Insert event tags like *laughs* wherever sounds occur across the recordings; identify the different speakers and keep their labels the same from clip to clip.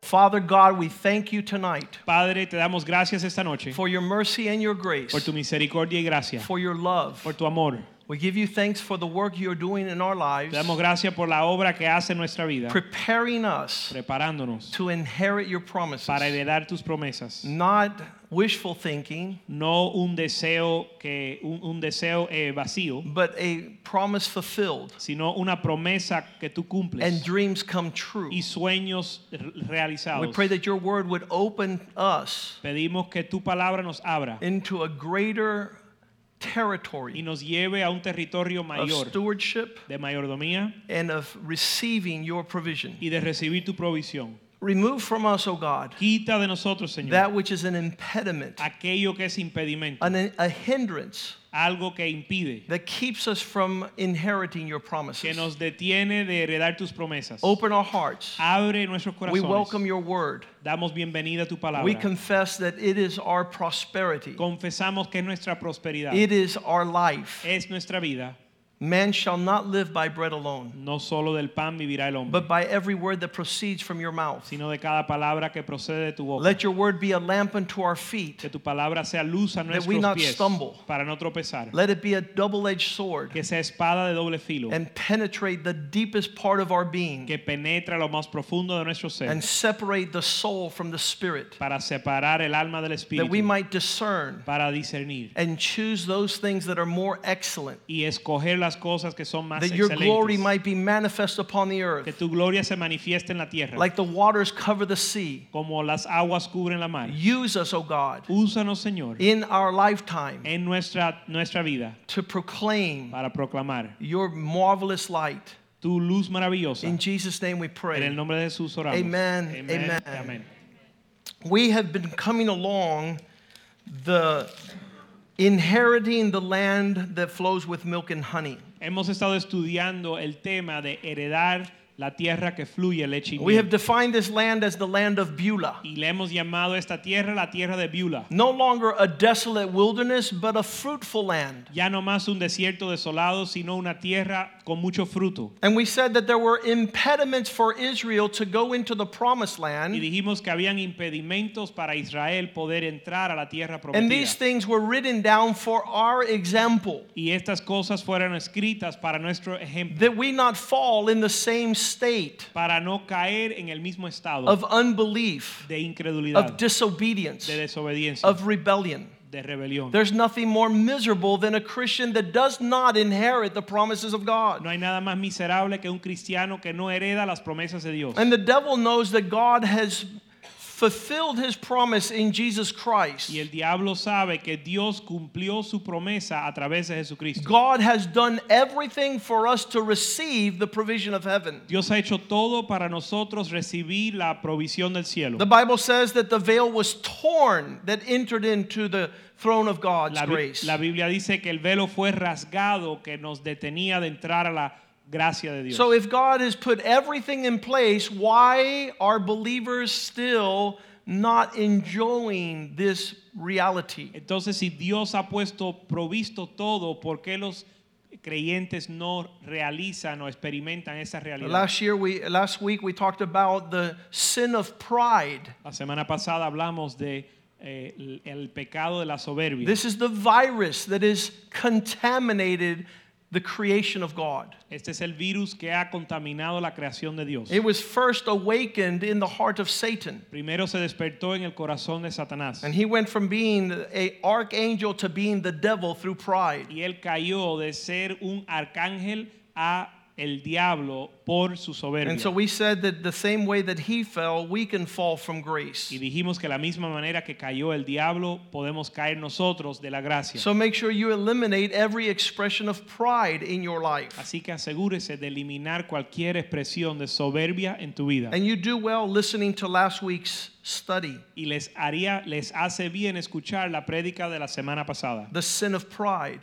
Speaker 1: Father God, we thank you tonight
Speaker 2: Padre, te damos gracias esta noche
Speaker 1: for your mercy and your grace,
Speaker 2: por tu misericordia y gracia,
Speaker 1: for your love.
Speaker 2: por tu amor.
Speaker 1: We give you thanks for the work you're doing in our lives,
Speaker 2: Te damos gracias por la obra que hace en nuestra vida,
Speaker 1: preparing us
Speaker 2: preparándonos
Speaker 1: to inherit your promises.
Speaker 2: para heredar tus promesas.
Speaker 1: Not wishful thinking,
Speaker 2: No un deseo que un, un deseo eh, vacío,
Speaker 1: but a promise fulfilled
Speaker 2: sino una promesa que tú
Speaker 1: and
Speaker 2: cumples
Speaker 1: dreams come true.
Speaker 2: y sueños re-
Speaker 1: We
Speaker 2: realizados.
Speaker 1: pray that your word would open us
Speaker 2: Pedimos que tu palabra nos abra
Speaker 1: into a greater
Speaker 2: y
Speaker 1: territory
Speaker 2: nos lleve a un territorio
Speaker 1: of
Speaker 2: mayor
Speaker 1: stewardship
Speaker 2: de mayordomía
Speaker 1: and of receiving your provision.
Speaker 2: y de recibir tu provisión.
Speaker 1: Remove from us, O God,
Speaker 2: Quita de nosotros, Señor,
Speaker 1: that which is an impediment,
Speaker 2: aquello que es impedimento,
Speaker 1: an, a hindrance
Speaker 2: algo que impide
Speaker 1: that keeps us from inheriting your
Speaker 2: que
Speaker 1: promises.
Speaker 2: nos detiene de heredar tus promesas.
Speaker 1: Open our hearts.
Speaker 2: Abre nuestros
Speaker 1: We welcome
Speaker 2: corazones.
Speaker 1: your word.
Speaker 2: Damos bienvenida a tu
Speaker 1: We
Speaker 2: palabra.
Speaker 1: confess that it is our prosperity,
Speaker 2: Confesamos que es nuestra prosperidad,
Speaker 1: it is our life.
Speaker 2: es nuestra vida.
Speaker 1: Man shall not live by bread alone,
Speaker 2: No solo del pan vivirá el hombre,
Speaker 1: but by every word that proceeds from your mouth.
Speaker 2: sino de cada palabra que procede de tu boca.
Speaker 1: Let your word be a lamp unto our feet.
Speaker 2: Que tu palabra sea luz a
Speaker 1: we
Speaker 2: nuestros
Speaker 1: not
Speaker 2: pies
Speaker 1: stumble.
Speaker 2: para no tropezar.
Speaker 1: Let it be a double edged sword
Speaker 2: Que sea espada de doble filo
Speaker 1: and penetrate the deepest part of our being
Speaker 2: que penetra lo más profundo de nuestro ser
Speaker 1: and separate the soul from the spirit,
Speaker 2: para separar el alma del
Speaker 1: that we
Speaker 2: espíritu,
Speaker 1: might discern
Speaker 2: para discernir
Speaker 1: and choose those things that are more excellent,
Speaker 2: y escoger las cosas que son más
Speaker 1: that your glory
Speaker 2: excelentes.
Speaker 1: might be manifest upon the
Speaker 2: Que
Speaker 1: earth,
Speaker 2: tu gloria se manifieste en la tierra.
Speaker 1: like the waters cover the sea.
Speaker 2: como las aguas cubren la mar.
Speaker 1: Use us, O God,
Speaker 2: Úsanos, Señor,
Speaker 1: in our lifetime
Speaker 2: en nuestra, nuestra vida
Speaker 1: to proclaim
Speaker 2: para proclamar
Speaker 1: your marvelous light.
Speaker 2: tu luz maravillosa.
Speaker 1: In
Speaker 2: En
Speaker 1: Jesus' name we
Speaker 2: el
Speaker 1: pray.
Speaker 2: nombre de Jesús oramos.
Speaker 1: Amen,
Speaker 2: Amén,
Speaker 1: amen.
Speaker 2: y amén.
Speaker 1: We have been coming along the inheriting the land that flows with milk and honey.
Speaker 2: Hemos estado estudiando el tema de heredar la tierra que fluye leche y
Speaker 1: We have
Speaker 2: miel.
Speaker 1: defined this land as the land of Beulah.
Speaker 2: Y le hemos llamado esta tierra la tierra de Beulah.
Speaker 1: No longer a desolate wilderness, but a fruitful land.
Speaker 2: Ya no más un desierto desolado, sino una tierra con mucho fruto.
Speaker 1: And we said that there were impediments for Israel to go into the promised
Speaker 2: Y
Speaker 1: land.
Speaker 2: dijimos que habían impedimentos para Israel poder entrar a la tierra
Speaker 1: And these
Speaker 2: prometida.
Speaker 1: things were written down for our example,
Speaker 2: y estas cosas fueron escritas para nuestro ejemplo,
Speaker 1: that we not fall in the same state
Speaker 2: para no caer en el mismo estado
Speaker 1: of unbelief,
Speaker 2: de
Speaker 1: of
Speaker 2: incredulidad,
Speaker 1: disobedience,
Speaker 2: de desobediencia,
Speaker 1: of rebellion.
Speaker 2: de rebelión.
Speaker 1: There's nothing more miserable than a Christian that does not inherit the promises of God.
Speaker 2: No hay nada más miserable que un cristiano que no hereda las promesas de Dios.
Speaker 1: And the devil knows that God has fulfilled his promise in Jesus Christ.
Speaker 2: Y el diablo sabe que Dios cumplió su promesa a través de Jesucristo.
Speaker 1: God has done everything for us to receive the provision of heaven.
Speaker 2: Dios ha hecho todo para nosotros recibir la provisión del cielo.
Speaker 1: The Bible says that the veil was torn that entered into the throne of God's
Speaker 2: La, Bi-
Speaker 1: grace.
Speaker 2: la Biblia dice que el velo fue rasgado que nos detenía de entrar a la gracia de Dios.
Speaker 1: So if God has put everything in place, why are believers still not enjoying this reality?
Speaker 2: Entonces, si Dios ha puesto provisto todo, ¿por qué los creyentes no realizan o experimentan esa realidad?
Speaker 1: Last year we last week we talked about the sin of pride.
Speaker 2: La semana pasada hablamos de eh, el, el pecado de la soberbia.
Speaker 1: This is the virus that has contaminated the creation of God.
Speaker 2: este es el virus que ha contaminado la creación de Dios.
Speaker 1: It was first awakened in the heart of Satan.
Speaker 2: Primero se despertó en el corazón de Satanás
Speaker 1: And he went from being a archangel to being the devil through pride.
Speaker 2: y él cayó de ser un arcángel a el diablo por su soberbia.
Speaker 1: And so we said that the same way that he fell, we can fall from grace.
Speaker 2: y dijimos que la misma manera que cayó el diablo, podemos caer nosotros de la gracia.
Speaker 1: So make sure you eliminate every expression of pride in your life.
Speaker 2: Así que asegúrese de eliminar cualquier expresión de soberbia en tu vida.
Speaker 1: And you do well listening to last week's study,
Speaker 2: Y les haría, les hace bien escuchar la prédica de la semana pasada,
Speaker 1: the sin of pride.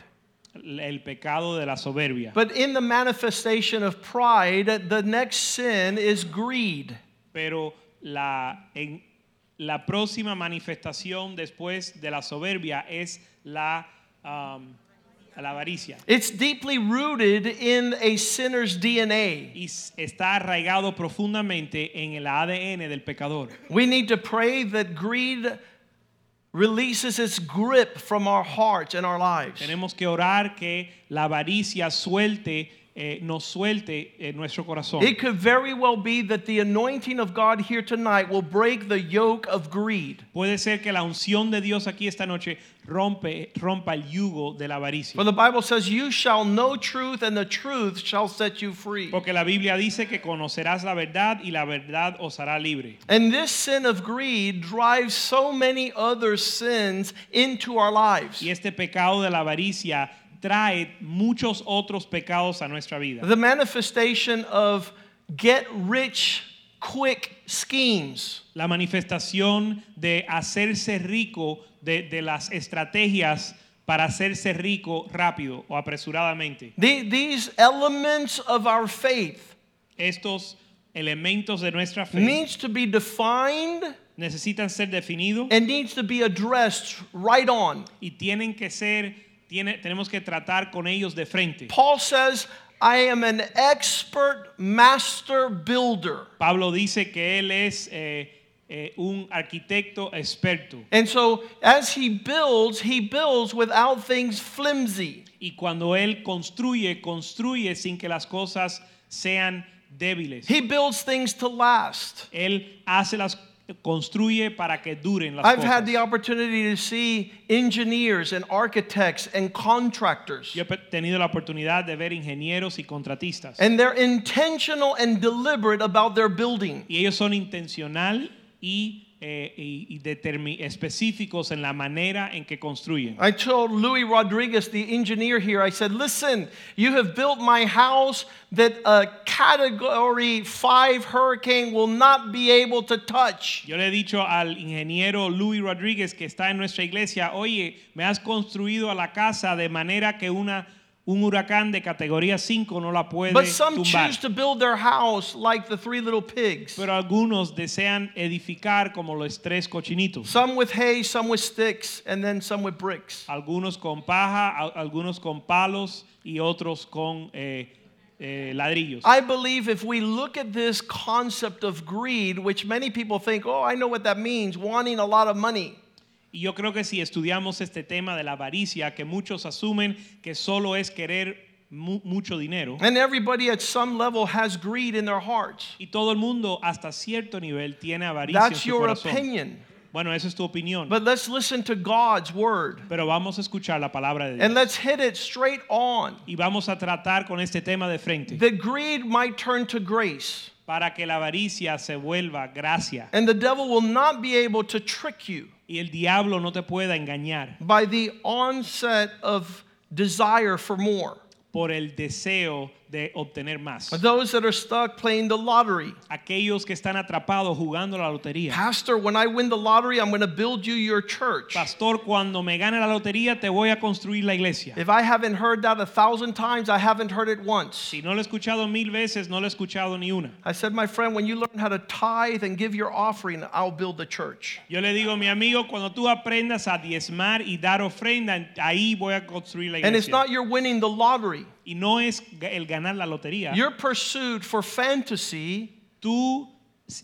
Speaker 2: el el pecado de la soberbia.
Speaker 1: But in the manifestation of pride, the next sin is greed.
Speaker 2: Pero la, en- la próxima manifestación después de la soberbia es la, um, la avaricia.
Speaker 1: It's deeply rooted in a sinner's DNA.
Speaker 2: Y s- está arraigado profundamente en el ADN del pecador.
Speaker 1: We need to pray that greed releases its grip from our hearts and our lives.
Speaker 2: Tenemos que orar que la avaricia suelte, eh, nos suelte eh, nuestro corazón.
Speaker 1: It could very well be that the anointing of God here tonight will break the yoke of greed.
Speaker 2: Puede ser que la unción de Dios aquí esta noche rompe, rompa el yugo de la avaricia.
Speaker 1: For the Bible says, You shall know truth, and the truth shall set you free.
Speaker 2: Porque la Biblia dice que conocerás la verdad y la verdad os hará libre.
Speaker 1: And this sin of greed drives so many other sins into our lives.
Speaker 2: Y este pecado de la avaricia trae muchos otros pecados a nuestra vida.
Speaker 1: The manifestation of get rich quick schemes.
Speaker 2: La manifestación de hacerse rico, de, de las estrategias para hacerse rico rápido o apresuradamente.
Speaker 1: The- these elements of our faith
Speaker 2: Estos elementos de nuestra fe
Speaker 1: needs to be defined
Speaker 2: necesitan ser definidos
Speaker 1: and needs to be addressed right on.
Speaker 2: y tienen que ser, tiene- tenemos que tratar con ellos de frente.
Speaker 1: Paul says, I am an expert master builder.
Speaker 2: Pablo dice que él es eh, eh, un arquitecto experto.
Speaker 1: And so as he builds, he builds without things flimsy.
Speaker 2: Y cuando él construye, construye sin que las cosas sean débiles.
Speaker 1: He builds things to last.
Speaker 2: él hace las construye para que duren las
Speaker 1: I've
Speaker 2: cosas.
Speaker 1: had the opportunity to see engineers and architects and contractors,
Speaker 2: Yo he tenido la oportunidad de ver ingenieros y contratistas
Speaker 1: and they're intentional and deliberate about their building.
Speaker 2: y ellos son intencional y, eh, y- y determi- específicos en la manera en que construyen.
Speaker 1: I told Louis Rodriguez, the engineer here, I said, Listen, you have built my house that a category five hurricane will not be able to touch.
Speaker 2: Yo le he dicho al ingeniero Luis Rodríguez que está en nuestra iglesia, oye, me has construido a la casa de manera que una, un huracán de categoría 5 no la puede
Speaker 1: But some
Speaker 2: tumbar.
Speaker 1: choose to build their house like the three little pigs,
Speaker 2: Pero algunos desean edificar como los tres cochinitos.
Speaker 1: some with hay, some with sticks, and then some with bricks.
Speaker 2: algunos con paja, a- algunos con palos y otros con eh, eh, ladrillos.
Speaker 1: I believe if we look at this concept of greed, which many people think, oh, I know what that means, wanting a lot of money.
Speaker 2: Y yo creo que si estudiamos este tema de la avaricia, que muchos asumen que solo es querer mu- mucho dinero,
Speaker 1: And everybody at some level has greed in their hearts.
Speaker 2: y todo el mundo hasta cierto nivel tiene avaricia en
Speaker 1: That's
Speaker 2: su
Speaker 1: your
Speaker 2: corazón.
Speaker 1: opinion.
Speaker 2: Bueno, esa es tu opinión,
Speaker 1: But let's listen to God's word
Speaker 2: pero vamos a escuchar la palabra de
Speaker 1: and
Speaker 2: Dios
Speaker 1: let's hit it straight on.
Speaker 2: y vamos a tratar con este tema de frente
Speaker 1: That greed might turn to grace,
Speaker 2: para que la avaricia se vuelva gracia
Speaker 1: and the devil will not be able to trick you
Speaker 2: y el diablo no te pueda engañar.
Speaker 1: by the onset of desire for more.
Speaker 2: por el deseo de obtener más.
Speaker 1: Those that are stuck playing the lottery.
Speaker 2: Aquellos que están atrapados jugando la lotería.
Speaker 1: Pastor, when I win the lottery, I'm going to build you your church.
Speaker 2: Pastor, cuando me gane la lotería te voy a construir la iglesia.
Speaker 1: If I haven't heard that a thousand times, I haven't heard it once.
Speaker 2: Si no lo he escuchado mil veces, no lo he escuchado ni una.
Speaker 1: I said, my friend, when you learn how to tithe and give your offering, I'll build the church.
Speaker 2: Yo le digo, mi amigo, cuando tú aprendas a diezmar y dar ofrenda, ahí voy a construir la
Speaker 1: And it's
Speaker 2: iglesia.
Speaker 1: not your winning the lottery.
Speaker 2: Y no es ga- el ganar la lotería.
Speaker 1: Your pursuit for fantasy
Speaker 2: Tu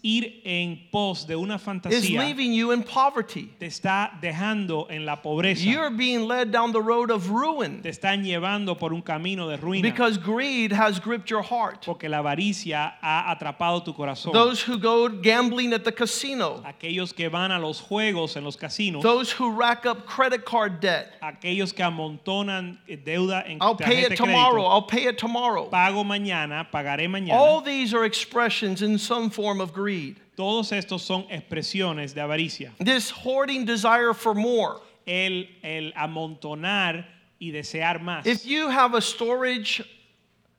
Speaker 2: ir en pos de una
Speaker 1: is
Speaker 2: fantasía
Speaker 1: leaving you in poverty.
Speaker 2: te está dejando en la pobreza.
Speaker 1: You're being led down the road of ruin
Speaker 2: te están llevando por un camino de ruina
Speaker 1: because greed has gripped your heart.
Speaker 2: porque la avaricia ha atrapado tu corazón.
Speaker 1: Those who go gambling at the casino,
Speaker 2: aquellos que van a los juegos en los casinos,
Speaker 1: those who rack up credit card debt.
Speaker 2: aquellos que amontonan eh, deuda en
Speaker 1: I'll pay
Speaker 2: tarjeta de
Speaker 1: it
Speaker 2: crédito,
Speaker 1: tomorrow. I'll pay it tomorrow.
Speaker 2: pago mañana, pagaré mañana.
Speaker 1: All these are expressions in some form of greed.
Speaker 2: Todos estos son expresiones de avaricia.
Speaker 1: This hoarding desire for more.
Speaker 2: El, el amontonar y desear más.
Speaker 1: If you have a storage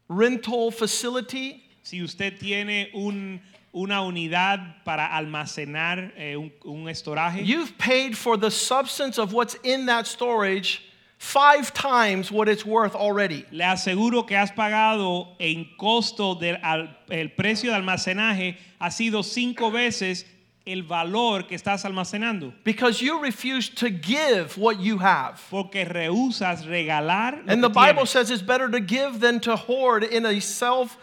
Speaker 1: rental facility,
Speaker 2: si usted tiene un- una unidad para almacenar eh, un, un estoraje,
Speaker 1: you've paid for the substance of what's in that storage five times what it's worth already.
Speaker 2: le aseguro que has pagado en costo del al- el precio de almacenaje ha sido cinco veces el valor que estás almacenando.
Speaker 1: because you refuse to give what you have.
Speaker 2: Porque rehusas regalar. lo
Speaker 1: And
Speaker 2: que
Speaker 1: the Bible
Speaker 2: tienes.
Speaker 1: says it's better to give than to hoard in a self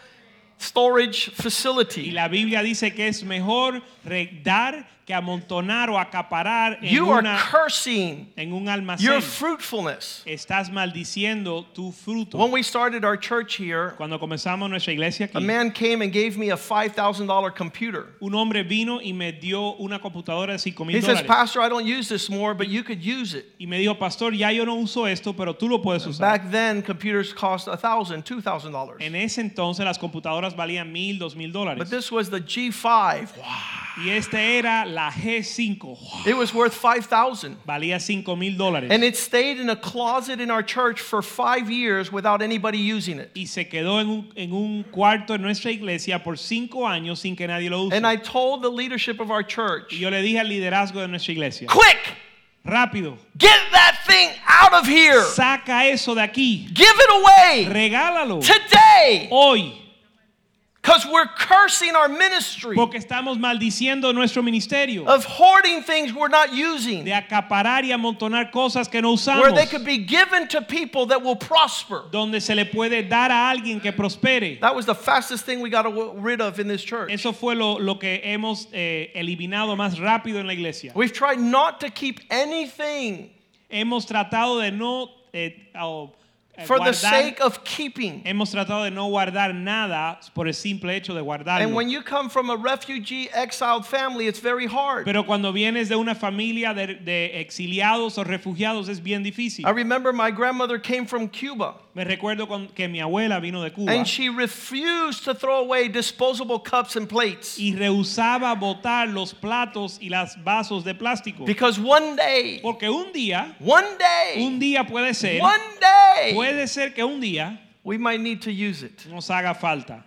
Speaker 1: storage
Speaker 2: Y
Speaker 1: facility.
Speaker 2: la Biblia dice que es mejor re- dar que amontonar o acaparar en,
Speaker 1: You are
Speaker 2: una-
Speaker 1: cursing
Speaker 2: en un almacén.
Speaker 1: your fruitfulness.
Speaker 2: Estás maldiciendo tu fruto.
Speaker 1: When we started our church here,
Speaker 2: Cuando comenzamos nuestra iglesia aquí,
Speaker 1: a man came and gave me a $5,000 computer.
Speaker 2: un hombre vino y me dio una computadora de 5
Speaker 1: He
Speaker 2: mil
Speaker 1: says,
Speaker 2: dólares.
Speaker 1: Pastor, I don't use this more, but you could use it.
Speaker 2: y me dijo, pastor, ya yo no uso esto, pero tú lo puedes usar.
Speaker 1: Back then, computers cost $1,000, $2,000.
Speaker 2: En ese entonces las computadoras valían mil, dos mil
Speaker 1: But
Speaker 2: dólares.
Speaker 1: this was the G5. Wow.
Speaker 2: Y esta era la G5.
Speaker 1: It was worth 5000
Speaker 2: Valía cinco mil dólares.
Speaker 1: And it stayed in a closet in our church for five years without anybody using it.
Speaker 2: y se quedó en un, en un cuarto en nuestra iglesia por cinco años sin que nadie lo use.
Speaker 1: And I told the leadership of our
Speaker 2: y
Speaker 1: church,
Speaker 2: yo le dije al liderazgo de nuestra iglesia,
Speaker 1: quick,
Speaker 2: rápido,
Speaker 1: get that thing out of here.
Speaker 2: saca eso de aquí,
Speaker 1: Give it away
Speaker 2: regálalo
Speaker 1: today.
Speaker 2: hoy,
Speaker 1: Because we're cursing our ministry
Speaker 2: porque estamos maldiciendo nuestro ministerio
Speaker 1: of hoarding things we're not using,
Speaker 2: de acaparar y amontonar cosas que no usamos,
Speaker 1: where they could be given to people that will prosper.
Speaker 2: donde se le puede dar a alguien que prospere.
Speaker 1: That was the fastest thing we got aw- rid of in this church.
Speaker 2: Eso fue lo, lo que hemos eh, eliminado más rápido en la iglesia.
Speaker 1: We've tried not to keep anything
Speaker 2: Hemos tratado de no eh, oh, eh,
Speaker 1: for the
Speaker 2: guardar
Speaker 1: sake of keeping.
Speaker 2: Hemos tratado de no guardar nada por el simple hecho de guardarlo.
Speaker 1: And when you come from a refugee, exiled family, it's very hard.
Speaker 2: Pero cuando vienes de una familia de, de exiliados o refugiados es bien difícil.
Speaker 1: I remember my grandmother came from Cuba,
Speaker 2: Me recuerdo con- que mi abuela vino de Cuba
Speaker 1: and she refused to throw away disposable cups and plates
Speaker 2: y rehusaba botar los platos y los vasos de plástico.
Speaker 1: because one day,
Speaker 2: Porque un día,
Speaker 1: one
Speaker 2: un
Speaker 1: day,
Speaker 2: día puede ser,
Speaker 1: one day,
Speaker 2: puede ser que un día
Speaker 1: we might need to use it.
Speaker 2: nos haga falta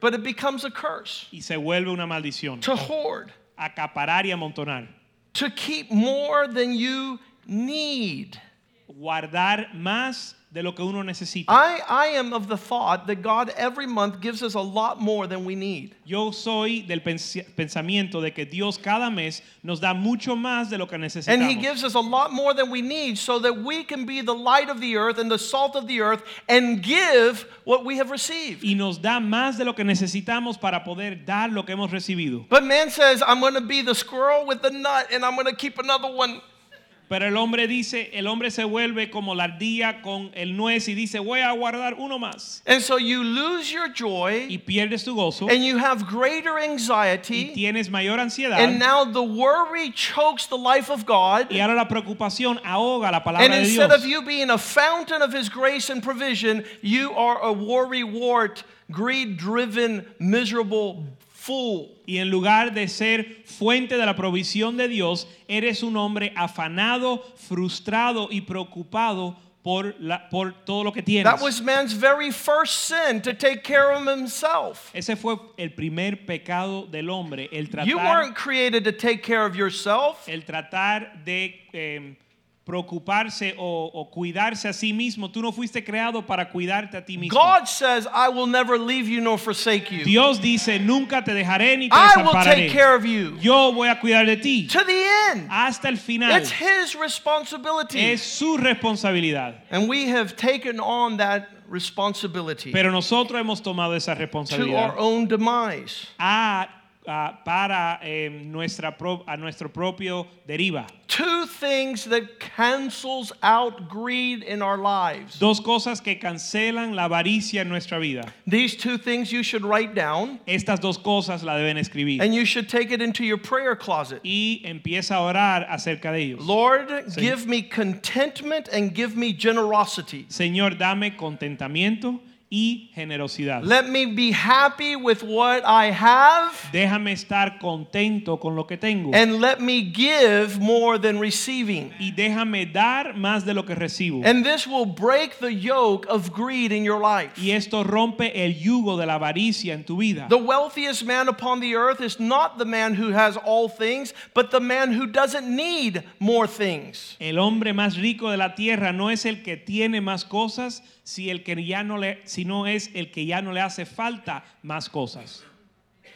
Speaker 1: But it becomes a curse
Speaker 2: y se vuelve una maldición.
Speaker 1: to hoard,
Speaker 2: Acaparar y amontonar.
Speaker 1: to keep more than you need.
Speaker 2: Guardar más de lo que uno necesita.
Speaker 1: I, I am of the thought that God every month gives us a lot more than we need.
Speaker 2: Yo soy del pens- pensamiento de que Dios cada mes nos da mucho más de lo que
Speaker 1: And
Speaker 2: necesitamos.
Speaker 1: he gives us a lot more than we need so that we can be the light of the earth and the salt of the earth and give what we have received.
Speaker 2: y nos da más de lo que necesitamos para poder dar lo que hemos recibido.
Speaker 1: But man says, I'm going to be the squirrel with the nut and I'm going to keep another one.
Speaker 2: Pero el hombre dice, el hombre se vuelve como la ardilla con el nuez y dice, voy a guardar uno más.
Speaker 1: And so you lose your joy
Speaker 2: Y pierdes tu gozo
Speaker 1: and you have greater
Speaker 2: y
Speaker 1: anxiety.
Speaker 2: tienes mayor ansiedad.
Speaker 1: And now the worry chokes the life of God.
Speaker 2: y ahora la preocupación ahoga la
Speaker 1: And
Speaker 2: palabra de
Speaker 1: instead of
Speaker 2: Dios.
Speaker 1: you being a fountain of his grace and provision, you are a worry wart, greed driven, miserable fool.
Speaker 2: Y en lugar de ser fuente de la provisión de Dios, eres un hombre afanado, frustrado y preocupado por, la- por todo lo que tienes.
Speaker 1: That was man's very first sin to take care of himself.
Speaker 2: Ese fue el primer pecado del hombre, el
Speaker 1: You
Speaker 2: tratar,
Speaker 1: weren't created to take care of yourself.
Speaker 2: el tratar de eh, preocuparse o, o cuidarse a sí mismo. Tú no fuiste creado para cuidarte a ti mismo.
Speaker 1: God says, I will never leave you nor forsake you.
Speaker 2: Dios dice, nunca te dejaré ni te
Speaker 1: I will take
Speaker 2: desampararé.
Speaker 1: care of you
Speaker 2: Yo voy a cuidar de ti
Speaker 1: to the end.
Speaker 2: hasta el final.
Speaker 1: It's His responsibility.
Speaker 2: Es su responsabilidad.
Speaker 1: And we have taken on that responsibility
Speaker 2: Pero nosotros hemos tomado
Speaker 1: to
Speaker 2: esa
Speaker 1: our
Speaker 2: responsabilidad
Speaker 1: own demise,
Speaker 2: a- a- para eh, nuestra pro- a nuestro propio deriva.
Speaker 1: two things that cancels out greed in our lives.
Speaker 2: Dos cosas que cancelan la avaricia en nuestra vida.
Speaker 1: These two things you should write down
Speaker 2: Estas dos cosas la deben escribir.
Speaker 1: and you should take it into your prayer closet.
Speaker 2: Y empieza a orar acerca de ellos.
Speaker 1: Lord, give me contentment and give me generosity.
Speaker 2: Señor, dame contentamiento y generosidad.
Speaker 1: Let me be happy with what I have
Speaker 2: Déjame estar contento con lo que tengo.
Speaker 1: and let me give more than receiving.
Speaker 2: y déjame dar más de lo que recibo.
Speaker 1: And this will break the yoke of greed in your life.
Speaker 2: y esto rompe el yugo de la avaricia en tu vida.
Speaker 1: The wealthiest man upon the earth is not the man who has all things, but the man who doesn't need more things.
Speaker 2: El hombre más rico de la tierra no es el que tiene más cosas, si el que ya no le, sino es el que ya no le hace falta más cosas.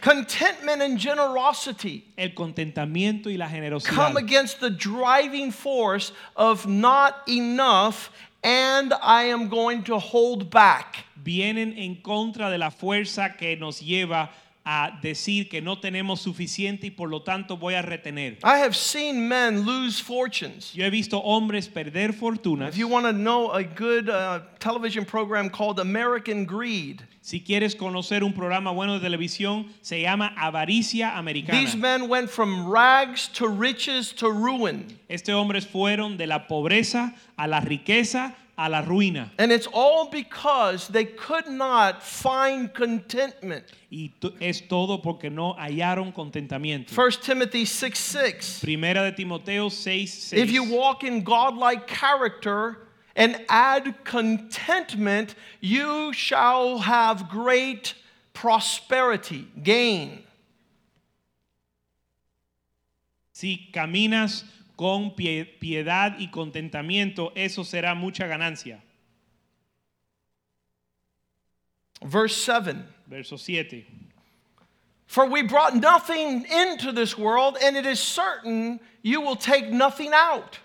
Speaker 1: Contentment and generosity
Speaker 2: El contentamiento y la generosidad
Speaker 1: come against the driving force of not enough and I am going to hold back.
Speaker 2: vienen en contra de la fuerza que nos lleva a decir que no tenemos suficiente y por lo tanto voy a retener.
Speaker 1: I have seen men lose fortunes.
Speaker 2: Yo he visto hombres perder fortunas.
Speaker 1: If you want to know a good uh, television program called American Greed,
Speaker 2: Si quieres conocer un programa bueno de televisión, se llama Avaricia
Speaker 1: these
Speaker 2: Americana.
Speaker 1: men went from rags to riches to ruin.
Speaker 2: Estos hombres Este fueron de la pobreza a la riqueza a la ruina.
Speaker 1: And it's all because they could not find contentment.
Speaker 2: Y to- es todo porque no hallaron contentamiento.
Speaker 1: 1 Timothy 6 6.
Speaker 2: Primera de Timoteo 6,
Speaker 1: If you walk in godlike character and add contentment, you shall have great prosperity, gain.
Speaker 2: Si caminas con pie- piedad y contentamiento, eso será mucha ganancia.
Speaker 1: Verse 7.
Speaker 2: Verso 7.
Speaker 1: For we brought nothing into this world, and it is certain you will take nothing out.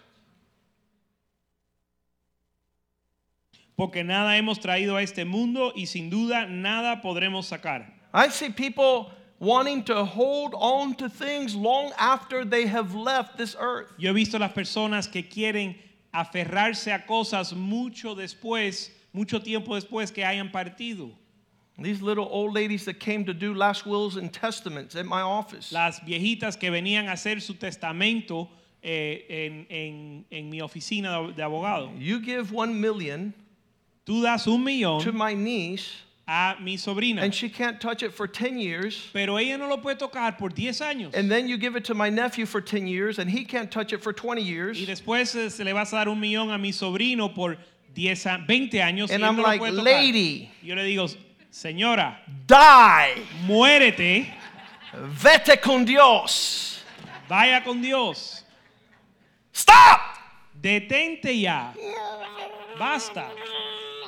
Speaker 2: Porque nada hemos traído a este mundo y sin duda nada podremos sacar.
Speaker 1: I see people wanting to hold on to things long after they have left this earth.
Speaker 2: Yo he visto las personas que quieren aferrarse a cosas mucho después, mucho tiempo después que hayan partido.
Speaker 1: These little old ladies that came to do last wills and testaments at my office.
Speaker 2: Las viejitas que venían a hacer su testamento eh, en, en- en mi oficina de- de abogado.
Speaker 1: You give one million
Speaker 2: Tú das un
Speaker 1: to
Speaker 2: millón
Speaker 1: my niece,
Speaker 2: a mi sobrina,
Speaker 1: and she can't touch it for 10 years.
Speaker 2: pero ella no lo puede tocar por 10 años.
Speaker 1: And then you give it to my nephew for 10 years, and he can't touch it for 20
Speaker 2: Y
Speaker 1: years.
Speaker 2: después eh, se le vas a dar un millón a mi sobrino por 10, a- 20 años. y
Speaker 1: And
Speaker 2: él
Speaker 1: I'm
Speaker 2: no lo
Speaker 1: like,
Speaker 2: puede tocar.
Speaker 1: lady,
Speaker 2: Yo le digo, señora,
Speaker 1: die.
Speaker 2: muérete,
Speaker 1: Vete con Dios.
Speaker 2: vaya con Dios.
Speaker 1: Stop.
Speaker 2: Detente ya. Basta.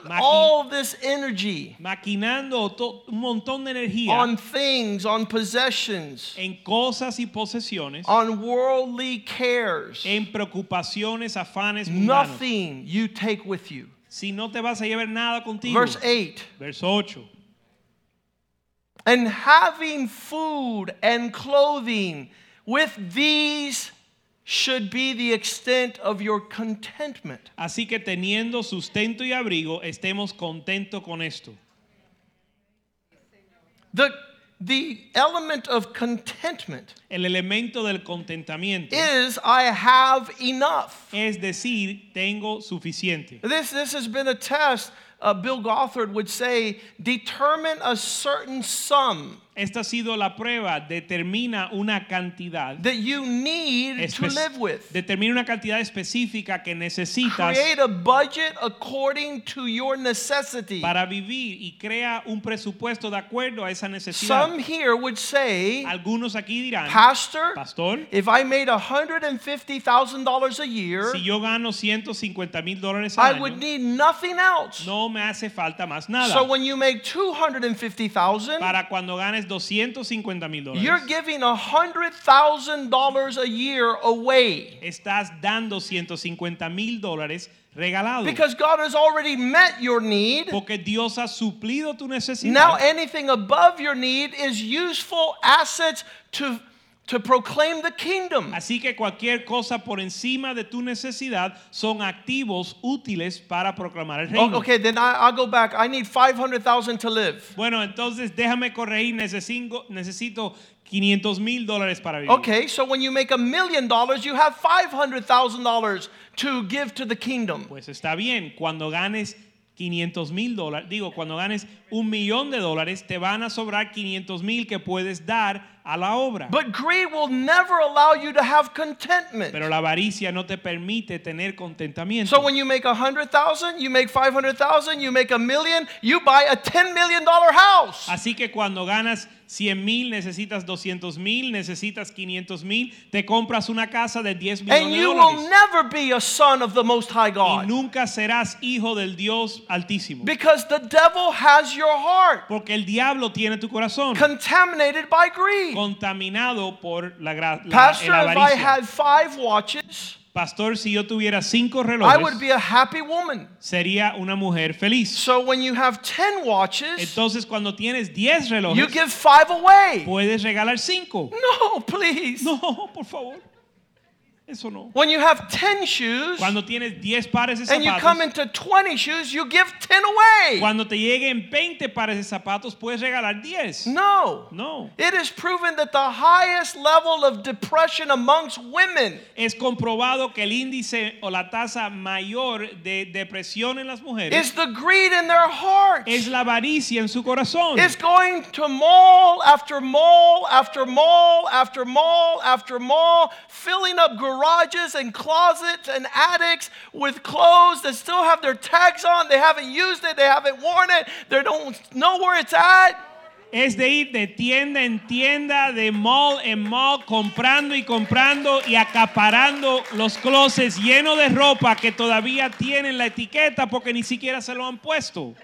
Speaker 2: Maqui-
Speaker 1: All this energy
Speaker 2: maquinando to- un montón de energía
Speaker 1: on things, on possessions,
Speaker 2: en cosas y posesiones,
Speaker 1: on worldly cares.
Speaker 2: en preocupaciones, afanes, mundanos.
Speaker 1: Nothing you take with you.
Speaker 2: Si no te vas a llevar nada contigo.
Speaker 1: Verse 8.
Speaker 2: Verso 8.
Speaker 1: and having food and clothing with these should be the extent of your contentment.
Speaker 2: Así que teniendo sustento y abrigo, estemos contentos con esto.
Speaker 1: The, the element of contentment
Speaker 2: El elemento del contentamiento
Speaker 1: is I have enough.
Speaker 2: es decir, tengo suficiente.
Speaker 1: This, this has been a test. Uh, Bill Gothard would say, determine a certain sum
Speaker 2: Esta ha sido la prueba, determina una cantidad
Speaker 1: that you need to
Speaker 2: espe-
Speaker 1: live with.
Speaker 2: Determina una cantidad específica que necesitas
Speaker 1: Create a budget according to your necessity.
Speaker 2: para vivir y crea un presupuesto de acuerdo a esa necesidad.
Speaker 1: Some here would say,
Speaker 2: Algunos aquí dirán,
Speaker 1: Pastor,
Speaker 2: pastor,
Speaker 1: if I made $150,000 a year,
Speaker 2: si yo gano 150 mil dólares
Speaker 1: I
Speaker 2: al
Speaker 1: would
Speaker 2: año,
Speaker 1: need nothing else.
Speaker 2: no me hace falta más nada.
Speaker 1: So when you make 250,000,
Speaker 2: Para cuando ganes es 250 mil
Speaker 1: You're
Speaker 2: dólares.
Speaker 1: giving $100,000 a year away
Speaker 2: Estás dando 150 mil dólares regalados.
Speaker 1: because God has already met your need.
Speaker 2: Porque Dios ha suplido tu necesidad.
Speaker 1: Now, eh, anything above your need is useful assets to, to proclaim the kingdom.
Speaker 2: Así que cualquier cosa por encima de tu necesidad son activos útiles para proclamar el
Speaker 1: Oh,
Speaker 2: reino.
Speaker 1: okay, then I, I'll go back. I need 500,000 to live.
Speaker 2: Bueno, entonces déjame corregir, necesito, necesito 500 mil dólares para vivir.
Speaker 1: Okay, so when you make a million dollars, you have $500,000 to give to the kingdom.
Speaker 2: Pues está bien, cuando ganes 500 mil dólares, digo, cuando ganes un millón de dólares, te van a sobrar 500 mil que puedes dar a la obra.
Speaker 1: But greed will never allow you to have
Speaker 2: Pero
Speaker 1: contentment.
Speaker 2: la avaricia no te permite tener contentamiento.
Speaker 1: So when you make a hundred thousand, you make five hundred thousand, you make a million, you buy a ten million dollar house.
Speaker 2: Así que cuando ganas 100 mil, necesitas 200 mil, necesitas 500 mil, te compras una casa de 10 millones
Speaker 1: And
Speaker 2: de
Speaker 1: you will
Speaker 2: dólares.
Speaker 1: never be a son of the Most High
Speaker 2: y
Speaker 1: God.
Speaker 2: nunca serás hijo del Dios Altísimo.
Speaker 1: Because the devil has your heart
Speaker 2: Porque el diablo tiene tu corazón
Speaker 1: contaminated by greed.
Speaker 2: contaminado por la, gra- la-
Speaker 1: Pastor,
Speaker 2: la
Speaker 1: if I
Speaker 2: avaricia.
Speaker 1: had five watches,
Speaker 2: Pastor, si yo tuviera cinco
Speaker 1: I would
Speaker 2: relojes,
Speaker 1: be a happy woman.
Speaker 2: sería una mujer feliz.
Speaker 1: So when you have ten watches,
Speaker 2: Entonces, cuando tienes 10
Speaker 1: you
Speaker 2: relojes,
Speaker 1: give five away.
Speaker 2: puedes regalar cinco.
Speaker 1: No, please.
Speaker 2: No, por favor. Eso no.
Speaker 1: When you have ten shoes,
Speaker 2: Cuando tienes 10 pares de
Speaker 1: and you come into
Speaker 2: zapatos,
Speaker 1: 20 shoes, you give 10 away.
Speaker 2: cuando te lleguen 20 pares de zapatos, puedes regalar 10.
Speaker 1: No.
Speaker 2: No.
Speaker 1: It is proven that the highest level of depression amongst women
Speaker 2: Es comprobado que el índice o la tasa mayor de depresión en las mujeres
Speaker 1: is the greed in their hearts.
Speaker 2: es la avaricia en su corazón.
Speaker 1: It's going to mall after mall after mall after mall after mall, filling up garages and closets and attics with clothes that still have their tags on. They haven't used it, they haven't worn it, they don't know where it's at.
Speaker 2: Es de ir de tienda en tienda, de mall en mall, comprando y comprando y acaparando los closets llenos de ropa que todavía tienen la etiqueta porque ni siquiera se lo han puesto.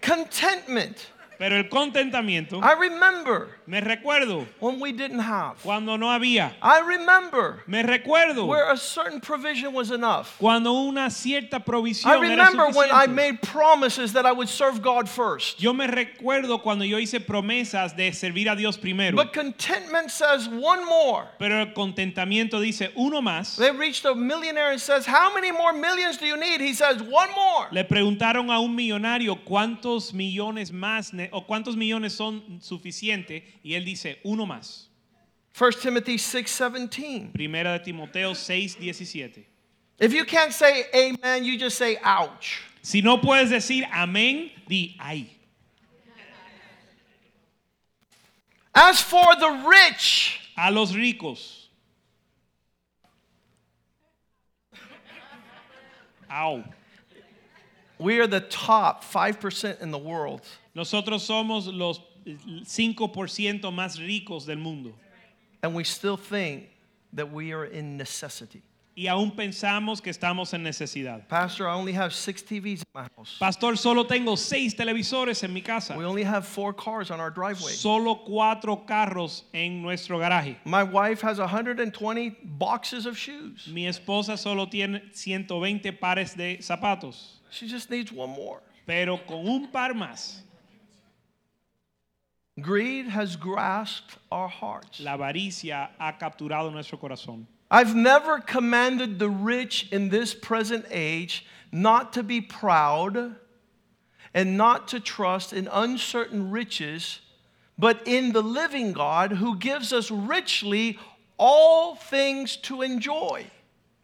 Speaker 1: Contentment.
Speaker 2: Pero el contentamiento,
Speaker 1: I remember
Speaker 2: me recuerdo
Speaker 1: when we didn't have.
Speaker 2: cuando no había,
Speaker 1: I remember
Speaker 2: me recuerdo
Speaker 1: where a certain provision was enough.
Speaker 2: cuando una cierta
Speaker 1: I
Speaker 2: provisión era
Speaker 1: remember when I
Speaker 2: suficiente.
Speaker 1: made promises that I would serve God first.
Speaker 2: Yo me recuerdo cuando yo hice promesas de servir a Dios primero.
Speaker 1: But contentment says one more.
Speaker 2: Pero el contentamiento dice uno más.
Speaker 1: They reached a millionaire and says, How many more millions do you need? He says, One more.
Speaker 2: Le preguntaron a un millonario cuántos millones más ne- o cuántos millones son suficientes y él dice uno más.
Speaker 1: 1 Timothy 6 17.
Speaker 2: Primera de Timoteo 6, 17.
Speaker 1: If you can't say amen, you just say ouch.
Speaker 2: Si no puedes decir amén, di ay.
Speaker 1: As for the rich,
Speaker 2: A los ricos. Au.
Speaker 1: we are the top 5% in the world.
Speaker 2: Nosotros somos los 5% más ricos del mundo.
Speaker 1: And we still think that we are in necessity.
Speaker 2: Y aún pensamos que estamos en necesidad.
Speaker 1: Pastor, I only have six TVs in my house.
Speaker 2: Pastor, solo tengo seis televisores en mi casa.
Speaker 1: We only have four cars on our driveway.
Speaker 2: Solo cuatro carros en nuestro garaje.
Speaker 1: My wife has 120 boxes of shoes.
Speaker 2: Mi esposa solo tiene 120 pares de zapatos.
Speaker 1: She just needs one more.
Speaker 2: Pero con un par más,
Speaker 1: Greed has grasped our hearts.
Speaker 2: la avaricia ha capturado nuestro corazón.
Speaker 1: I've never commanded the rich in this present age not to be proud and not to trust in uncertain riches, but in the living God who gives us richly all things to enjoy.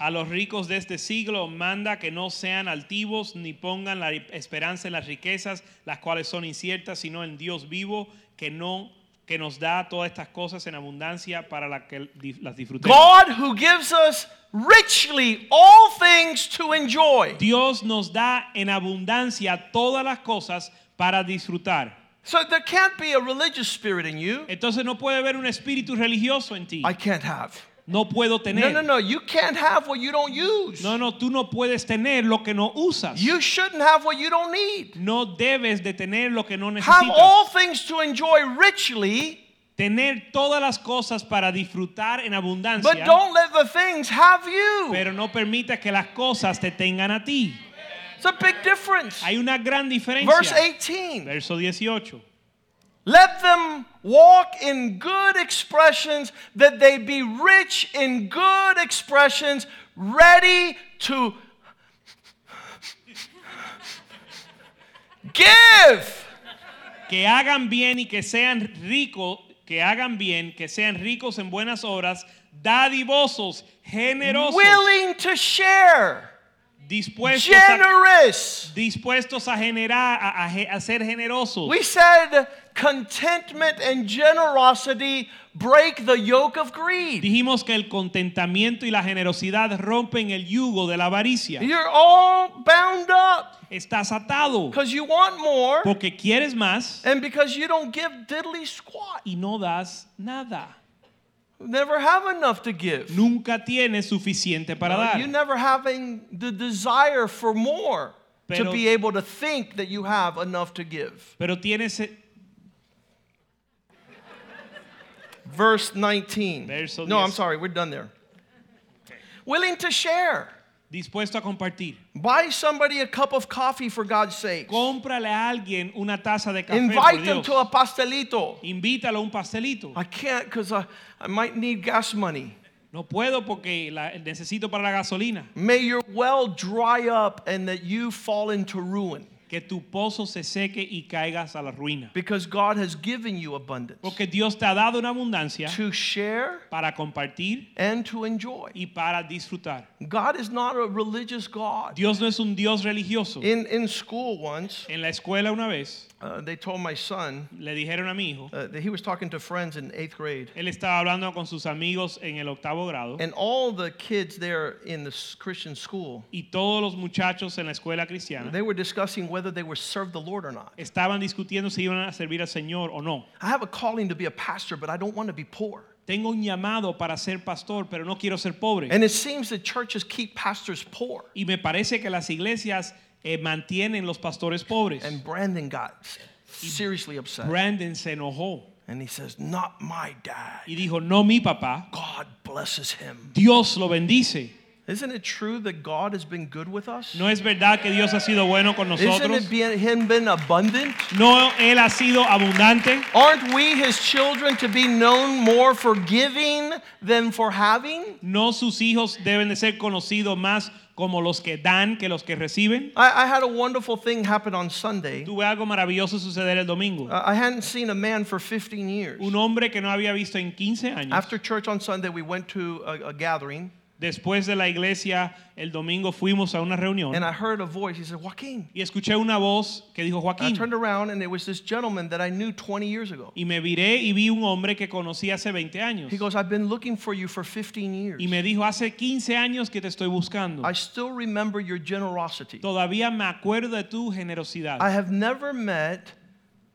Speaker 2: A los ricos de este siglo manda que no sean altivos ni pongan la esperanza en las riquezas, las cuales son inciertas, sino en Dios vivo, que no que nos da todas estas cosas en abundancia para la que las disfrutemos.
Speaker 1: God who gives us richly all things to enjoy.
Speaker 2: Dios nos da en abundancia todas las cosas para disfrutar.
Speaker 1: So there can't be a religious spirit in you.
Speaker 2: Entonces no puede haber un espíritu religioso en ti.
Speaker 1: I can't have.
Speaker 2: No puedo
Speaker 1: No,
Speaker 2: tener.
Speaker 1: no, no. You can't have what you don't use.
Speaker 2: No, no, tú no puedes tener lo que no usas.
Speaker 1: You shouldn't have what you don't need.
Speaker 2: no debes de tener lo que no
Speaker 1: Have
Speaker 2: necesitas.
Speaker 1: all things to enjoy richly,
Speaker 2: tener todas las cosas para disfrutar en abundancia,
Speaker 1: but don't let the things have you.
Speaker 2: pero no permitas que las cosas te tengan a ti.
Speaker 1: It's a big difference.
Speaker 2: Hay una gran diferencia.
Speaker 1: Verse 18.
Speaker 2: Verso 18.
Speaker 1: Let them walk in good expressions, that they be rich in good expressions, ready to give.
Speaker 2: Que hagan bien y que sean ricos, que hagan bien, que sean ricos en buenas obras, dadivosos, generosos,
Speaker 1: willing to share,
Speaker 2: dispuestos a,
Speaker 1: generous.
Speaker 2: dispuestos a generar, a, a ge- a ser generosos.
Speaker 1: We said contentment and generosity break the yoke of greed.
Speaker 2: Dijimos que el contentamiento y la generosidad rompen el yugo de la avaricia.
Speaker 1: You're all bound up
Speaker 2: Estás atado
Speaker 1: because you want more
Speaker 2: porque quieres más
Speaker 1: and because you don't give diddly squat.
Speaker 2: y no das nada.
Speaker 1: Never have enough to give.
Speaker 2: Nunca tienes suficiente para
Speaker 1: Uh, you
Speaker 2: dar.
Speaker 1: never having the desire for more to
Speaker 2: Pero-
Speaker 1: be able to think that you have enough to give.
Speaker 2: Pero tienes eh,
Speaker 1: Verse 19.
Speaker 2: Verso
Speaker 1: no, I'm
Speaker 2: 10.
Speaker 1: sorry, we're done there. Willing to share.
Speaker 2: dispuesto a compartir.
Speaker 1: Buy somebody a cup of coffee for God's sake.
Speaker 2: Cómprale a alguien una taza de café.
Speaker 1: Invite
Speaker 2: por
Speaker 1: them
Speaker 2: Dios.
Speaker 1: to a pastelito.
Speaker 2: Invítalo a un pastelito.
Speaker 1: I can't because I, I might need gas money.
Speaker 2: No puedo porque la- necesito para la gasolina.
Speaker 1: May your well dry up and that you fall into ruin
Speaker 2: Que tu pozo se seque y caigas a la ruina.
Speaker 1: because God has given you abundance
Speaker 2: Porque Dios te ha dado una abundancia
Speaker 1: to share
Speaker 2: para compartir
Speaker 1: and to enjoy.
Speaker 2: y para disfrutar.
Speaker 1: God is not a religious God.
Speaker 2: Dios no es un Dios religioso.
Speaker 1: In, in school once,
Speaker 2: En la escuela una vez
Speaker 1: uh, they told my son
Speaker 2: le dijeron a mi hijo,
Speaker 1: uh, that he was talking to friends in eighth grade,
Speaker 2: él estaba hablando con sus amigos en el octavo grado
Speaker 1: and all the kids there in the s- Christian school,
Speaker 2: y todos los muchachos en la escuela cristiana
Speaker 1: they were discussing whether they were served the Lord or not.
Speaker 2: estaban discutiendo si iban a servir al Señor o no.
Speaker 1: I have a calling to be a pastor, but I don't want to be poor.
Speaker 2: Tengo un llamado para ser pastor, pero no quiero ser pobre.
Speaker 1: And it seems that churches keep pastors poor.
Speaker 2: Y me parece que las iglesias eh, mantienen los pastores pobres.
Speaker 1: And Brandon got s- seriously upset.
Speaker 2: Brandon se enojó
Speaker 1: And he says, Not my dad.
Speaker 2: y dijo, no mi papá,
Speaker 1: God blesses him.
Speaker 2: Dios lo bendice.
Speaker 1: Isn't it true that God has been good with us?
Speaker 2: ¿No es verdad que Dios ha sido bueno con
Speaker 1: Isn't
Speaker 2: nosotros?
Speaker 1: it being, him been abundant?
Speaker 2: ¿No Él ha sido abundante?
Speaker 1: Aren't we his children to be known more for giving than for having?
Speaker 2: ¿No sus hijos deben de ser conocidos más como los que dan que los que reciben?
Speaker 1: I, I had a wonderful thing happen on Sunday.
Speaker 2: Tuve algo maravilloso suceder el domingo.
Speaker 1: Uh, I hadn't seen a man for 15 years.
Speaker 2: Un hombre que no había visto en 15 años.
Speaker 1: After church on Sunday, we went to a, a gathering,
Speaker 2: Después de la iglesia, el domingo fuimos a una reunión
Speaker 1: and I heard a voice. He said, Joaquin.
Speaker 2: y escuché una voz que dijo
Speaker 1: I
Speaker 2: Joaquín.
Speaker 1: turned around, and it was this gentleman that I knew 20 years ago.
Speaker 2: Y me viré y vi un hombre que conocí hace 20 años.
Speaker 1: He goes, I've been looking for you for 15 years.
Speaker 2: Y me dijo, hace 15 años que te estoy buscando.
Speaker 1: I still remember your generosity.
Speaker 2: Todavía me acuerdo de tu
Speaker 1: I
Speaker 2: generosidad.
Speaker 1: have never met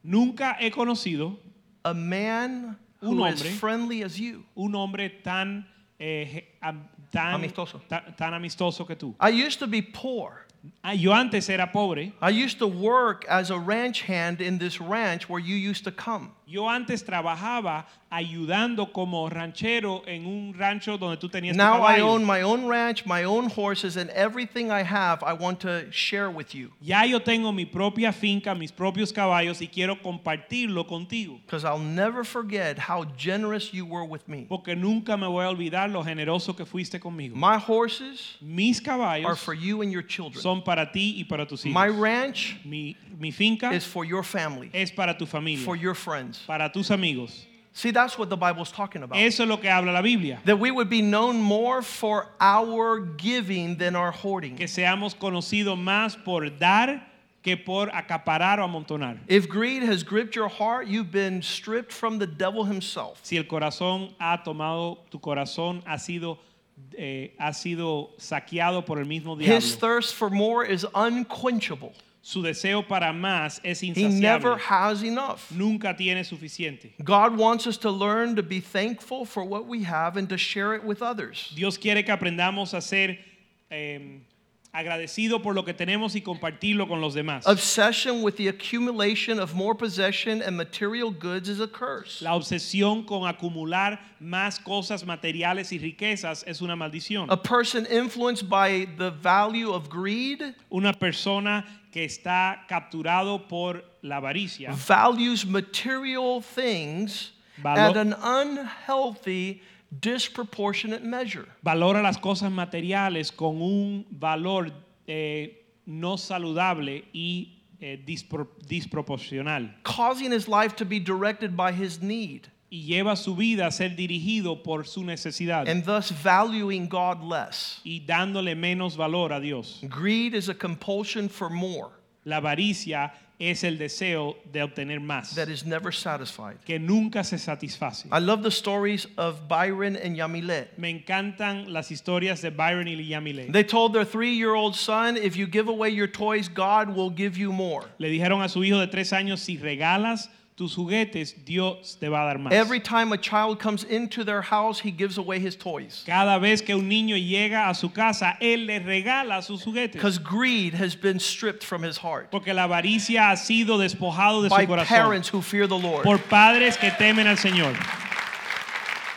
Speaker 2: Nunca he conocido
Speaker 1: a man
Speaker 2: Un
Speaker 1: who is
Speaker 2: hombre.
Speaker 1: friendly as you.
Speaker 2: un hombre tan, eh, je- am- tan,
Speaker 1: Amistoso.
Speaker 2: ta- tan amistoso que tú.
Speaker 1: I used to be poor.
Speaker 2: Ah, Yo antes era pobre.
Speaker 1: I used to work as a ranch hand in this ranch where you used to come.
Speaker 2: Yo antes trabajaba ayudando como ranchero en un rancho donde tú tenías tu
Speaker 1: Now I
Speaker 2: caballo.
Speaker 1: own my own ranch, my own horses, and everything I have I want to share with you
Speaker 2: Ya yo tengo mi propia finca, mis propios caballos y quiero compartirlo contigo.
Speaker 1: because I'll never forget how generous you were with me.
Speaker 2: Porque nunca me voy a olvidar lo generoso que fuiste conmigo.
Speaker 1: My horses
Speaker 2: Mis
Speaker 1: are
Speaker 2: caballos
Speaker 1: for you and your children.
Speaker 2: son para ti y para tus hijos.
Speaker 1: My ranch
Speaker 2: mi, mi finca
Speaker 1: is for your family,
Speaker 2: es para tu familia,
Speaker 1: for your friends.
Speaker 2: para tus amigos.
Speaker 1: See, that's what the Bible's talking about.
Speaker 2: Eso es lo que habla la Biblia.
Speaker 1: That we would be known more for our giving than our hoarding.
Speaker 2: Que seamos conocidos más por dar que por acaparar o amontonar.
Speaker 1: If greed has gripped your heart, you've been stripped from the devil himself.
Speaker 2: Si el corazón ha tomado, tu corazón ha sido, eh, ha sido saqueado por el mismo diablo.
Speaker 1: His thirst for more is unquenchable.
Speaker 2: Su deseo para más es
Speaker 1: He never
Speaker 2: insaciable.
Speaker 1: has enough.
Speaker 2: Nunca tiene suficiente.
Speaker 1: God wants us to learn to be thankful for what we have and to share it with others.
Speaker 2: Dios quiere que aprendamos a ser eh, agradecidos por lo que tenemos y compartirlo con los demás.
Speaker 1: Obsession with the accumulation of more possession and material goods is a curse.
Speaker 2: La obsesión con acumular más cosas materiales y riquezas es una maldición.
Speaker 1: A person influenced by the value of greed
Speaker 2: Una persona que está capturado por la avaricia
Speaker 1: values material things
Speaker 2: Valo-
Speaker 1: at an unhealthy, disproportionate measure.
Speaker 2: valora las cosas materiales con un valor eh, no saludable y eh, dispro- disproporcional
Speaker 1: causing his life to be directed by his need
Speaker 2: y lleva su vida a ser dirigido por su necesidad
Speaker 1: and thus valuing God less.
Speaker 2: y dándole menos valor a Dios.
Speaker 1: Greed is a compulsion for more
Speaker 2: La avaricia es el deseo de obtener más
Speaker 1: that is never satisfied.
Speaker 2: que nunca se satisface.
Speaker 1: I love the stories of Byron and Yamilet.
Speaker 2: Me encantan las historias de Byron y Yamile.
Speaker 1: They told their three year old son, If you give away your toys, God will give you more.
Speaker 2: Le dijeron a su hijo de tres años, si regalas tus juguetes, Dios te va a dar más.
Speaker 1: Every time a child comes into their house, he gives away his toys.
Speaker 2: Cada vez que un niño llega a su casa, él le regala sus juguetes.
Speaker 1: Because greed has been stripped from his heart
Speaker 2: Porque la avaricia ha sido despojado de
Speaker 1: by
Speaker 2: su corazón
Speaker 1: parents who fear the Lord.
Speaker 2: por padres que temen al Señor.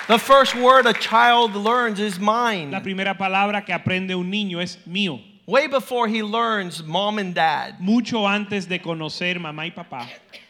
Speaker 1: The first word a child learns is mine.
Speaker 2: La primera palabra que aprende un niño es mío.
Speaker 1: Way before he learns mom and dad,
Speaker 2: Mucho antes de conocer mamá y papá,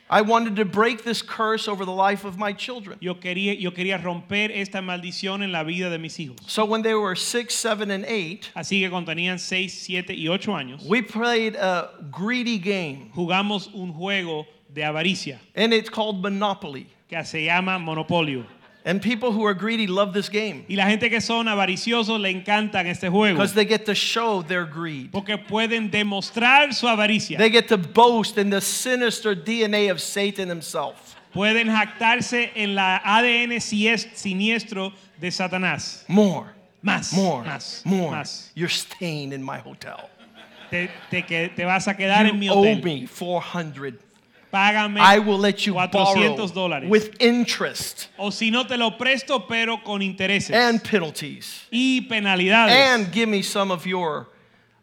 Speaker 1: I wanted to break this curse over the life of my children.
Speaker 2: yo quería, yo quería romper esta maldición en la vida de mis hijos.
Speaker 1: So when they were six, seven, and eight,
Speaker 2: Así que cuando tenían 6, 7 y 8 años,
Speaker 1: we played a greedy game,
Speaker 2: jugamos un juego de avaricia
Speaker 1: and it's called Monopoly.
Speaker 2: que se llama Monopolio.
Speaker 1: And people who are greedy love this game
Speaker 2: Y la gente que son avariciosos le encantan este juego
Speaker 1: because they get to show their greed.
Speaker 2: porque pueden demostrar su avaricia.
Speaker 1: They get to boast in the sinister DNA of Satan himself.
Speaker 2: Pueden jactarse en la ADN sies- siniestro de Satanás.
Speaker 1: More,
Speaker 2: Más,
Speaker 1: more,
Speaker 2: más,
Speaker 1: more.
Speaker 2: más.
Speaker 1: You're staying in my hotel.
Speaker 2: Te, te que- te vas a quedar en mi
Speaker 1: you owe
Speaker 2: hotel.
Speaker 1: me 400.
Speaker 2: Págame
Speaker 1: I will let you
Speaker 2: 400
Speaker 1: borrow
Speaker 2: dólares.
Speaker 1: with interest.
Speaker 2: O si no, te lo presto, pero con intereses
Speaker 1: and penalties
Speaker 2: y penalidades.
Speaker 1: and give me some of your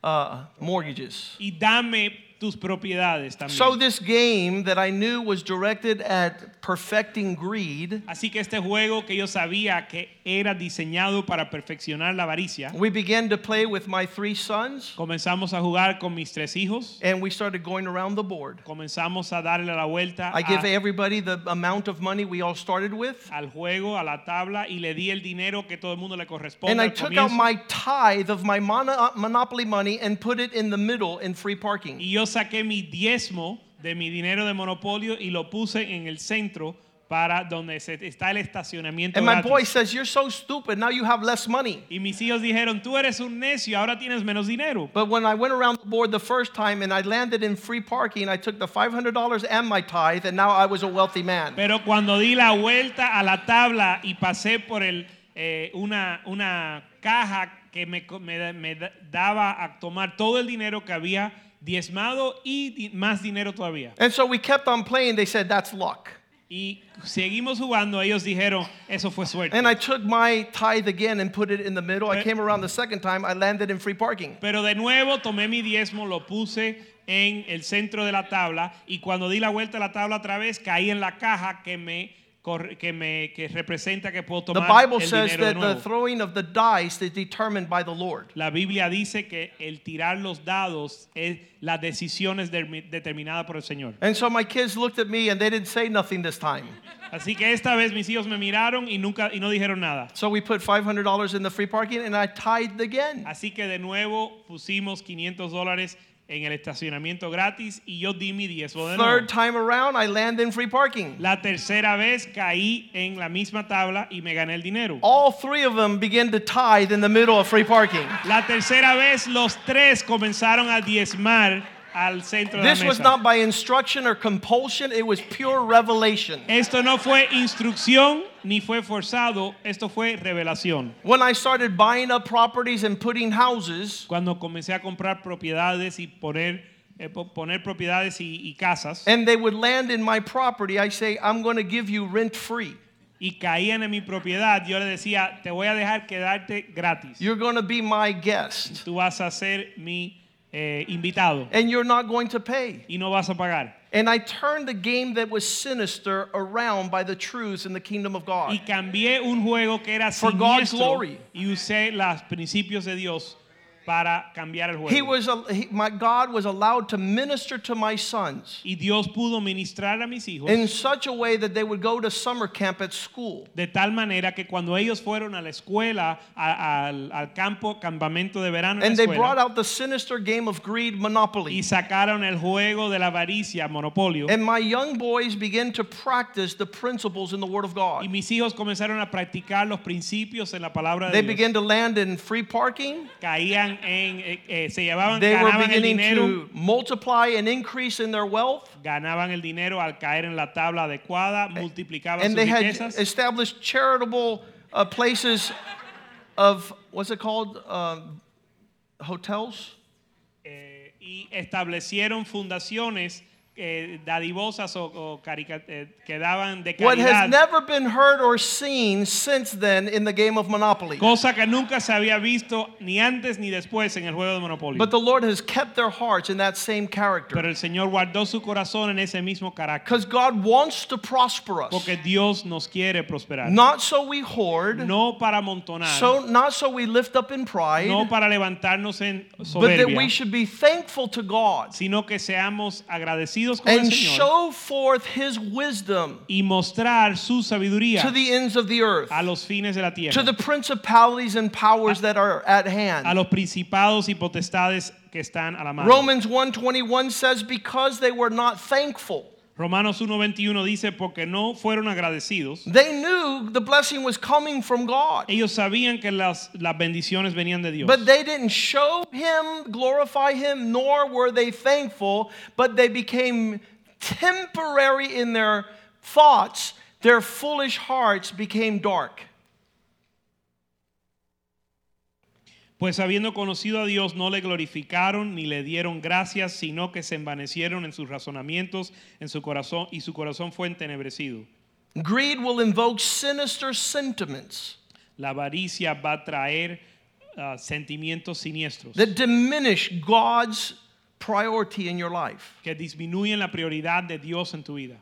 Speaker 1: uh, mortgages.
Speaker 2: y dame tus propiedades también.
Speaker 1: So, this game that I knew was directed at perfecting greed,
Speaker 2: Así que este juego que yo sabía que era diseñado para perfeccionar la avaricia,
Speaker 1: we began to play with my three sons
Speaker 2: comenzamos a jugar con mis tres hijos,
Speaker 1: and we started going around the board.
Speaker 2: comenzamos a darle la vuelta
Speaker 1: I give
Speaker 2: a-
Speaker 1: everybody the amount of money we all started with,
Speaker 2: al juego, a la tabla y le di el dinero que todo el mundo le corresponde.
Speaker 1: and I
Speaker 2: al
Speaker 1: took out
Speaker 2: comienzo.
Speaker 1: my tithe of my mono- uh, monopoly money and put it in the middle in free parking.
Speaker 2: Y yo saqué mi diezmo de mi dinero de monopolio y lo puse en el centro para donde se- está el estacionamiento.
Speaker 1: And my
Speaker 2: gratis.
Speaker 1: boy says, You're so stupid, now you have less money.
Speaker 2: y mis hijos dijeron, tú eres un necio, ahora tienes menos dinero.
Speaker 1: But when I went around the board the first time and I landed in free parking, I took the $500 and my tithe, and now I was a wealthy man.
Speaker 2: Pero cuando di la vuelta a la tabla y pasé por el, eh, una, una caja que me, co- me da- me da- daba a tomar todo el dinero que había diezmado y di- más dinero todavía.
Speaker 1: And so we kept on playing. They said, That's luck.
Speaker 2: Y seguimos jugando, ellos dijeron, eso fue suerte.
Speaker 1: And I took my tithe again and put it in the middle. I came around the second time, I landed in free parking.
Speaker 2: Pero de nuevo tomé mi diezmo, lo puse en el centro de la tabla y cuando di la vuelta a la tabla otra vez caí en la caja que me, corre- que me que representa que puedo
Speaker 1: The
Speaker 2: tomar
Speaker 1: Bible
Speaker 2: el
Speaker 1: says
Speaker 2: dinero
Speaker 1: that
Speaker 2: de
Speaker 1: the
Speaker 2: nuevo.
Speaker 1: throwing of the dice is determined by the Lord.
Speaker 2: La Biblia dice que el tirar los dados es las decisiones determinadas por el Señor.
Speaker 1: And so my kids looked at me and they didn't say nothing this time.
Speaker 2: Así que esta vez mis hijos me miraron y nunca y no dijeron nada.
Speaker 1: So we put $500 in the free parking and I tithed again.
Speaker 2: Así que de nuevo pusimos 500 dólares en el estacionamiento gratis y yo di mi diezmo de nuevo.
Speaker 1: Third time around, I land in free parking.
Speaker 2: La tercera vez caí en la misma tabla y me gané el dinero.
Speaker 1: All three of them begin to tithe in the middle of free
Speaker 2: *laughs*
Speaker 1: parking.
Speaker 2: La tercera vez los tres comenzaron a diezmar al centro de la
Speaker 1: This
Speaker 2: mesa.
Speaker 1: was not by instruction or compulsion, it was pure revelation.
Speaker 2: Esto no fue instrucción ni fue forzado, esto fue revelación.
Speaker 1: When I started buying up properties and putting houses,
Speaker 2: Cuando comencé a comprar propiedades y poner eh, po- poner propiedades y, y casas
Speaker 1: and they would land in my property, I say, I'm going to give you rent free.
Speaker 2: y caían en mi propiedad, yo les decía, te voy a dejar quedarte gratis.
Speaker 1: You're going to be my guest,
Speaker 2: Tú vas a ser mi eh, invitado
Speaker 1: and you're not going to pay.
Speaker 2: y no vas a pagar.
Speaker 1: And I turned the game that was sinister around by the truths in the kingdom of
Speaker 2: Y
Speaker 1: God.
Speaker 2: cambié un juego que era
Speaker 1: For God's
Speaker 2: siniestro
Speaker 1: glory.
Speaker 2: y usé los principios de Dios para cambiar el
Speaker 1: He
Speaker 2: juego.
Speaker 1: was, a, he, my God was allowed to minister to my sons
Speaker 2: Y Dios pudo ministrar a mis hijos
Speaker 1: in such a way that they would go to summer camp at school.
Speaker 2: de tal manera que cuando ellos fueron a la escuela, a- al, al campo, campamento de verano, en
Speaker 1: And
Speaker 2: la
Speaker 1: they
Speaker 2: escuela,
Speaker 1: brought out the sinister game of greed,
Speaker 2: y
Speaker 1: monopoly.
Speaker 2: sacaron el juego de la avaricia, monopolio.
Speaker 1: And my young boys began to practice the principles in the Word of
Speaker 2: Y
Speaker 1: God.
Speaker 2: mis hijos comenzaron a practicar los principios en la palabra
Speaker 1: They
Speaker 2: de Dios.
Speaker 1: began to land in free parking.
Speaker 2: Caían en, eh, eh, se llevaban,
Speaker 1: They were
Speaker 2: ganaban el
Speaker 1: beginning
Speaker 2: dinero,
Speaker 1: to multiply and increase in their wealth.
Speaker 2: ganaban el dinero al caer en la tabla adecuada, multiplicaban
Speaker 1: Eh, and
Speaker 2: sus
Speaker 1: they had
Speaker 2: riquezas.
Speaker 1: established charitable uh, places of what's it called Um hotels
Speaker 2: eh, y establecieron fundaciones eh, dadivosas o, o carica- eh, que daban de
Speaker 1: what
Speaker 2: caridad,
Speaker 1: has never been heard or seen since then in the game of monopoly
Speaker 2: cosa que nunca se había visto ni antes ni después en el juego de Monopoly.
Speaker 1: but the lord has kept their hearts in that same
Speaker 2: Pero
Speaker 1: character
Speaker 2: el Señor guardó su corazón en ese mismo carácter,
Speaker 1: because god wants to prosper us
Speaker 2: porque Dios nos quiere prosperar.
Speaker 1: not so we hoard
Speaker 2: no para amontonar,
Speaker 1: so not so we lift up in pride
Speaker 2: no para levantarnos en
Speaker 1: but that we
Speaker 2: soberbia,
Speaker 1: should be thankful to god
Speaker 2: sino que seamos agradecidos con el
Speaker 1: and
Speaker 2: Señor
Speaker 1: show forth his wisdom
Speaker 2: y mostrar su sabiduría
Speaker 1: to the ends of the earth
Speaker 2: a los fines de la
Speaker 1: to
Speaker 2: tierra,
Speaker 1: the principalities and powers that are at
Speaker 2: a
Speaker 1: hand.
Speaker 2: los principados y potestades que están a la mano.
Speaker 1: Romans 1:21 says because they were not thankful.
Speaker 2: Romanos 1:21 dice, porque no fueron agradecidos,
Speaker 1: They knew the blessing was coming from God,
Speaker 2: ellos sabían que las, las bendiciones venían de Dios,
Speaker 1: but they didn't show him, glorify him, nor were they thankful, but they became temporary in their thoughts. Their foolish hearts became dark.
Speaker 2: pues habiendo conocido a Dios no le glorificaron ni le dieron gracias, sino que se envanecieron en sus razonamientos, en su corazón, y su corazón fue entenebrecido.
Speaker 1: Greed will invoke sinister sentiments
Speaker 2: La avaricia va a traer ah, sentimientos siniestros
Speaker 1: that diminish God's priority in your life.
Speaker 2: que disminuyen la prioridad de Dios en tu vida.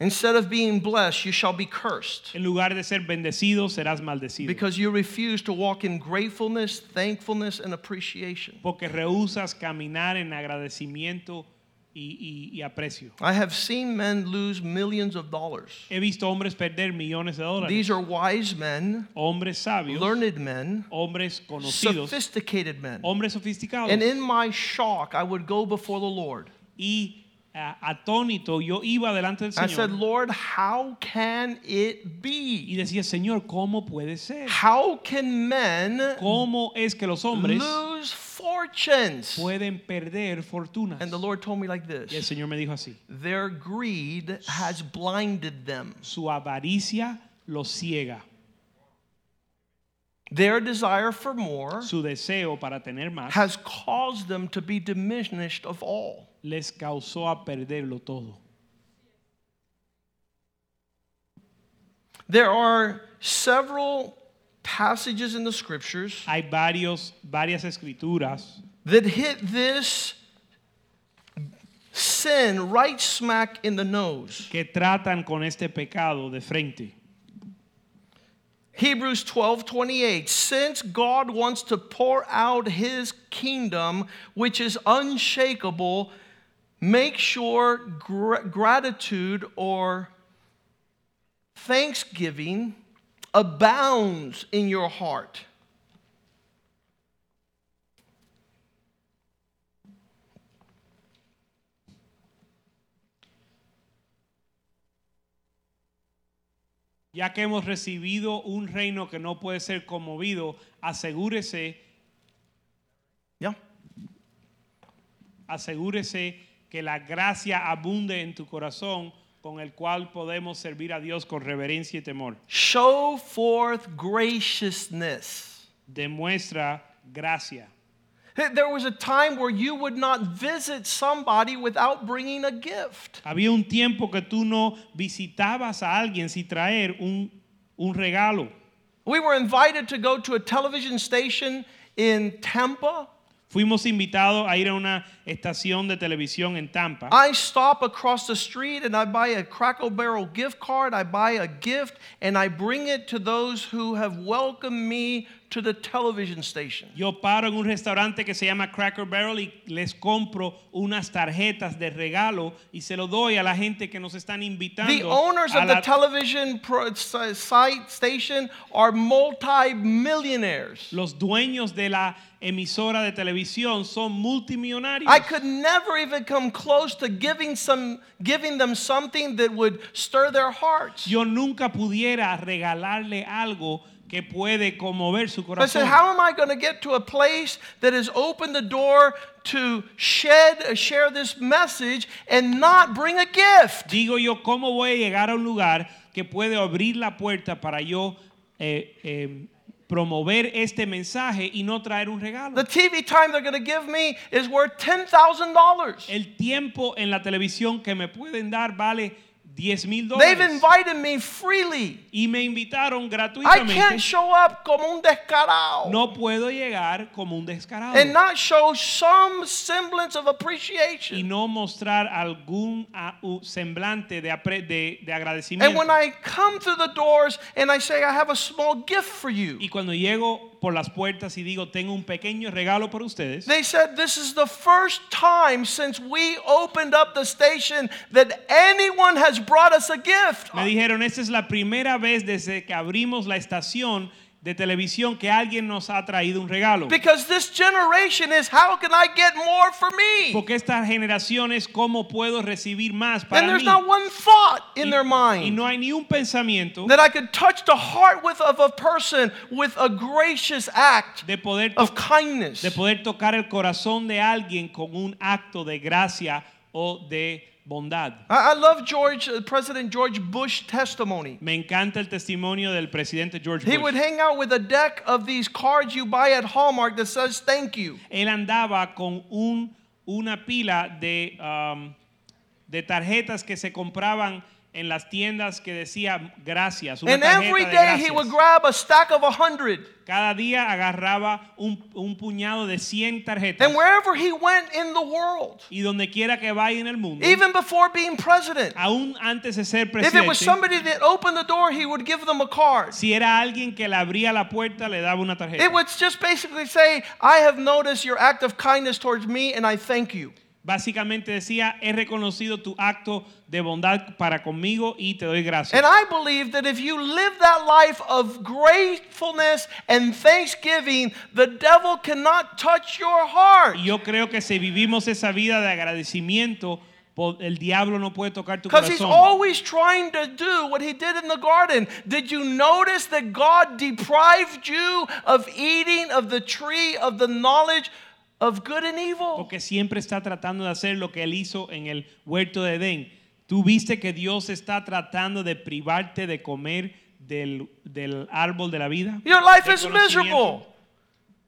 Speaker 1: Instead of being blessed, you shall be cursed
Speaker 2: En lugar de ser bendecido, serás maldecido.
Speaker 1: because you refuse to walk in gratefulness, thankfulness, and appreciation.
Speaker 2: porque rehusas caminar en agradecimiento y, y- y aprecio.
Speaker 1: I have seen men lose millions of dollars.
Speaker 2: He visto hombres perder millones de dólares.
Speaker 1: These are wise men,
Speaker 2: Hombres sabios,
Speaker 1: learned men,
Speaker 2: hombres conocidos,
Speaker 1: sophisticated men.
Speaker 2: hombres sofisticados.
Speaker 1: And in my shock, I would go before the Lord.
Speaker 2: y ah, atónito, yo iba delante del
Speaker 1: I
Speaker 2: Señor
Speaker 1: said, Lord, how can it
Speaker 2: y
Speaker 1: be?
Speaker 2: decía, Señor, ¿cómo puede ser?
Speaker 1: How can men
Speaker 2: ¿Cómo es que los hombres
Speaker 1: lose fortunes?
Speaker 2: pueden perder fortunas?
Speaker 1: And the Lord told me like
Speaker 2: Y el
Speaker 1: this
Speaker 2: Señor me dijo así,
Speaker 1: their greed has blinded them.
Speaker 2: su avaricia los ciega,
Speaker 1: Their desire for more
Speaker 2: su deseo para tener más
Speaker 1: has caused them to be diminished of all.
Speaker 2: les causó a perderlo todo.
Speaker 1: There are several passages in the scriptures
Speaker 2: Hay varios, varias escrituras
Speaker 1: that hit this sin right smack in the nose.
Speaker 2: que tratan con este pecado de frente.
Speaker 1: Hebrews 12 28. Since God wants to pour out his kingdom, which is unshakable, make sure gr- gratitude or thanksgiving abounds in your heart.
Speaker 2: Ya que hemos recibido un reino que no puede ser conmovido, asegúrese,
Speaker 1: Yeah.
Speaker 2: asegúrese que la gracia abunde en tu corazón con el cual podemos servir a Dios con reverencia y temor.
Speaker 1: Show forth graciousness.
Speaker 2: Demuestra gracia.
Speaker 1: There was a time where you would not visit somebody without bringing a gift.
Speaker 2: Había un tiempo que tú no visitabas a alguien sin traer un, un regalo.
Speaker 1: We were invited to go to a television station in Tampa.
Speaker 2: Fuimos invitados a ir a una estación de televisión en Tampa.
Speaker 1: I stop across the street and I buy a Crackle Barrel gift card. I buy a gift and I bring it to those who have welcomed me to the television station.
Speaker 2: Yo paro en un restaurante que se llama Cracker Barrel y les compro unas tarjetas de regalo y se lo doy a la gente que nos están invitando.
Speaker 1: The owners
Speaker 2: a
Speaker 1: of the
Speaker 2: la-
Speaker 1: television pro- si- site station are multi-millionaires.
Speaker 2: los dueños de la emisora de televisión son multimillonarios.
Speaker 1: I could never even come close to giving some giving them something that would stir their hearts.
Speaker 2: Yo nunca pudiera regalarle algo que puede conmover su
Speaker 1: I said,
Speaker 2: corazón.
Speaker 1: how am I going to get to a place that has opened the door to shed, uh, share this message and not bring a gift?
Speaker 2: Digo yo, ¿cómo voy a llegar a un lugar que puede abrir la puerta para yo eh, eh, promover este mensaje y no traer un regalo?
Speaker 1: The TV time they're going to give me is worth $10,000.
Speaker 2: El tiempo en la televisión que me pueden dar vale 10 mil
Speaker 1: They've
Speaker 2: dólares.
Speaker 1: invited me freely.
Speaker 2: Y me invitaron
Speaker 1: I
Speaker 2: gratuitamente.
Speaker 1: can't show up como un descarado
Speaker 2: No puedo llegar como un descarado
Speaker 1: and not show some semblance of
Speaker 2: y
Speaker 1: appreciation.
Speaker 2: no mostrar algún ah, u- semblante de, apre- de- de
Speaker 1: And
Speaker 2: agradecimiento.
Speaker 1: when I come through the doors and I say, I have a small gift for you,
Speaker 2: y cuando llego por las puertas y digo, tengo un pequeño regalo para ustedes.
Speaker 1: They said this is the first time since we opened up the station that anyone has brought us a gift.
Speaker 2: Me dijeron, esta es la primera vez desde que abrimos la estación de televisión que alguien nos ha traído un regalo.
Speaker 1: Because this generation is how can I get more for me?
Speaker 2: Porque esta generación es cómo puedo recibir más para
Speaker 1: And there's
Speaker 2: mí.
Speaker 1: not one thought in
Speaker 2: y,
Speaker 1: their
Speaker 2: y
Speaker 1: mind
Speaker 2: no hay ni un pensamiento
Speaker 1: that I could touch the heart with of a person with a gracious act
Speaker 2: de poder,
Speaker 1: of kindness.
Speaker 2: de poder tocar el corazón de alguien con un acto de gracia o de bondad.
Speaker 1: I I love George uh, President George Bush testimony.
Speaker 2: Me encanta el testimonio del presidente George
Speaker 1: He
Speaker 2: Bush.
Speaker 1: would hang out with a deck of these cards you buy at Hallmark that says thank you.
Speaker 2: Él andaba con un, una pila de, um, de tarjetas que se compraban en las tiendas que decía gracias. Una
Speaker 1: And
Speaker 2: tarjeta
Speaker 1: every
Speaker 2: de
Speaker 1: day he
Speaker 2: gracias.
Speaker 1: would grab a stack of a hundred.
Speaker 2: Cada día agarraba un, un puñado de 100 tarjetas.
Speaker 1: And wherever he went in the world,
Speaker 2: y donde quiera que vaya en el mundo,
Speaker 1: even before being president,
Speaker 2: aún antes de ser
Speaker 1: if it
Speaker 2: presidente,
Speaker 1: was somebody that opened the door, he would give them a card.
Speaker 2: si era alguien que le abría la puerta, le daba una tarjeta.
Speaker 1: It would just basically say, I have noticed your act of kindness towards me and I thank you.
Speaker 2: Básicamente decía, he reconocido tu acto de bondad para conmigo y te doy gracias.
Speaker 1: And I believe that if you live that life of gratefulness and thanksgiving, the devil cannot touch your heart.
Speaker 2: Y yo creo que si vivimos esa vida de agradecimiento, po- el diablo no puede tocar tu
Speaker 1: Because he's
Speaker 2: corazón.
Speaker 1: always trying to do what he did in the garden. Did you notice that God deprived you of eating of the tree of the knowledge of good and evil?
Speaker 2: Porque siempre está tratando de hacer lo que él hizo en el huerto de Edén. Tú viste que Dios está tratando de privarte de comer del, del árbol de la vida.
Speaker 1: Your life
Speaker 2: del
Speaker 1: is
Speaker 2: conocimiento.
Speaker 1: miserable.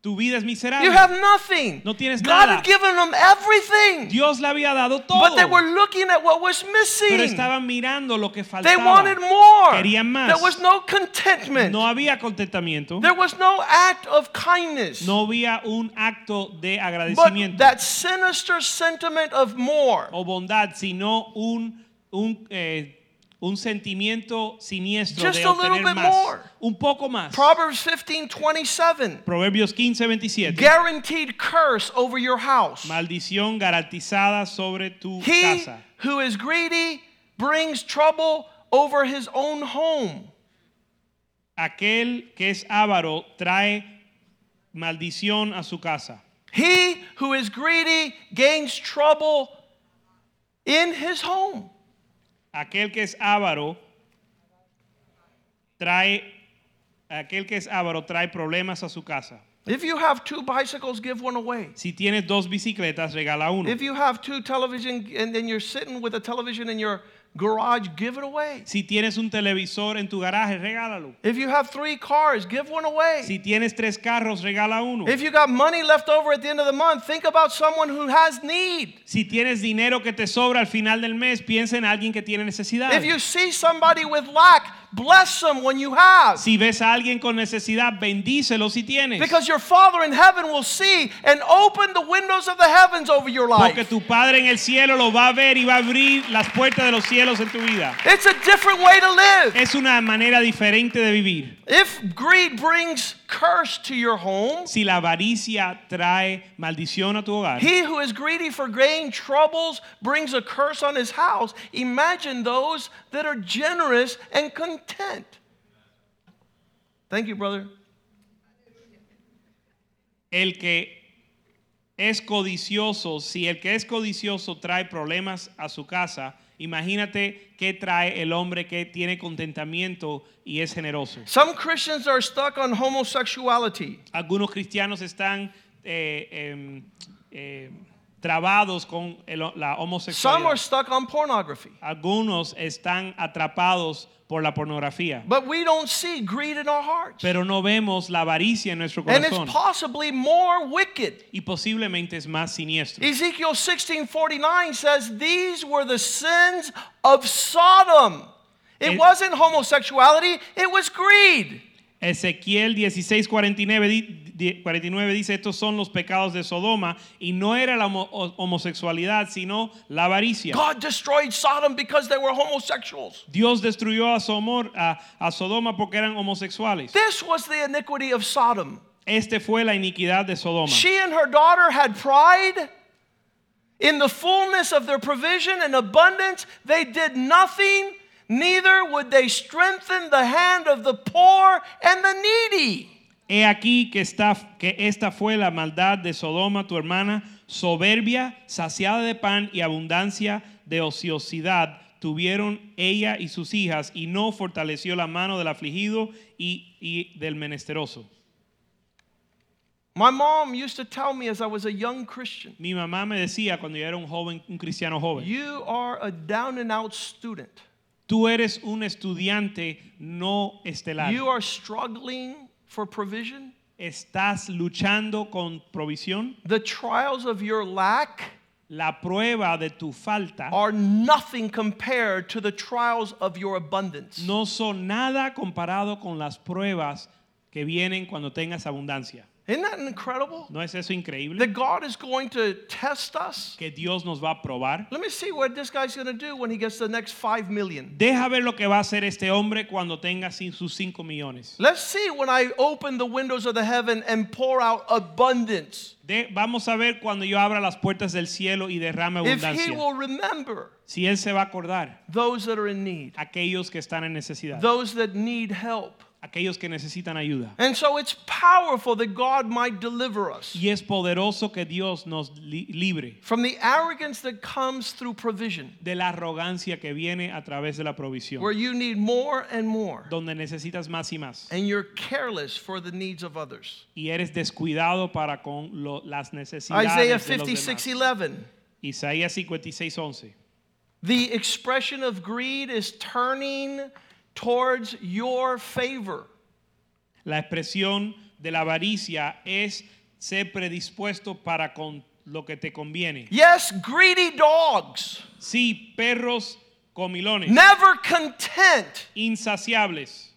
Speaker 2: Tu vida es miserable.
Speaker 1: You have nothing.
Speaker 2: No tienes
Speaker 1: God
Speaker 2: nada.
Speaker 1: had given them everything,
Speaker 2: Dios le había dado todo.
Speaker 1: but they were looking at what was
Speaker 2: pero
Speaker 1: missing.
Speaker 2: estaban mirando lo que faltaba.
Speaker 1: They wanted more.
Speaker 2: Querían más.
Speaker 1: There was no contentment.
Speaker 2: No había contentamiento.
Speaker 1: There was no act of kindness.
Speaker 2: No había un acto de
Speaker 1: But
Speaker 2: agradecimiento.
Speaker 1: that sinister sentiment of more.
Speaker 2: o bondad, sino un, un, eh, un sentimiento siniestro
Speaker 1: Just
Speaker 2: de
Speaker 1: a little bit
Speaker 2: obtener más.
Speaker 1: more.
Speaker 2: Un poco más.
Speaker 1: Proverbs 15 27.
Speaker 2: Proverbios 15, 27.
Speaker 1: Guaranteed curse over your house.
Speaker 2: Maldición garantizada sobre tu
Speaker 1: He
Speaker 2: casa.
Speaker 1: who is greedy brings trouble over his own home.
Speaker 2: Aquel que es avaro trae maldición a su casa.
Speaker 1: He who is greedy gains trouble in his home.
Speaker 2: Aquel que es avaro trae aquel que es avaro trae problemas a su casa.
Speaker 1: If you have two bicycles, give one away.
Speaker 2: Si tienes dos bicicletas, regala uno.
Speaker 1: If you have two television and then you're sitting with a television in your garage, give it away.
Speaker 2: Si tienes un televisor en tu garaje, regálalo.
Speaker 1: If you have three cars, give one away.
Speaker 2: Si tienes tres carros, regala uno.
Speaker 1: If you got money left over at the end of the month, think about someone who has need.
Speaker 2: Si tienes dinero que te sobra al final del mes, piensa en alguien que tiene necesidad.
Speaker 1: If you see somebody with lack, bless them when you have.
Speaker 2: Si ves a alguien con necesidad, bendícelo si tienes.
Speaker 1: Because your Father in heaven will see and open the windows of the heavens over your
Speaker 2: Porque
Speaker 1: life.
Speaker 2: tu Padre en el cielo lo va a ver y va a abrir las puertas de los cielos en tu vida.
Speaker 1: It's a different way to live.
Speaker 2: Es una manera diferente de vivir.
Speaker 1: If greed brings curse to your home,
Speaker 2: Si la avaricia trae maldición a tu hogar,
Speaker 1: he who is greedy for gain troubles brings a curse on his house. Imagine those that are generous and content. Thank you, brother.
Speaker 2: el que es codicioso, si el que es codicioso trae problemas a su casa, imagínate qué trae el hombre que tiene contentamiento y es generoso.
Speaker 1: Some Christians are stuck on homosexuality.
Speaker 2: Algunos cristianos están eh, em, eh, trabados con el- la
Speaker 1: Some
Speaker 2: homosexualidad.
Speaker 1: are stuck on pornography.
Speaker 2: Algunos están atrapados por la pornografía,
Speaker 1: But we don't see greed in our hearts.
Speaker 2: pero no vemos la avaricia en nuestro
Speaker 1: And it's
Speaker 2: corazón
Speaker 1: possibly more wicked.
Speaker 2: y posiblemente es más siniestro.
Speaker 1: Ezekiel 16:49 says these were the sins of Sodom. It
Speaker 2: It-
Speaker 1: wasn't homosexuality, it was greed.
Speaker 2: Ezequiel 16, 49, di- di- 49 dice, estos son los pecados de Sodoma y no era la homo- o- homosexualidad, sino la avaricia.
Speaker 1: God destroyed Sodom because they were homosexuals.
Speaker 2: Dios destruyó a, Somor- a- a Sodoma porque eran homosexuales.
Speaker 1: This was the iniquity of Sodom.
Speaker 2: Este fue la iniquidad de Sodoma.
Speaker 1: She and her daughter had pride. In the fullness of their provision and abundance, they did nothing, neither would they strengthen the hand of the poor and the needy.
Speaker 2: He aquí que, está, que esta fue la maldad de Sodoma, tu hermana, soberbia, saciada de pan y abundancia de ociosidad. Tuvieron ella y sus hijas y no fortaleció la mano del afligido y, y del menesteroso.
Speaker 1: My mom used to tell me as I was a young Christian,
Speaker 2: Mi mamá me decía cuando yo era un joven, un cristiano joven,
Speaker 1: You are a down and out student.
Speaker 2: tú eres un estudiante no estelar.
Speaker 1: You are struggling for provision.
Speaker 2: Estás luchando con provisión.
Speaker 1: The trials of your lack
Speaker 2: La prueba de tu falta
Speaker 1: are nothing compared to the trials of your abundance.
Speaker 2: no son nada comparado con las pruebas que vienen cuando tengas abundancia.
Speaker 1: Isn't that incredible?
Speaker 2: ¿No es eso increíble?
Speaker 1: That God is going to test us.
Speaker 2: Que Dios nos va a probar.
Speaker 1: Let me see what this guy's going to do when he gets the next five million.
Speaker 2: Deja ver lo que va a hacer este hombre cuando tenga sin- sus 5 millones.
Speaker 1: Let's see when I open the windows of the heaven and pour out abundance.
Speaker 2: De- vamos a ver cuando yo abra las puertas del cielo y derrame
Speaker 1: If he
Speaker 2: abundancia.
Speaker 1: will remember
Speaker 2: Si él se va a acordar.
Speaker 1: those that are in need,
Speaker 2: aquellos que están en necesidad,
Speaker 1: those that need help.
Speaker 2: aquellos que necesitan ayuda.
Speaker 1: And so it's powerful that God might deliver us
Speaker 2: Y es poderoso que Dios nos li- libre
Speaker 1: from the arrogance that comes through provision,
Speaker 2: de la arrogancia que viene a través de la provisión,
Speaker 1: where you need more and more,
Speaker 2: donde necesitas más y más
Speaker 1: and you're careless for the needs of others.
Speaker 2: y eres descuidado para con lo- las necesidades
Speaker 1: Isaiah
Speaker 2: de los
Speaker 1: 56
Speaker 2: demás.
Speaker 1: 11.
Speaker 2: Isaías 56, 11.
Speaker 1: The expression of greed is turning towards your favor.
Speaker 2: La expresión de la avaricia es ser predispuesto para con lo que te conviene.
Speaker 1: Yes, greedy dogs,
Speaker 2: Sí, perros comilones,
Speaker 1: never content,
Speaker 2: insaciables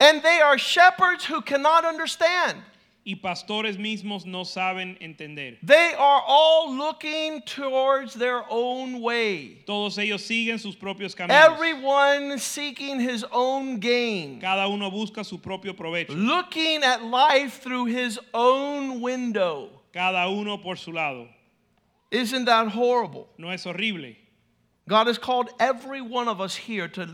Speaker 1: and they are shepherds who cannot understand.
Speaker 2: y pastores mismos no saben entender.
Speaker 1: They are all looking towards their own way.
Speaker 2: Todos ellos siguen sus propios caminos.
Speaker 1: Everyone seeking his own gain,
Speaker 2: Cada uno busca su propio provecho.
Speaker 1: looking at life through his own window.
Speaker 2: Cada uno por su lado.
Speaker 1: Isn't that horrible?
Speaker 2: No es horrible.
Speaker 1: God has called every one of us here to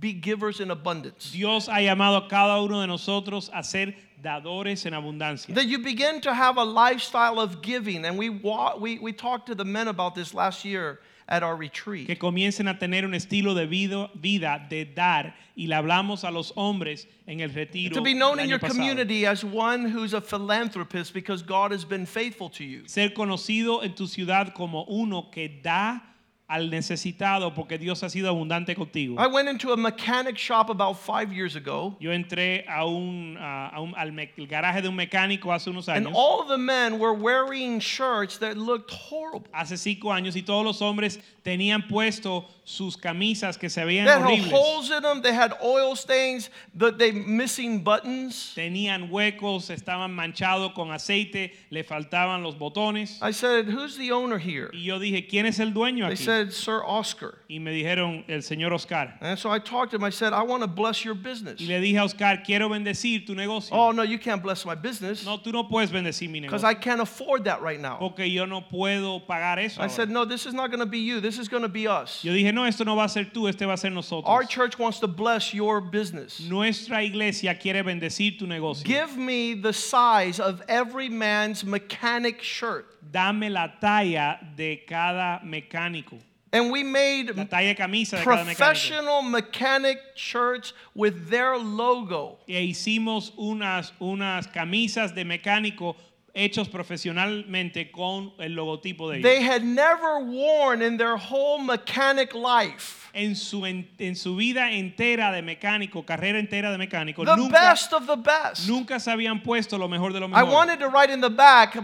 Speaker 1: be givers in abundance.
Speaker 2: Dios ha llamado a cada uno de nosotros a ser dadores en abundancia.
Speaker 1: That you begin to have a lifestyle of giving. And we, wa- we, we talked to the men about this last year at our
Speaker 2: Que
Speaker 1: retreat.
Speaker 2: comiencen a tener un estilo de vida, vida de dar y le hablamos a los hombres en el retiro.
Speaker 1: To be known
Speaker 2: del
Speaker 1: in
Speaker 2: año
Speaker 1: your
Speaker 2: pasado.
Speaker 1: community as one who's a philanthropist because God has been faithful to you.
Speaker 2: Ser conocido en tu ciudad como uno que da al necesitado, porque Dios ha sido abundante contigo.
Speaker 1: I went into a mechanic shop about five years ago,
Speaker 2: Yo entré a un, a- a un- al me- el garaje de un mecánico hace unos
Speaker 1: and
Speaker 2: años,
Speaker 1: all the men were wearing shirts that looked horrible.
Speaker 2: hace cinco años, y todos los hombres tenían puesto sus camisas que se
Speaker 1: They
Speaker 2: veían
Speaker 1: had
Speaker 2: horribles.
Speaker 1: holes in them. They had oil stains. That they missing buttons.
Speaker 2: Tenían huecos, estaban manchados con aceite, le faltaban los botones.
Speaker 1: I said, "Who's the owner here?"
Speaker 2: Y yo dije, ¿quién es el dueño
Speaker 1: They
Speaker 2: aquí?
Speaker 1: said, "Sir Oscar."
Speaker 2: Y me dijeron, el señor Oscar.
Speaker 1: And so I talked to him. I said, "I want to bless your business."
Speaker 2: Y le dije a Oscar, quiero bendecir tu negocio.
Speaker 1: Oh no, you can't bless my business
Speaker 2: No, tú no puedes bendecir mi
Speaker 1: because
Speaker 2: negocio.
Speaker 1: I can't afford that right now.
Speaker 2: Porque yo no puedo pagar eso.
Speaker 1: I
Speaker 2: ahora.
Speaker 1: said, "No, this is not going to be you. This is going to be us."
Speaker 2: Yo dije, no, esto no va a ser tú, este va a ser
Speaker 1: Our
Speaker 2: nosotros.
Speaker 1: church wants to bless your business.
Speaker 2: Nuestra iglesia quiere bendecir tu negocio.
Speaker 1: Give me the size of every man's mechanic shirt.
Speaker 2: Dame la talla de cada mecánico.
Speaker 1: And we made
Speaker 2: La talla de camisa de cada mecánico.
Speaker 1: professional mechanic shirts with their logo.
Speaker 2: E hicimos unas, unas camisas de mecánico hechos profesionalmente con el logotipo de ellos.
Speaker 1: They had never worn in their whole mechanic life.
Speaker 2: en su, en, en su vida entera de mecánico, carrera entera de mecánico,
Speaker 1: The
Speaker 2: nunca,
Speaker 1: best of the best.
Speaker 2: nunca se habían puesto lo mejor de lo
Speaker 1: I
Speaker 2: mejor.
Speaker 1: wanted to write in the back,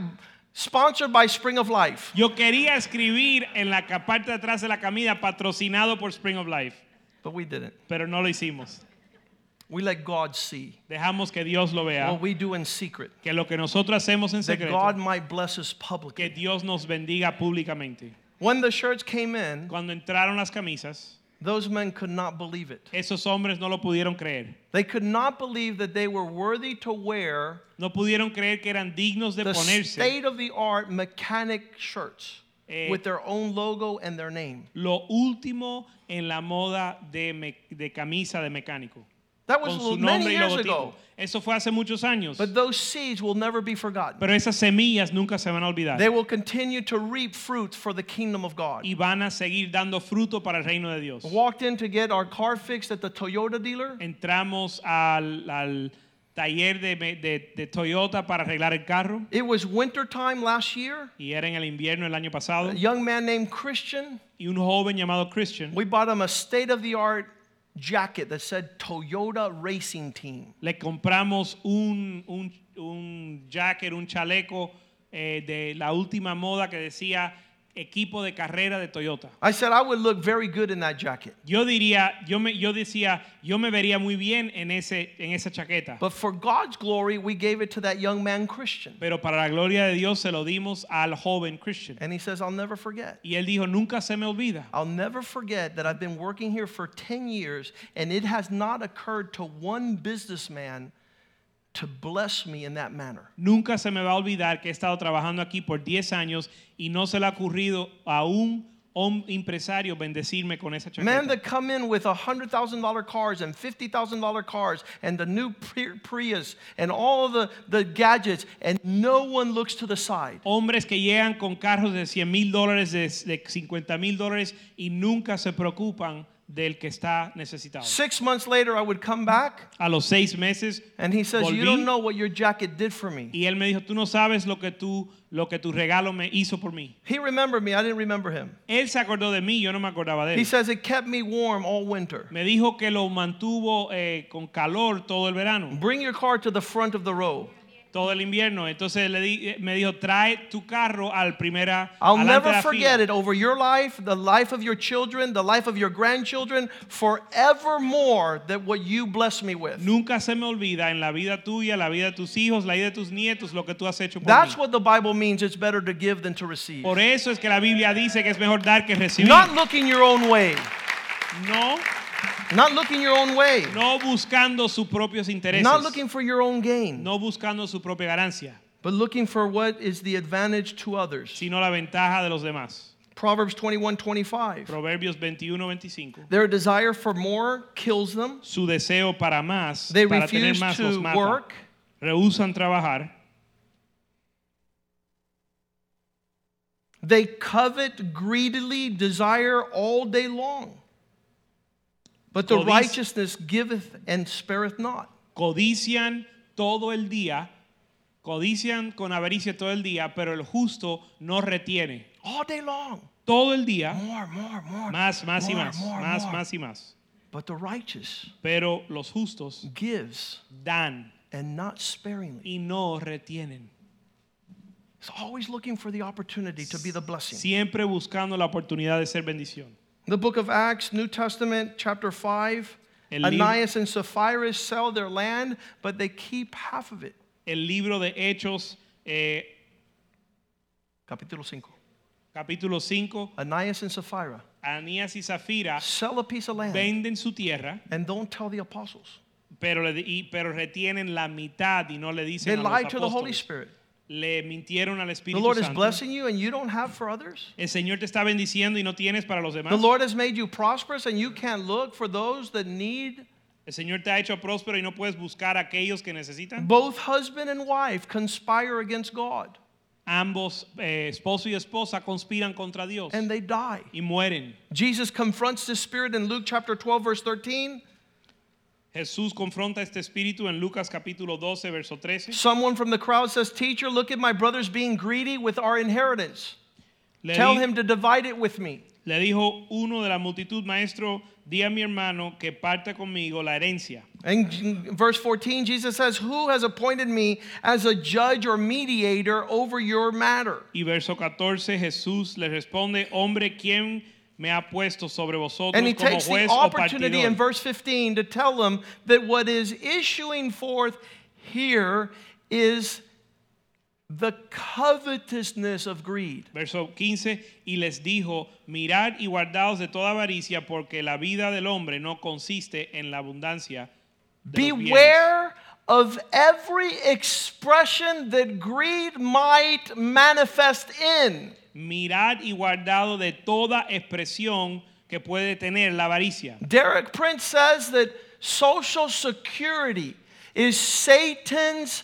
Speaker 1: sponsored by Spring of Life.
Speaker 2: Yo quería escribir en la ca- parte de atrás de la camisa patrocinado por Spring of Life,
Speaker 1: But we didn't.
Speaker 2: pero no lo hicimos.
Speaker 1: We let God see
Speaker 2: Dejamos que Dios lo vea,
Speaker 1: what we do in secret,
Speaker 2: que lo que nosotros hacemos en
Speaker 1: Oh. that
Speaker 2: secreto,
Speaker 1: God might bless us
Speaker 2: que
Speaker 1: publicly.
Speaker 2: Dios nos bendiga públicamente.
Speaker 1: When the shirts came in,
Speaker 2: Cuando entraron las camisas,
Speaker 1: those men could not believe it.
Speaker 2: esos hombres no lo pudieron creer.
Speaker 1: They could not believe that they were worthy to wear
Speaker 2: No pudieron creer que eran dignos de
Speaker 1: the
Speaker 2: ponerse
Speaker 1: state of the art mechanic shirts
Speaker 2: Eh.
Speaker 1: with their own logo and their name.
Speaker 2: lo último en la moda de, me- de camisa de mecánico.
Speaker 1: That was
Speaker 2: Con su
Speaker 1: many
Speaker 2: nombre y
Speaker 1: years
Speaker 2: logotipo.
Speaker 1: ago.
Speaker 2: Eso fue hace muchos años.
Speaker 1: But those seeds will never be forgotten.
Speaker 2: Pero esas semillas nunca se van a olvidar.
Speaker 1: They will continue to reap fruit for the kingdom of God.
Speaker 2: y van a seguir dando fruto para el reino de Dios.
Speaker 1: Walked in to get our car fixed at the Toyota dealer.
Speaker 2: Entramos al, al taller de, me- de- de Toyota para arreglar el carro
Speaker 1: It was wintertime last year.
Speaker 2: y era en el invierno el año pasado.
Speaker 1: A young man named Christian,
Speaker 2: Y un joven llamado Christian
Speaker 1: we bought him a state of the art jacket that said Toyota Racing Team.
Speaker 2: le compramos un, un, un jacket, un chaleco eh, de la última moda que decía equipo de carrera de Toyota.
Speaker 1: I said I would look very good in that jacket.
Speaker 2: Yo diría, yo me, yo decía, yo me vería muy bien en ese, en esa chaqueta.
Speaker 1: But for God's glory, we gave it to that young man Christian.
Speaker 2: Pero para la gloria de Dios se lo dimos al joven Christian.
Speaker 1: And he says, I'll never forget.
Speaker 2: Y él dijo, nunca se me olvida.
Speaker 1: I'll never forget that I've been working here for 10 years and it has not occurred to one businessman to bless me in that manner.
Speaker 2: Nunca se me va a olvidar que he estado trabajando aquí por 10 años y no se le ha ocurrido a un hom- empresario bendecirme con esa chaqueta.
Speaker 1: Men that come in with $100,000 cars and $50,000 cars and the new Pri- Prius and all the, the gadgets, and no one looks to the side.
Speaker 2: Hombres que llegan con carros de 100 mil dólares, de, de 50 mil dólares y nunca se preocupan del que está necesitado.
Speaker 1: Six months later, I would come back
Speaker 2: A los seis meses,
Speaker 1: and he says, You don't
Speaker 2: Volví.
Speaker 1: know what your jacket did for me.
Speaker 2: y él me dijo, tú no sabes lo que, tú, lo que tu regalo me hizo por mí.
Speaker 1: He remembered me, I didn't remember him.
Speaker 2: Él se acordó de mí, yo no me acordaba de él.
Speaker 1: He says, It kept me warm all winter.
Speaker 2: Me dijo que lo mantuvo eh, con calor todo el verano,
Speaker 1: Bring your car to the front of the row.
Speaker 2: todo el invierno. Entonces le di- eh, me dijo, trae tu carro al primera.
Speaker 1: I'll
Speaker 2: adelante de
Speaker 1: never
Speaker 2: la fila".
Speaker 1: forget it over your life, the life of your children, the life of your grandchildren, forevermore that what you bless me with.
Speaker 2: Nunca se me olvida en la vida tuya, la vida de tus hijos, la vida de tus nietos, lo que tú has hecho por
Speaker 1: That's
Speaker 2: mí.
Speaker 1: what the Bible means it's better to give than to receive.
Speaker 2: Por eso es que la Biblia dice que es mejor dar que recibir.
Speaker 1: Not looking your own way.
Speaker 2: no,
Speaker 1: Not looking your own way.
Speaker 2: no buscando sus propios intereses.
Speaker 1: Not looking for your own gain,
Speaker 2: no buscando su propia ganancia,
Speaker 1: but looking for what is the advantage to others.
Speaker 2: sino la ventaja de los demás.
Speaker 1: Proverbs 21 25.
Speaker 2: Proverbios 21, 25.
Speaker 1: Their desire for more kills them.
Speaker 2: Su deseo para más,
Speaker 1: They
Speaker 2: para tener
Speaker 1: refuse
Speaker 2: más, los
Speaker 1: to
Speaker 2: mata.
Speaker 1: work.
Speaker 2: rehusan trabajar,
Speaker 1: They covet, greedily desire all day long. But the
Speaker 2: Codicia.
Speaker 1: righteousness giveth and spareth not.
Speaker 2: codician todo el día, codician con avaricia todo el día, pero el justo no retiene
Speaker 1: All day long.
Speaker 2: todo el día,
Speaker 1: more, more, more.
Speaker 2: más, más y
Speaker 1: more,
Speaker 2: más,
Speaker 1: more,
Speaker 2: más,
Speaker 1: more.
Speaker 2: más y más.
Speaker 1: But the righteous
Speaker 2: Pero los justos
Speaker 1: gives
Speaker 2: dan
Speaker 1: and not sparingly.
Speaker 2: y no retienen.
Speaker 1: He's always looking for the opportunity to be the blessing.
Speaker 2: Siempre buscando la oportunidad de ser bendición.
Speaker 1: The book of Acts, New Testament, chapter 5.
Speaker 2: El lib-
Speaker 1: Ananias and Sapphira sell their land, but they keep half of it.
Speaker 2: El libro de Hechos, eh,
Speaker 1: Capítulo 5.
Speaker 2: capítulo 5,
Speaker 1: Ananias and Sapphira
Speaker 2: Anías y Zafira
Speaker 1: sell a piece of land
Speaker 2: venden su tierra,
Speaker 1: and don't tell the apostles.
Speaker 2: pero, le, y- pero retienen la mitad y no le
Speaker 1: They
Speaker 2: dicen a
Speaker 1: lied
Speaker 2: los
Speaker 1: to the Holy
Speaker 2: apóstoles.
Speaker 1: Spirit.
Speaker 2: Le mintieron al
Speaker 1: The
Speaker 2: Espíritu
Speaker 1: Lord is
Speaker 2: Santo.
Speaker 1: blessing you and you don't have for others.
Speaker 2: El Señor te está bendiciendo y no tienes para los demás.
Speaker 1: The Lord has made you prosperous and you can't look for those that need.
Speaker 2: El Señor te ha hecho próspero y no puedes buscar a aquellos que necesitan.
Speaker 1: Both husband and wife conspire against God
Speaker 2: Ambos, eh, esposo y esposa, conspiran contra Dios
Speaker 1: and they die.
Speaker 2: y mueren.
Speaker 1: Jesus confronts this spirit in Luke chapter 12, verse 13.
Speaker 2: Jesús confronta este espíritu en Lucas capítulo 12, verso 13.
Speaker 1: Someone from the crowd says, Teacher, look at my brothers being greedy with our inheritance.
Speaker 2: Le,
Speaker 1: Tell
Speaker 2: di-
Speaker 1: him to divide it with me.
Speaker 2: le dijo uno de la multitud, maestro, di a mi hermano que parta conmigo la herencia.
Speaker 1: And j- verse 14, Jesus says, Who has appointed me as a judge or mediator over your matter?
Speaker 2: Y verso 14, Jesús le responde, hombre, ¿quién me ha puesto sobre vosotros
Speaker 1: And he
Speaker 2: como
Speaker 1: takes the
Speaker 2: juez o
Speaker 1: opportunity in
Speaker 2: partidor?
Speaker 1: verse 15 to tell them that what is issuing forth here is the covetousness of greed.
Speaker 2: Verso 15, y les dijo, mirad y guardaos de toda avaricia, porque la vida del hombre no consiste en la abundancia. de los bienes".
Speaker 1: Beware of every expression that greed might manifest in.
Speaker 2: Mirad y guardado de toda expresión que puede tener la avaricia.
Speaker 1: Derek Prince says that Social Security is Satan's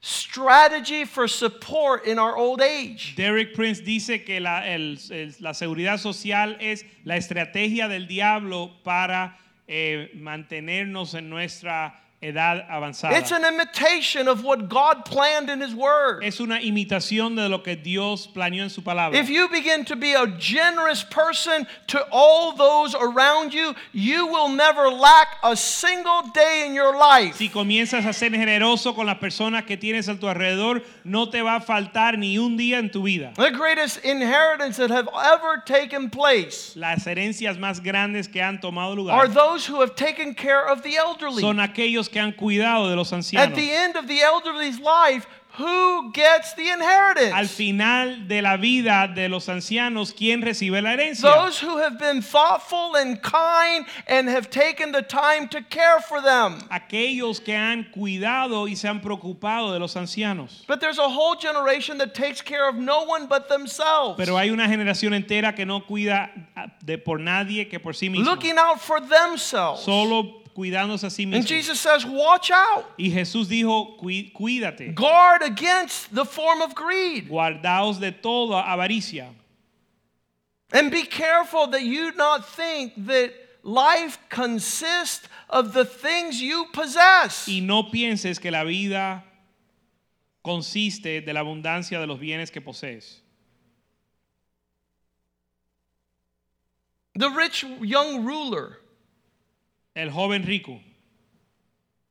Speaker 1: strategy for support in our old age.
Speaker 2: Derek Prince dice que la, el- el- la seguridad social es la estrategia del diablo para eh, mantenernos en nuestra edad avanzada.
Speaker 1: It's an imitation of what God planned in His Word.
Speaker 2: es una imitación de lo que Dios planeó en su palabra.
Speaker 1: If you begin to be a generous person to all those around you, you will never lack a single day in your life.
Speaker 2: Si comienzas a ser generoso con las personas que tienes a tu alrededor, no te va a faltar ni un día en tu vida.
Speaker 1: The greatest inheritance that have ever taken place
Speaker 2: Las herencias más grandes que han tomado
Speaker 1: are
Speaker 2: lugar
Speaker 1: those who have taken care of the elderly.
Speaker 2: son aquellos que han cuidado de los
Speaker 1: At
Speaker 2: ancianos.
Speaker 1: the end of the elderly's life, who gets the
Speaker 2: Al
Speaker 1: inheritance?
Speaker 2: final de la vida de los ancianos, ¿quién recibe la herencia?
Speaker 1: Those who have been thoughtful and kind and have taken the time to care for them.
Speaker 2: Aquellos que han cuidado y se han preocupado de los ancianos.
Speaker 1: But there's a whole generation that takes care of no one but themselves,
Speaker 2: Pero hay una generación entera que no cuida ah, de por nadie que por sí mismo.
Speaker 1: looking out for themselves.
Speaker 2: Solo cuidándose a sí
Speaker 1: And
Speaker 2: mismo.
Speaker 1: Jesus says, Watch out,
Speaker 2: Y Jesús dijo, "Cuí- cuídate.
Speaker 1: guard against the form of greed.
Speaker 2: Guardaos de toda avaricia.
Speaker 1: And be careful that you not think that life consists of the things you possess.
Speaker 2: Y no pienses que la vida consiste de la abundancia de los bienes que posees.
Speaker 1: The rich young ruler
Speaker 2: El joven rico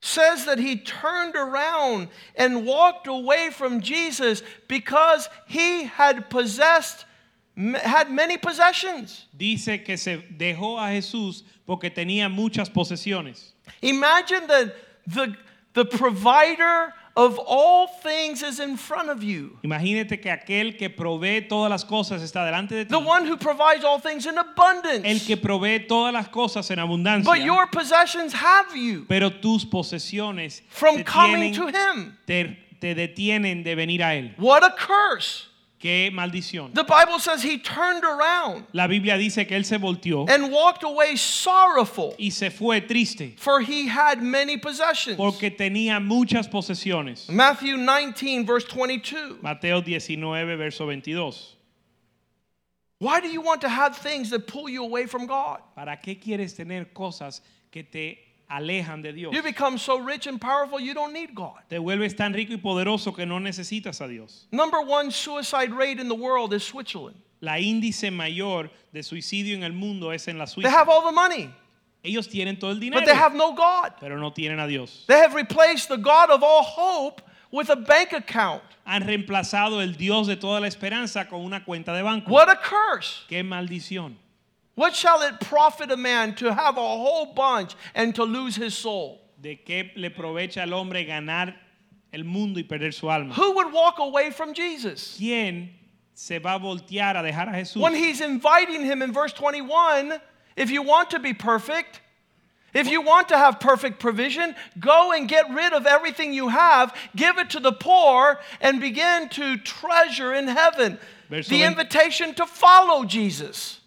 Speaker 1: says that he turned around and walked away from Jesus because he had possessed had many possessions.
Speaker 2: dice que se dejó a Jesús porque tenía muchas posesiones.
Speaker 1: Imagine that the the provider of all things is in front of you.
Speaker 2: Imagínate que aquel que provee todas las cosas está delante de ti.
Speaker 1: The one who provides all things in abundance.
Speaker 2: Mm. El que provee todas las cosas en abundancia.
Speaker 1: but your possessions have you
Speaker 2: pero tus posesiones
Speaker 1: from
Speaker 2: te,
Speaker 1: coming
Speaker 2: tienen-
Speaker 1: to him.
Speaker 2: te- te detienen de venir a Él.
Speaker 1: What a curse.
Speaker 2: Qué maldición.
Speaker 1: The Bible says he turned around
Speaker 2: La Biblia dice que Él se volteó
Speaker 1: and walked away sorrowful.
Speaker 2: y se fue triste.
Speaker 1: for he had many possessions.
Speaker 2: porque tenía muchas posesiones.
Speaker 1: Matthew 19, verse 22.
Speaker 2: Mateo 19, verso 22.
Speaker 1: Why do you want to have things that pull you away from God?
Speaker 2: ¿Para qué quieres tener cosas que te alejan de Dios?
Speaker 1: You become so rich and powerful, you don't need God.
Speaker 2: Te vuelves tan rico y poderoso que no necesitas a Dios.
Speaker 1: Number one suicide rate in the world is Switzerland.
Speaker 2: la índice mayor de suicidio en el mundo es en la
Speaker 1: They
Speaker 2: Suiza.
Speaker 1: have all the money,
Speaker 2: Ellos tienen todo el dinero,
Speaker 1: but they have no God.
Speaker 2: pero no tienen a Dios.
Speaker 1: They have replaced the God of all hope with a bank account.
Speaker 2: Han reemplazado el Dios de toda la esperanza con una cuenta de banco.
Speaker 1: What a curse!
Speaker 2: ¡Qué maldición!
Speaker 1: What shall it profit a man to have a whole bunch and to lose his soul?
Speaker 2: ¿De qué le aprovecha al hombre ganar el mundo y perder su alma?
Speaker 1: Who would walk away from Jesus
Speaker 2: ¿Quién se va a voltear a dejar a Jesús?
Speaker 1: when he's inviting him in verse 21 if you want to be perfect, if you want to have perfect provision, go and get rid of everything you have, give it to the poor, and begin to treasure in heaven?
Speaker 2: Verso
Speaker 1: the
Speaker 2: 20.
Speaker 1: invitation to follow Jesus.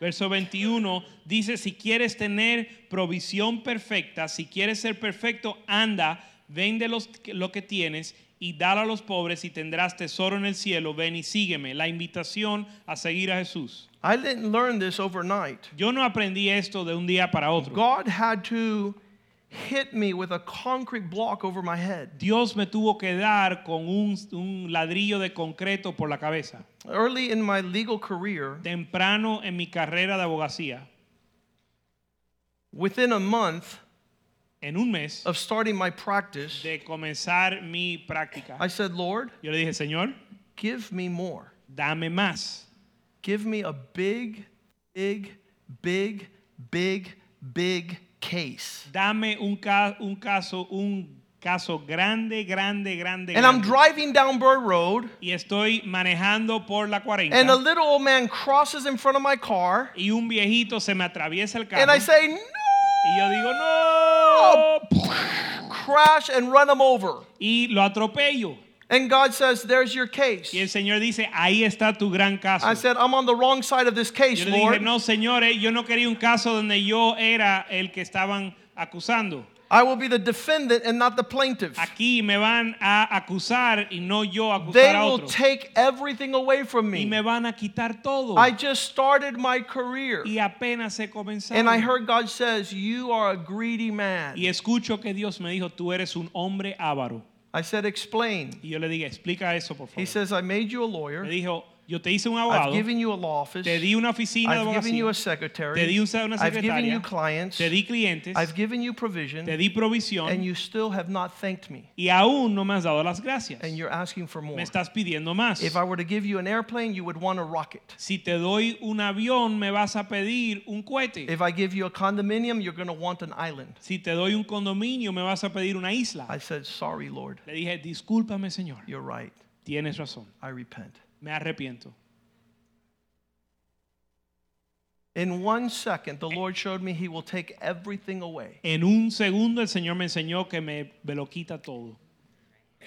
Speaker 2: Verso 21 dice, si quieres tener provisión perfecta, si quieres ser perfecto, anda, vende los- lo que tienes y dalo a los pobres y tendrás tesoro en el cielo. Ven y sígueme. La invitación a seguir a Jesús.
Speaker 1: I didn't learn this overnight.
Speaker 2: Yo no aprendí esto de un día para otro.
Speaker 1: God had to hit me with a concrete block over my head.
Speaker 2: Dios me tuvo que dar con un, un ladrillo de concreto por la cabeza.
Speaker 1: Early in my legal career,
Speaker 2: Temprano en mi carrera de abogacía,
Speaker 1: within a month
Speaker 2: en un mes
Speaker 1: of starting my practice,
Speaker 2: de comenzar mi práctica,
Speaker 1: I said, Lord,
Speaker 2: yo le dije, Señor,
Speaker 1: give me more.
Speaker 2: dame más.
Speaker 1: Give me a big, big, big, big, big case.
Speaker 2: Dame un, ca- un caso, un caso grande, grande, grande.
Speaker 1: And I'm
Speaker 2: grande.
Speaker 1: driving down Burr Road,
Speaker 2: y estoy manejando por la 40
Speaker 1: and a little old man crosses in front of my car,
Speaker 2: y un viejito se me atraviesa el
Speaker 1: and
Speaker 2: carro
Speaker 1: I "Oh". say, no,
Speaker 2: y yo digo no
Speaker 1: crash and run him over.
Speaker 2: y lo atropello.
Speaker 1: And God says, there's your case.
Speaker 2: Y el Señor dice, ahí está tu gran caso.
Speaker 1: I said, I'm on the wrong side of this
Speaker 2: yo
Speaker 1: case,
Speaker 2: le dije,
Speaker 1: Lord.
Speaker 2: no, señores, yo no quería un caso donde yo era el que estaban acusando.
Speaker 1: I will be the defendant and not the plaintiff.
Speaker 2: Aquí me van a acusar y no yo a acusar
Speaker 1: They
Speaker 2: a
Speaker 1: will
Speaker 2: otro.
Speaker 1: take everything away from
Speaker 2: Y me
Speaker 1: me.
Speaker 2: van a quitar todo.
Speaker 1: I just started my career.
Speaker 2: y apenas he comenzado.
Speaker 1: And I heard God says, You are a greedy
Speaker 2: Y
Speaker 1: man.
Speaker 2: escucho que Dios me dijo, tú eres un hombre avaro.
Speaker 1: I said, Explain.
Speaker 2: Y yo le dije, explica eso, por
Speaker 1: He
Speaker 2: favor.
Speaker 1: says, I made you a
Speaker 2: Me
Speaker 1: lawyer.
Speaker 2: dijo, yo te hice un
Speaker 1: I've
Speaker 2: abogado,
Speaker 1: given you a law office.
Speaker 2: te di una oficina de
Speaker 1: I've given you
Speaker 2: abogacía,
Speaker 1: a secretary.
Speaker 2: Te di un- una
Speaker 1: I've given
Speaker 2: secretaria.
Speaker 1: you clients.
Speaker 2: te di clientes,
Speaker 1: I've given you
Speaker 2: te
Speaker 1: provision.
Speaker 2: di provisión
Speaker 1: And you still have not thanked me.
Speaker 2: y aún no me has dado las gracias.
Speaker 1: And you're asking for more.
Speaker 2: Me estás pidiendo más.
Speaker 1: If I were to give you an airplane, you would want a rocket.
Speaker 2: Si te doy un avión, me vas a pedir un cohete.
Speaker 1: If I give you a condominium, you're going to want an island.
Speaker 2: si te doy un condominio, me vas a pedir una isla.
Speaker 1: I said, Sorry, Lord.
Speaker 2: le dije, discúlpame, Señor.
Speaker 1: You're right.
Speaker 2: Tienes razón.
Speaker 1: I repent.
Speaker 2: Me arrepiento.
Speaker 1: In one second, the Lord showed me He will take everything away.
Speaker 2: En un segundo el Señor me enseñó que me, me lo quita todo.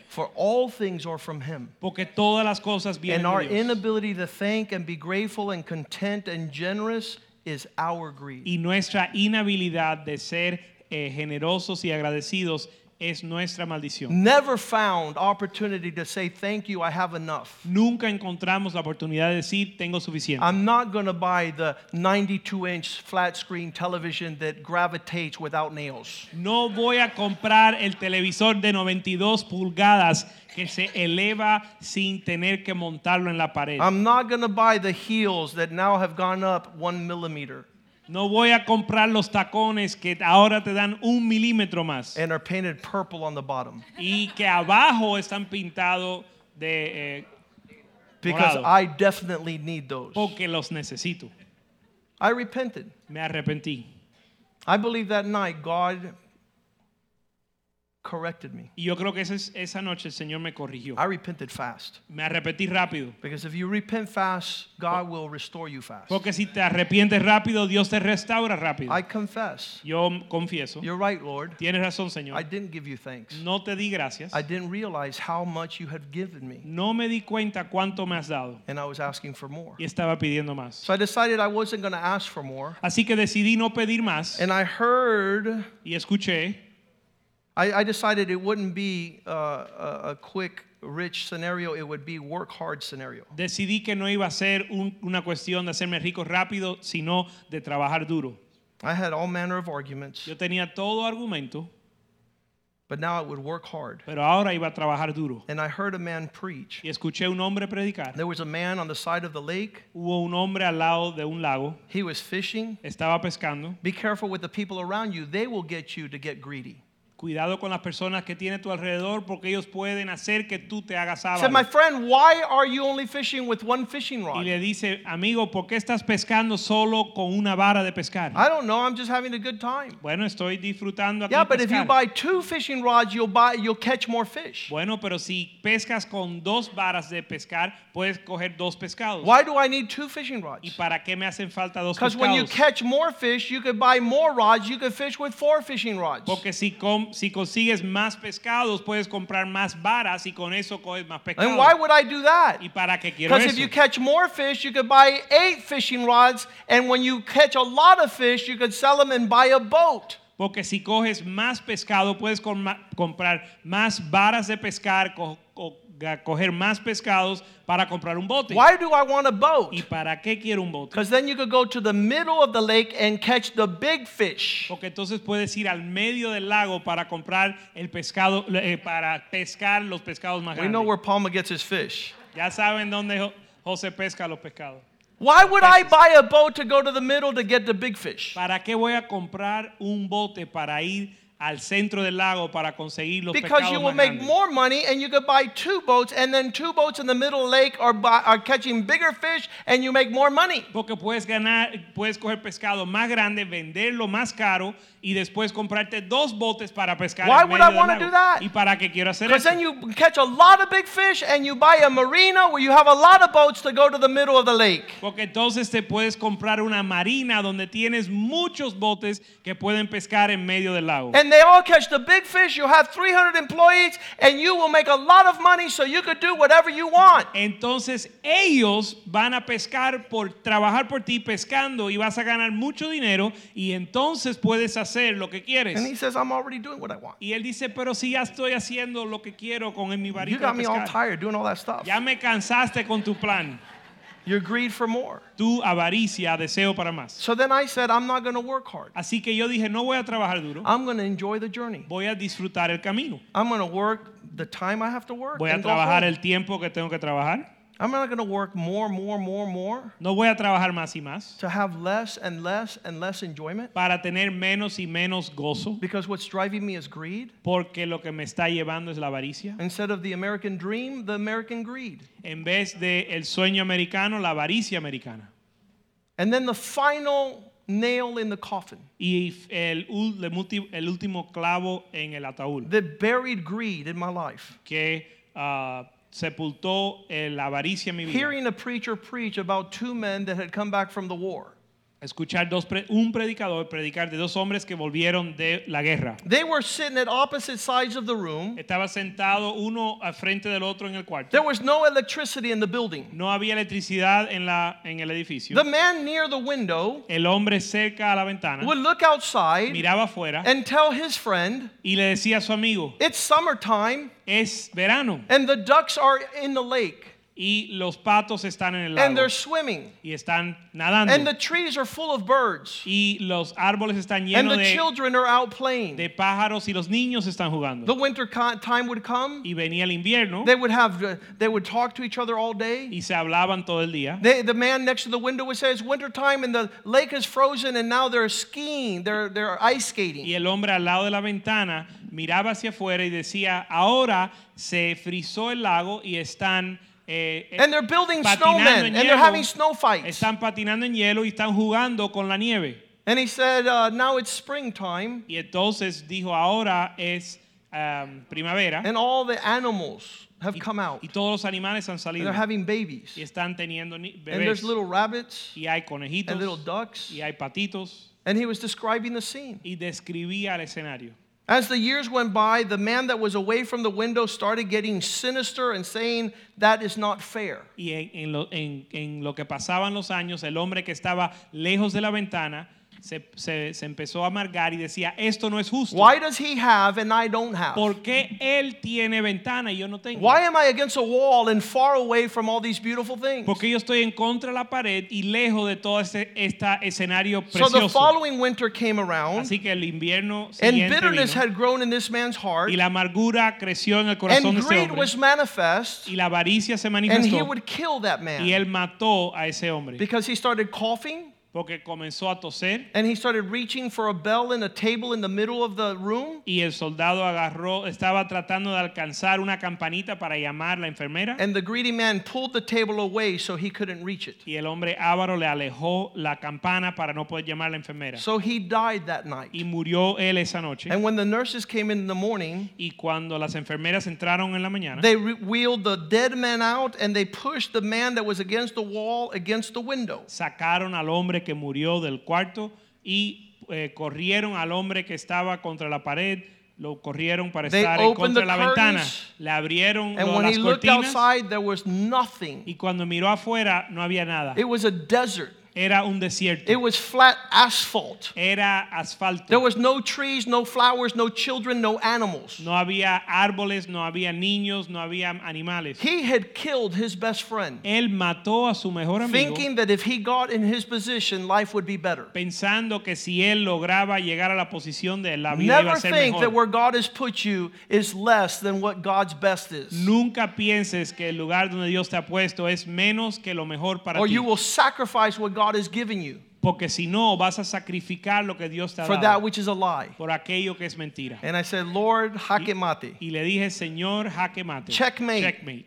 Speaker 1: For all things are from Him.
Speaker 2: Porque todas las cosas vienen
Speaker 1: And our
Speaker 2: de Dios.
Speaker 1: inability to thank and be grateful and content and generous is our greed.
Speaker 2: Y nuestra inhabilidad de ser eh, generosos y agradecidos es nuestra maldición.
Speaker 1: Never found opportunity to say, Thank you, I have enough.
Speaker 2: Nunca encontramos la oportunidad de decir tengo suficiente.
Speaker 1: I'm not going to buy the 92 inch flat screen television that gravitates without nails.
Speaker 2: No voy a comprar el televisor de 92 pulgadas que se eleva sin tener que montarlo en la pared.
Speaker 1: I'm not going to buy the heels that now have gone up one millimeter
Speaker 2: No voy a comprar los tacones que ahora te dan un milímetro más
Speaker 1: and are painted purple on the bottom
Speaker 2: y que abajo están pintados de eh,
Speaker 1: because
Speaker 2: Morado.
Speaker 1: I definitely need those.
Speaker 2: porque los necesito.
Speaker 1: I repented.
Speaker 2: Me arrepentí.
Speaker 1: I believe that night God corrected me.
Speaker 2: Y yo creo que esa, es- esa noche el Señor me corrigió.
Speaker 1: I repented fast
Speaker 2: Me arrepentí rápido.
Speaker 1: because if you repent fast, God will restore you fast.
Speaker 2: Porque si te arrepientes rápido, Dios te restaura rápido.
Speaker 1: I confess.
Speaker 2: Yo confieso.
Speaker 1: You're right, Lord.
Speaker 2: Tienes razón,
Speaker 1: I
Speaker 2: Señor.
Speaker 1: didn't give you thanks.
Speaker 2: No te di gracias.
Speaker 1: I didn't realize how much you had given me
Speaker 2: No me di cuenta cuánto me has dado.
Speaker 1: and I was asking for more.
Speaker 2: Y estaba pidiendo más.
Speaker 1: So I decided I wasn't going to ask for more.
Speaker 2: Así que decidí no pedir más.
Speaker 1: And I heard
Speaker 2: Y escuché.
Speaker 1: I, I decided it wouldn't be uh, a, a quick, rich scenario. It would be work hard scenario.
Speaker 2: Decidí que no iba a ser un- una cuestión de hacerme rico rápido, sino de trabajar duro.
Speaker 1: I had all manner of arguments.
Speaker 2: Yo tenía todo argumento
Speaker 1: but now I would work hard.
Speaker 2: pero ahora iba a trabajar duro.
Speaker 1: And I heard a man preach.
Speaker 2: Y escuché a un hombre predicar.
Speaker 1: There was a man on the side of the lake.
Speaker 2: Hubo un hombre al lado de un lago,
Speaker 1: He was fishing.
Speaker 2: estaba pescando.
Speaker 1: Be careful with the people around you. They will get you to get greedy.
Speaker 2: Cuidado con las personas que tiene a tu alrededor porque ellos pueden hacer que tú te hagas
Speaker 1: I said, my
Speaker 2: sábado.
Speaker 1: friend, why are you only fishing with one fishing
Speaker 2: Y
Speaker 1: rod?
Speaker 2: le dice, amigo, ¿por qué estás pescando solo con una vara de pescar?
Speaker 1: I don't know. I'm just having a good time.
Speaker 2: Bueno, estoy disfrutando aquí
Speaker 1: Ah. Yeah, but if you
Speaker 2: pescar.
Speaker 1: buy two fishing rods, you'll buy you'll catch more fish.
Speaker 2: Bueno, pero si pescas con dos varas de pescar, puedes coger dos pescados.
Speaker 1: Why do I need two fishing
Speaker 2: ¿Y
Speaker 1: rods?
Speaker 2: para qué me hacen falta dos
Speaker 1: Because when you
Speaker 2: pescados?
Speaker 1: catch more fish, you could buy more rods. You could fish with four fishing rods.
Speaker 2: Porque si, com- si consigues más pescados, puedes comprar más varas y con eso coges más pescados.
Speaker 1: And why would I do that?
Speaker 2: ¿Y para qué quiero
Speaker 1: Because
Speaker 2: eso?
Speaker 1: if you catch more fish, you could buy eight fishing rods, and when you catch a lot of fish, you could sell them and buy a boat.
Speaker 2: Porque si coges más pescado, puedes coma- comprar más varas de pescar, co- co- ga- coger más pescados para comprar un bote.
Speaker 1: Why do I want a boat?
Speaker 2: ¿Y para qué quiero un bote?
Speaker 1: Because then you could go to the middle of the lake and catch the big fish.
Speaker 2: Porque entonces puedes ir al medio del lago para comprar el pescado, eh, para pescar los pescados más
Speaker 1: We know
Speaker 2: grandes.
Speaker 1: where Palma gets his fish.
Speaker 2: Ya saben dónde Jo- José pesca los pescados.
Speaker 1: Why would I buy a boat to go to the middle to get the big fish?
Speaker 2: ¿Para qué voy a comprar un bote para ir al centro del lago para conseguir los
Speaker 1: Because
Speaker 2: pescados
Speaker 1: you will
Speaker 2: más
Speaker 1: make
Speaker 2: grandes?
Speaker 1: more money and you could buy two boats, and then two boats in the middle lake are, buy, are catching bigger fish and you make more money.
Speaker 2: Porque puedes ganar, puedes coger pescado más grande, venderlo más caro y después comprarte dos botes para pescar.
Speaker 1: Why
Speaker 2: en
Speaker 1: would
Speaker 2: medio
Speaker 1: I
Speaker 2: del
Speaker 1: wanna
Speaker 2: lago.
Speaker 1: do that?
Speaker 2: ¿Y para qué quiero hacer
Speaker 1: Because
Speaker 2: eso?
Speaker 1: then you catch a lot of big fish and you buy a marina where you have a lot of boats to go to the middle of the lake.
Speaker 2: Porque entonces te puedes comprar una marina donde tienes muchos botes que pueden pescar en medio del lago.
Speaker 1: And they all catch the big fish. You have 300 employees and you will make a lot of money so you could do whatever you want.
Speaker 2: Entonces ellos van a pescar por trabajar por ti pescando y vas a ganar mucho dinero y entonces puedes hacer lo que
Speaker 1: And he
Speaker 2: quieres.
Speaker 1: says, I'm already doing what I want.
Speaker 2: Y él dice, pero si ya estoy haciendo lo que quiero con mi
Speaker 1: You
Speaker 2: varita
Speaker 1: got
Speaker 2: de
Speaker 1: me all
Speaker 2: pescar.
Speaker 1: tired doing all that stuff.
Speaker 2: Ya me cansaste con tu plan.
Speaker 1: Your greed for more.
Speaker 2: Tu avaricia, deseo para más.
Speaker 1: So then I said, I'm not going to work hard.
Speaker 2: Así que yo dije, no voy a trabajar duro.
Speaker 1: I'm going to enjoy the journey.
Speaker 2: Voy a disfrutar el camino.
Speaker 1: I'm going to work the time I have to work.
Speaker 2: Voy a
Speaker 1: and go
Speaker 2: trabajar
Speaker 1: home.
Speaker 2: el tiempo que tengo que trabajar.
Speaker 1: I'm not going to work more, more, more, more
Speaker 2: No voy a trabajar más y más
Speaker 1: to have less and less and less enjoyment.
Speaker 2: para tener menos y menos gozo.
Speaker 1: Because what's driving me is greed.
Speaker 2: Porque lo que me está llevando es la avaricia.
Speaker 1: Instead of the American dream, the American greed.
Speaker 2: En vez de el sueño americano, la avaricia americana.
Speaker 1: And then the final nail in the coffin
Speaker 2: Y el, ul- el multi- el último clavo en el ataúd
Speaker 1: that buried greed in my life.
Speaker 2: que ah, sepultó eh, la avaricia en mi vida.
Speaker 1: Hearing a preacher preach about two men that had come back from the war.
Speaker 2: escuchar dos pre- un predicador predicar de dos hombres que volvieron de la guerra.
Speaker 1: They were sitting at opposite sides of the room.
Speaker 2: Estaba sentado uno al frente del otro en el cuarto.
Speaker 1: There was no electricity in the building.
Speaker 2: No había electricidad en, la, en el edificio.
Speaker 1: The man near the window
Speaker 2: El hombre cerca a la ventana
Speaker 1: would look outside
Speaker 2: miraba afuera
Speaker 1: and tell his friend,
Speaker 2: y le decía a su amigo,
Speaker 1: It's summertime
Speaker 2: es verano
Speaker 1: and the ducks are in the lake
Speaker 2: y los patos están en el
Speaker 1: and
Speaker 2: lago
Speaker 1: they're swimming
Speaker 2: y están
Speaker 1: and the
Speaker 2: nadando
Speaker 1: trees are full of birds
Speaker 2: y los árboles están
Speaker 1: and
Speaker 2: llenos
Speaker 1: the
Speaker 2: de,
Speaker 1: children are out playing.
Speaker 2: de pájaros y los niños están
Speaker 1: The
Speaker 2: jugando.
Speaker 1: winter con- time would come.
Speaker 2: Y venía el invierno
Speaker 1: They would have. uh, They would talk to each other all day.
Speaker 2: y se hablaban todo el día.
Speaker 1: They, the man next to the window would say, "It's winter time, and the lake is frozen, and now they're skiing. They're they're ice
Speaker 2: Y
Speaker 1: skating."
Speaker 2: el hombre al lado de la ventana miraba hacia afuera y decía, ahora se frizó el lago y están, eh, eh,
Speaker 1: And they're building
Speaker 2: Patinando en
Speaker 1: snowmen, and
Speaker 2: hielo.
Speaker 1: they're having snow fights.
Speaker 2: están patinando en hielo y están jugando con la nieve.
Speaker 1: And he said, uh, "Now it's springtime,
Speaker 2: Y entonces dijo, ahora es um, primavera
Speaker 1: and all the animals have come out.
Speaker 2: y todos los animales han
Speaker 1: And
Speaker 2: salido
Speaker 1: they're having
Speaker 2: y
Speaker 1: babies,
Speaker 2: están teniendo ni-
Speaker 1: and there's
Speaker 2: bebés.
Speaker 1: little rabbits
Speaker 2: Y hay
Speaker 1: and little
Speaker 2: conejitos
Speaker 1: ducks."
Speaker 2: y hay patitos
Speaker 1: And he was describing the scene.
Speaker 2: y describía el escenario.
Speaker 1: As the years went by, the man that was away from the window started getting sinister and saying, That is not fair.
Speaker 2: Y en, en lo, en- en lo que pasaban los años, el hombre que estaba lejos de la ventana se, se- se empezó a amargar y decía, esto no es justo.
Speaker 1: Why does he have and I don't have?
Speaker 2: ¿Por qué él tiene ventana y yo no tengo?
Speaker 1: Why am I against a wall and far away from all these beautiful things?
Speaker 2: Porque yo estoy en contra de la pared y lejos de todo este, esta escenario
Speaker 1: So
Speaker 2: precioso.
Speaker 1: the following winter came around,
Speaker 2: Así que el invierno
Speaker 1: and
Speaker 2: siguiente
Speaker 1: bitterness
Speaker 2: vino,
Speaker 1: had grown in this man's heart,
Speaker 2: y la amargura creció en el corazón de
Speaker 1: and
Speaker 2: ese
Speaker 1: greed
Speaker 2: hombre
Speaker 1: was manifest,
Speaker 2: y la avaricia se
Speaker 1: and he
Speaker 2: manifestó
Speaker 1: would kill that
Speaker 2: y
Speaker 1: man
Speaker 2: él mató a ese hombre
Speaker 1: because he started coughing
Speaker 2: porque comenzó a toser
Speaker 1: and he started reaching for a bell and a table in the middle of the room,
Speaker 2: y el soldado agarró, estaba tratando de alcanzar una campanita para llamar a la enfermera
Speaker 1: and the greedy man pulled the table away so he couldn't reach it.
Speaker 2: y el hombre avaro le alejó la campana para no poder llamar a la enfermera
Speaker 1: So he died that night.
Speaker 2: y murió él esa noche
Speaker 1: And when the nurses came in the morning,
Speaker 2: y cuando las enfermeras entraron en la mañana
Speaker 1: They re- wheeled the dead man out and they pushed the man that was against the wall against the window.
Speaker 2: sacaron al hombre que murió del cuarto y eh, corrieron al hombre que estaba contra la pared, lo corrieron para
Speaker 1: They
Speaker 2: estar en
Speaker 1: opened the
Speaker 2: contra de la ventana,
Speaker 1: curtains,
Speaker 2: le abrieron
Speaker 1: And
Speaker 2: lo-
Speaker 1: when he
Speaker 2: las
Speaker 1: looked
Speaker 2: cortinas
Speaker 1: outside, there was nothing.
Speaker 2: y cuando miró afuera no había nada,
Speaker 1: It was a desert,
Speaker 2: era un desierto,
Speaker 1: it was flat asphalt.
Speaker 2: era asfalto,
Speaker 1: There was no trees, no flowers, no children, no animals.
Speaker 2: no había árboles, no había niños, no había animales.
Speaker 1: He had killed his best friend,
Speaker 2: Él mató a su mejor amigo
Speaker 1: thinking that if he got in his position, life would be better.
Speaker 2: pensando que si él lograba llegar a la posición de él, la vida iba
Speaker 1: Never
Speaker 2: a ser
Speaker 1: think that
Speaker 2: mejor.
Speaker 1: where God has put you is less than what God's best is,
Speaker 2: Nunca pienses que el lugar donde Dios te ha puesto es menos que lo mejor para
Speaker 1: or
Speaker 2: ti,
Speaker 1: you will sacrifice what God has given you.
Speaker 2: porque si no vas a sacrificar lo que Dios te ha
Speaker 1: for that
Speaker 2: dado
Speaker 1: which is a lie.
Speaker 2: por aquello que es mentira.
Speaker 1: And I said, Lord, jaque mate.
Speaker 2: Y le dije, Señor, jaque mate.
Speaker 1: Checkmate.
Speaker 2: Checkmate.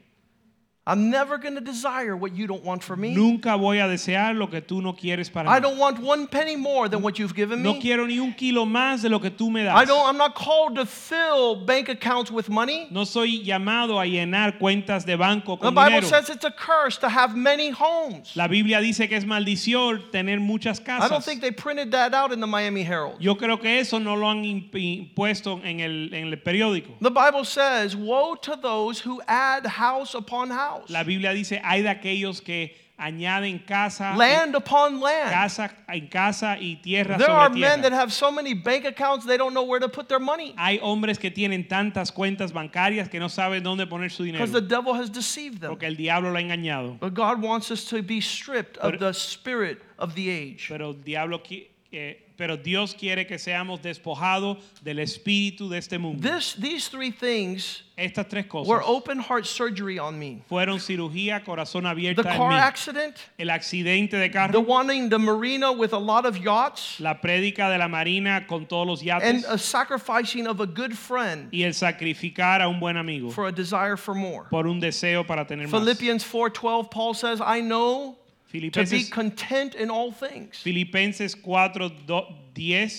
Speaker 1: I'm never going to desire what you don't want for me.
Speaker 2: Nunca voy a desear lo que tú no quieres para
Speaker 1: I
Speaker 2: mí.
Speaker 1: don't want one penny more than what you've given
Speaker 2: No
Speaker 1: me.
Speaker 2: quiero ni un kilo más de lo que tú me das.
Speaker 1: I don't, I'm not called to fill bank accounts with money.
Speaker 2: No soy llamado a llenar cuentas de banco
Speaker 1: The
Speaker 2: con
Speaker 1: Bible
Speaker 2: dinero.
Speaker 1: says it's a curse to have many homes.
Speaker 2: La Biblia dice que es maldición tener muchas
Speaker 1: I don't
Speaker 2: casas.
Speaker 1: think they printed that out in the Miami Herald.
Speaker 2: Yo creo que eso no lo han imp- puesto en el, en el periódico.
Speaker 1: The Bible says, Woe to those who add house upon house,
Speaker 2: La Biblia dice, hay de aquellos que añaden casa,
Speaker 1: land upon land.
Speaker 2: casa en casa y tierra
Speaker 1: There
Speaker 2: sobre
Speaker 1: are men that
Speaker 2: tierra.
Speaker 1: have so many bank accounts they don't know where to put their money
Speaker 2: Hay hombres que tienen tantas cuentas bancarias que no saben dónde poner su dinero
Speaker 1: because the devil has deceived them.
Speaker 2: porque el diablo lo ha engañado.
Speaker 1: But God wants us to be stripped of
Speaker 2: Pero-
Speaker 1: the spirit of the age.
Speaker 2: Pero el diablo qui- eh, pero Dios quiere que seamos despojados del espíritu de este mundo.
Speaker 1: This, these three things
Speaker 2: Estas tres cosas
Speaker 1: were open heart surgery on me.
Speaker 2: fueron cirugía, corazón
Speaker 1: The
Speaker 2: abierto en
Speaker 1: car
Speaker 2: mí.
Speaker 1: accident,
Speaker 2: El accidente de carro.
Speaker 1: the wanting the marina with a lot of yachts,
Speaker 2: la prédica de la marina con todos los
Speaker 1: and uh,
Speaker 2: yates
Speaker 1: a sacrificing of a good friend
Speaker 2: y el sacrificar a un buen amigo
Speaker 1: for a desire for more.
Speaker 2: por un deseo para tener más.
Speaker 1: Philippians 4:12 Paul says, "I know to be
Speaker 2: Filipenses,
Speaker 1: content in all things.
Speaker 2: Filipenses 4, do- 10.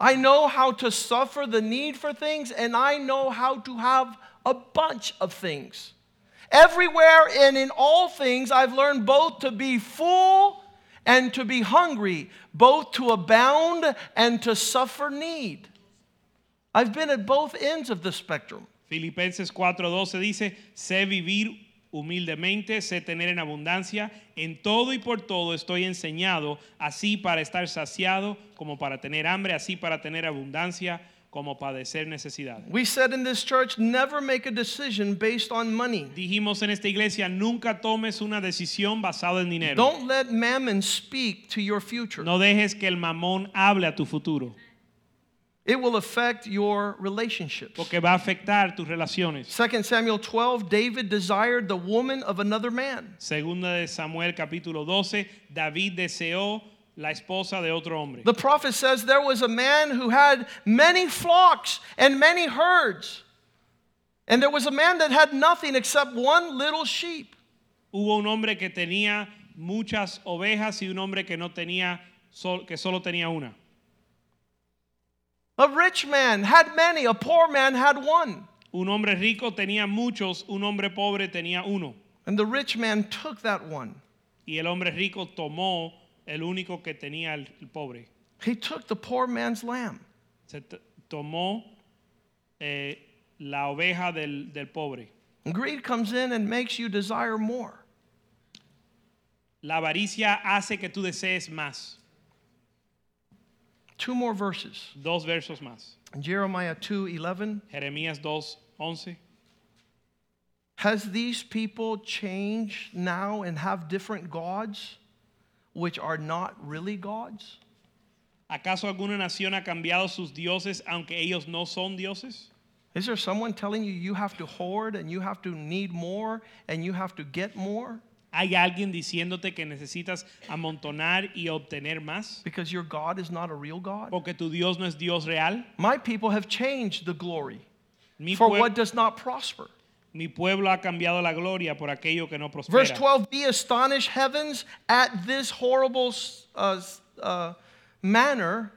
Speaker 1: I know how to suffer the need for things, and I know how to have a bunch of things. Everywhere and in all things, I've learned both to be full and to be hungry, both to abound and to suffer need. I've been at both ends of the spectrum.
Speaker 2: Filipenses 4:12 dice, sé vivir humildemente, sé tener en abundancia, en todo y por todo estoy enseñado, así para estar saciado como para tener hambre, así para tener abundancia como padecer necesidad.
Speaker 1: We said in this church never make a decision based on money.
Speaker 2: Dijimos en esta iglesia, nunca tomes una decisión basada en dinero.
Speaker 1: Don't let mammon speak to your future,
Speaker 2: No dejes que el mamón hable a tu futuro,
Speaker 1: it will affect your relationships.
Speaker 2: porque va a afectar tus relaciones.
Speaker 1: 2 Samuel 12, David desired the woman of another man.
Speaker 2: Segunda de Samuel capítulo 12, David deseó la esposa de otro hombre.
Speaker 1: The prophet says there was a man who had many flocks and many herds. And there was a man that had nothing except one little sheep.
Speaker 2: Hubo un hombre que tenía muchas ovejas y un hombre que no tenía sol- que solo tenía una.
Speaker 1: A rich man had many, a poor man had one.
Speaker 2: Un hombre rico tenía muchos, un hombre pobre tenía uno.
Speaker 1: And the rich man took that one.
Speaker 2: Y el hombre rico tomó el único que tenía el, el pobre.
Speaker 1: He took the poor man's lamb.
Speaker 2: Se t- tomó eh, la oveja del- del pobre.
Speaker 1: And greed comes in and makes you desire more.
Speaker 2: La avaricia hace que tú desees más.
Speaker 1: Two more verses.
Speaker 2: Dos versos más.
Speaker 1: Jeremiah 2:11.
Speaker 2: Jeremías 2, 11.
Speaker 1: Has these people changed now and have different gods which are not really gods?
Speaker 2: ¿Acaso alguna nación ha cambiado sus dioses aunque ellos no son dioses?
Speaker 1: Is there someone telling you you have to hoard and you have to need more and you have to get more
Speaker 2: ¿Hay alguien diciéndote que necesitas amontonar y obtener más?
Speaker 1: because your God is not a real God?
Speaker 2: Porque tu Dios no es Dios real.
Speaker 1: My people have changed the glory
Speaker 2: Mi,
Speaker 1: for
Speaker 2: pue-
Speaker 1: what does not prosper.
Speaker 2: mi pueblo ha cambiado la gloria por aquello que no prospera.
Speaker 1: Verse 12 Be astonished, heavens, at this horrible uh, uh, manner.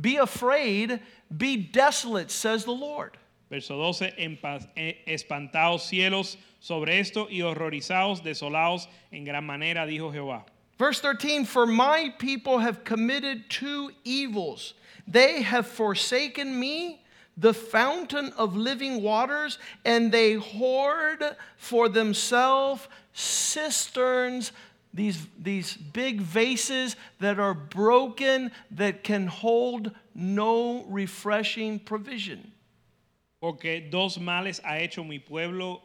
Speaker 1: Be afraid, be desolate, says the Lord.
Speaker 2: Verso 12, empa- eh, espantaos cielos sobre esto y horrorizaos, desolaos en gran manera, dijo Jehová.
Speaker 1: Verse 13 For my people have committed two evils. They have forsaken me, the fountain of living waters, and they hoard for themselves cisterns. These, these big vases that are broken that can hold no refreshing provision.
Speaker 2: Porque dos males ha hecho mi pueblo,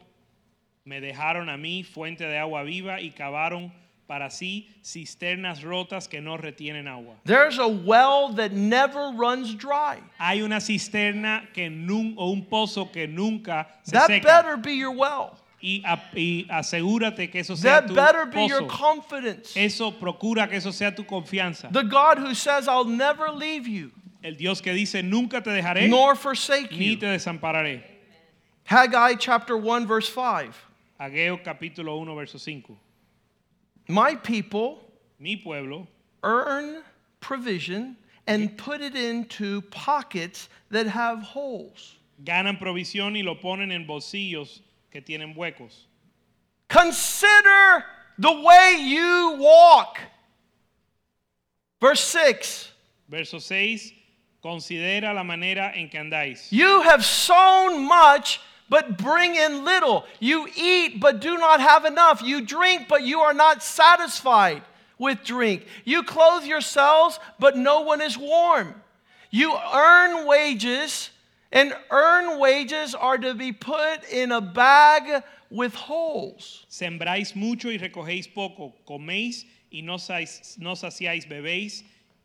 Speaker 2: me dejaron a mí fuente de agua viva y cavaron para sí cisternas rotas que no retienen agua.
Speaker 1: There's a well that never runs dry.
Speaker 2: Hay una cisterna que nun- o un pozo que nunca se
Speaker 1: That
Speaker 2: seca.
Speaker 1: better be your well.
Speaker 2: Y, a- y asegúrate que eso sea
Speaker 1: That
Speaker 2: tu
Speaker 1: better be your
Speaker 2: pozo.
Speaker 1: confidence.
Speaker 2: Eso procura que eso sea tu confianza.
Speaker 1: The God who says, I'll never leave you
Speaker 2: El Dios que dice nunca te dejaré
Speaker 1: nor forsake
Speaker 2: ni
Speaker 1: you.
Speaker 2: te desampararé.
Speaker 1: Haggai chapter 1, verse 5.
Speaker 2: Ageo capítulo 1 verso 5.
Speaker 1: My people
Speaker 2: Mi pueblo
Speaker 1: earn provision and put it into pockets that have holes.
Speaker 2: ganan provisión y lo ponen en bolsillos que tienen huecos.
Speaker 1: Consider the way you walk. Verse 6
Speaker 2: Verso 6. Considera la manera en que andáis.
Speaker 1: You have sown much. But bring in little. You eat, but do not have enough. You drink, but you are not satisfied with drink. You clothe yourselves, but no one is warm. You earn wages, and earn wages are to be put in a bag with holes.
Speaker 2: Sembráis mucho y recogéis poco, coméis y no, sais- no saciáis, bebéis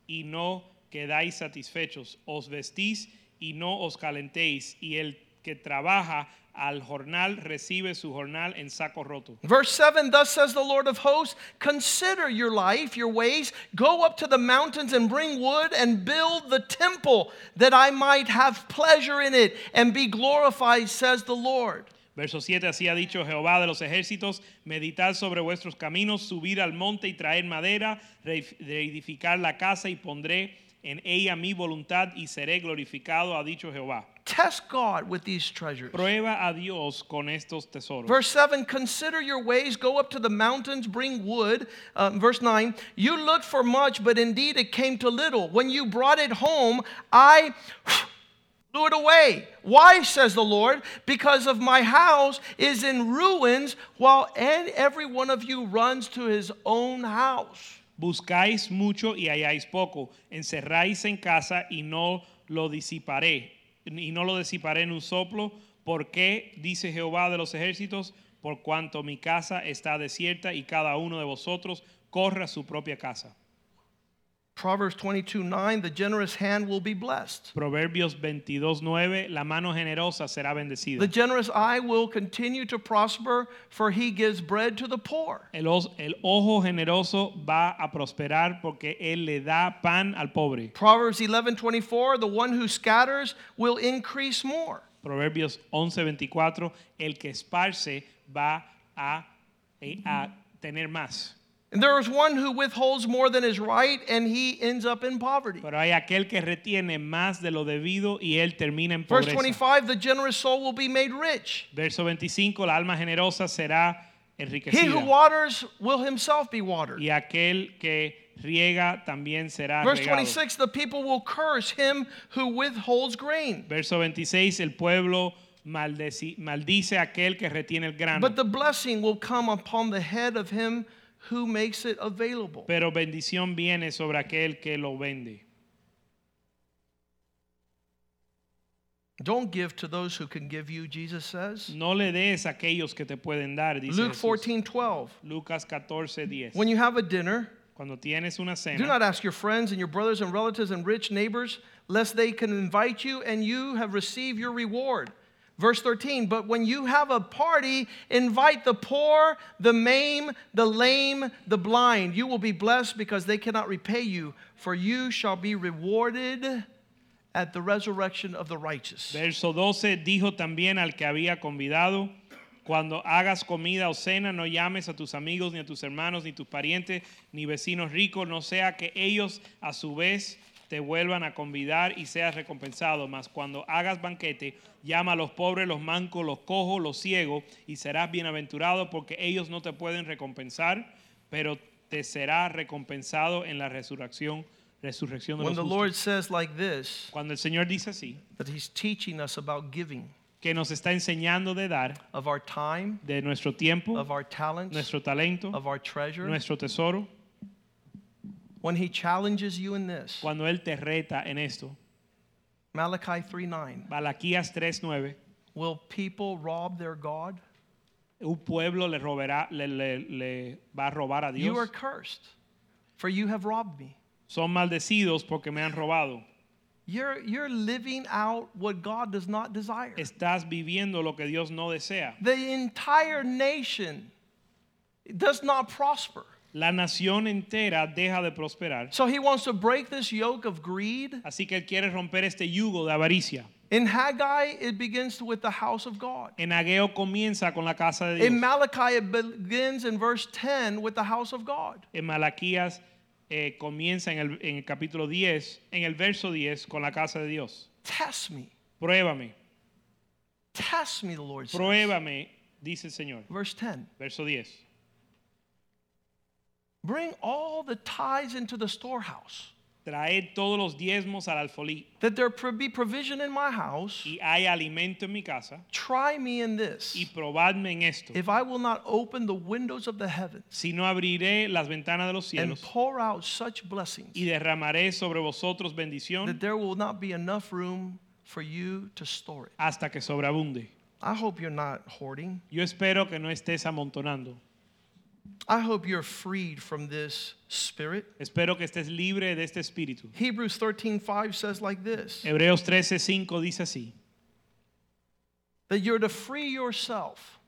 Speaker 2: y no quedáis satisfechos, os vestís y no os calentéis, y el que trabaja al jornal recibe su jornal en saco roto.
Speaker 1: Verse 7 Thus says the Lord of hosts, consider your life, your ways, go up to the mountains and bring wood and build the temple, that I might have pleasure in it and be glorified, says the Lord.
Speaker 2: Verso 7, así ha dicho Jehová de los ejércitos, meditad sobre vuestros caminos, subir al monte y traer madera, reif- reedificar la casa y pondré en ella mi voluntad y seré glorificado, ha dicho Jehová.
Speaker 1: Test God with these treasures.
Speaker 2: Prueba a Dios con estos tesoros.
Speaker 1: Verse 7 Consider your ways, go up to the mountains, bring wood. Uh, verse 9 You looked for much, but indeed it came to little. When you brought it home, I *sighs* blew it away. Why, says the Lord? Because of my house is in ruins, while and every one of you runs to his own house.
Speaker 2: Buscáis mucho y halláis poco. Encerráis en casa y no lo disiparé. Y no lo disiparé en un soplo. Porque, dice Jehová de los ejércitos, por cuanto mi casa está desierta y cada uno de vosotros corra su propia casa.
Speaker 1: Proverbs 22 9 The generous hand will be blessed.
Speaker 2: Proverbios 22.9, la mano generosa será
Speaker 1: The
Speaker 2: bendecida.
Speaker 1: generous eye will continue to prosper, for he gives bread to the poor.
Speaker 2: El, os- el ojo generoso va a prosperar porque él le da pan al pobre.
Speaker 1: Proverbs 11:24, the one who scatters will increase more.
Speaker 2: Proverbios 11:24, el que esparce va a, eh, a tener más.
Speaker 1: And there is one who withholds more than is right and he ends up in poverty.
Speaker 2: Pero hay aquel que retiene más de lo debido y él termina en
Speaker 1: Verse
Speaker 2: pobreza.
Speaker 1: 25, the generous soul will be made rich.
Speaker 2: Verso 25, la alma generosa será
Speaker 1: He who
Speaker 2: enriquecida
Speaker 1: waters will himself be watered.
Speaker 2: y aquel que riega también será
Speaker 1: Verse
Speaker 2: regado.
Speaker 1: 26, the people will curse him who withholds grain,
Speaker 2: Verso 26, el pueblo maldeci- maldice a aquel que retiene el grano,
Speaker 1: but the blessing will come upon the head of him who makes it available.
Speaker 2: pero bendición viene sobre aquel que lo vende.
Speaker 1: Don't give to those who can give you, Jesus says.
Speaker 2: No le des a aquellos que te pueden dar, dice
Speaker 1: Luke
Speaker 2: Jesús.
Speaker 1: 14, 12.
Speaker 2: Lucas 14, 10.
Speaker 1: When you have a dinner,
Speaker 2: Cuando tienes una
Speaker 1: do
Speaker 2: cena,
Speaker 1: not ask your friends and your brothers and relatives and rich neighbors, lest they can invite you and you have received your reward. Verse 13, but when you have a party, invite the poor, the maimed, the lame, the blind. You will be blessed because they cannot repay you, for you shall be rewarded at the resurrection of the righteous.
Speaker 2: Verso 12 dijo también al que había convidado, cuando hagas comida o cena, no llames a tus amigos, ni a tus hermanos, ni tus parientes, ni vecinos ricos, no sea que ellos a su vez te vuelvan a convidar y seas recompensado. Mas cuando hagas banquete, llama a los pobres, los mancos, los cojos, los ciegos, y serás bienaventurado porque ellos no te pueden recompensar, pero te será recompensado en la resurrección, resurrección de
Speaker 1: When
Speaker 2: los
Speaker 1: the
Speaker 2: justos.
Speaker 1: Lord says like this,
Speaker 2: Cuando el Señor dice así,
Speaker 1: that He's teaching us about giving
Speaker 2: que nos está enseñando de dar,
Speaker 1: of our time,
Speaker 2: de nuestro tiempo,
Speaker 1: of our talents,
Speaker 2: nuestro talento,
Speaker 1: of our treasure.
Speaker 2: nuestro tesoro,
Speaker 1: When He challenges you in this,
Speaker 2: cuando Él te reta en esto.
Speaker 1: Malachi 3 9,
Speaker 2: Balaquías 3:9,
Speaker 1: will people rob their God?
Speaker 2: un pueblo le, robará, le, le- le va a robar a
Speaker 1: You are
Speaker 2: Dios.
Speaker 1: cursed, for you have robbed me.
Speaker 2: Son maldecidos porque me han robado.
Speaker 1: You're, you're living out what God does not desire.
Speaker 2: Estás viviendo lo que Dios no desea.
Speaker 1: The entire nation does not prosper.
Speaker 2: La nación entera deja de prosperar.
Speaker 1: So He wants to break this yoke of greed.
Speaker 2: Así que Él quiere romper este yugo de avaricia.
Speaker 1: In Haggai, it begins with the house of God.
Speaker 2: En Ageo comienza con la casa de
Speaker 1: In
Speaker 2: Dios.
Speaker 1: Malachi, it begins in verse 10 with the house of God.
Speaker 2: En Malaquías eh, comienza en el, en el capítulo 10, en el verso 10, con la casa de Dios.
Speaker 1: Test me.
Speaker 2: Pruébame.
Speaker 1: Test me, the Lord says.
Speaker 2: Pruébame, dice el Señor.
Speaker 1: Verse 10.
Speaker 2: Verso 10.
Speaker 1: Bring all the tithes into the storehouse,
Speaker 2: Traed todos los diezmos al alfolí
Speaker 1: that there pro- be provision in my house.
Speaker 2: y hay alimento en mi casa
Speaker 1: Try me in this,
Speaker 2: y probadme en esto.
Speaker 1: if I will not open the windows of the heavens
Speaker 2: Si no abriré las ventanas de los
Speaker 1: and
Speaker 2: cielos
Speaker 1: pour out such blessings
Speaker 2: y derramaré sobre vosotros bendición
Speaker 1: that there will not be enough room for you to store it.
Speaker 2: hasta que sobreabunde.
Speaker 1: I hope you're not hoarding.
Speaker 2: Yo espero que no estés amontonando.
Speaker 1: I hope you're freed from this spirit.
Speaker 2: Espero que estés libre de este espíritu.
Speaker 1: Hebrews 13:5 says like this
Speaker 2: Hebreos 13:5 dice así,
Speaker 1: that you're to free yourself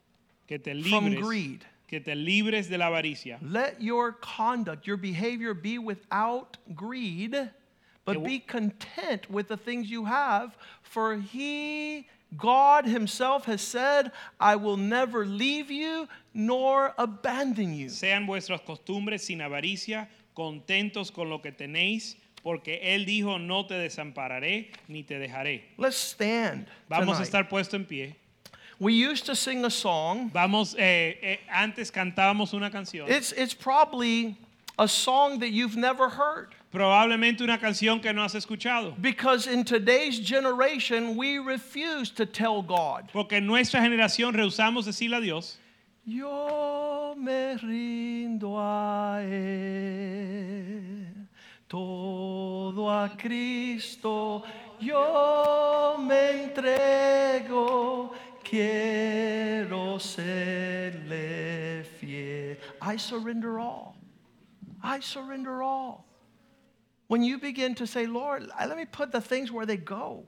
Speaker 2: que te
Speaker 1: from
Speaker 2: libres,
Speaker 1: greed.
Speaker 2: que te libres de la avaricia,
Speaker 1: Let your conduct, your behavior be without greed, but
Speaker 2: It w-
Speaker 1: be content with the things you have, for he God himself has said, I will never leave you nor abandon you.
Speaker 2: Sean vuestras costumbres sin avaricia, contentos con lo que tenéis, porque Él dijo, no te desampararé ni te dejaré.
Speaker 1: Let's stand.
Speaker 2: Vamos a
Speaker 1: tonight.
Speaker 2: estar puesto en pie.
Speaker 1: We used to sing a song.
Speaker 2: Vamos, eh, eh, antes cantábamos una canción,
Speaker 1: It's it's probably a song that you've never heard.
Speaker 2: probablemente una canción que no has escuchado,
Speaker 1: Because in today's generation, we refuse to tell God,
Speaker 2: porque en nuestra generación rehusamos decirle a Dios,
Speaker 1: Yo me rindo a él, todo a Cristo, yo me entrego, quiero serle fiel. I surrender all. I surrender all. When you begin to say, Lord, let me put the things where they go,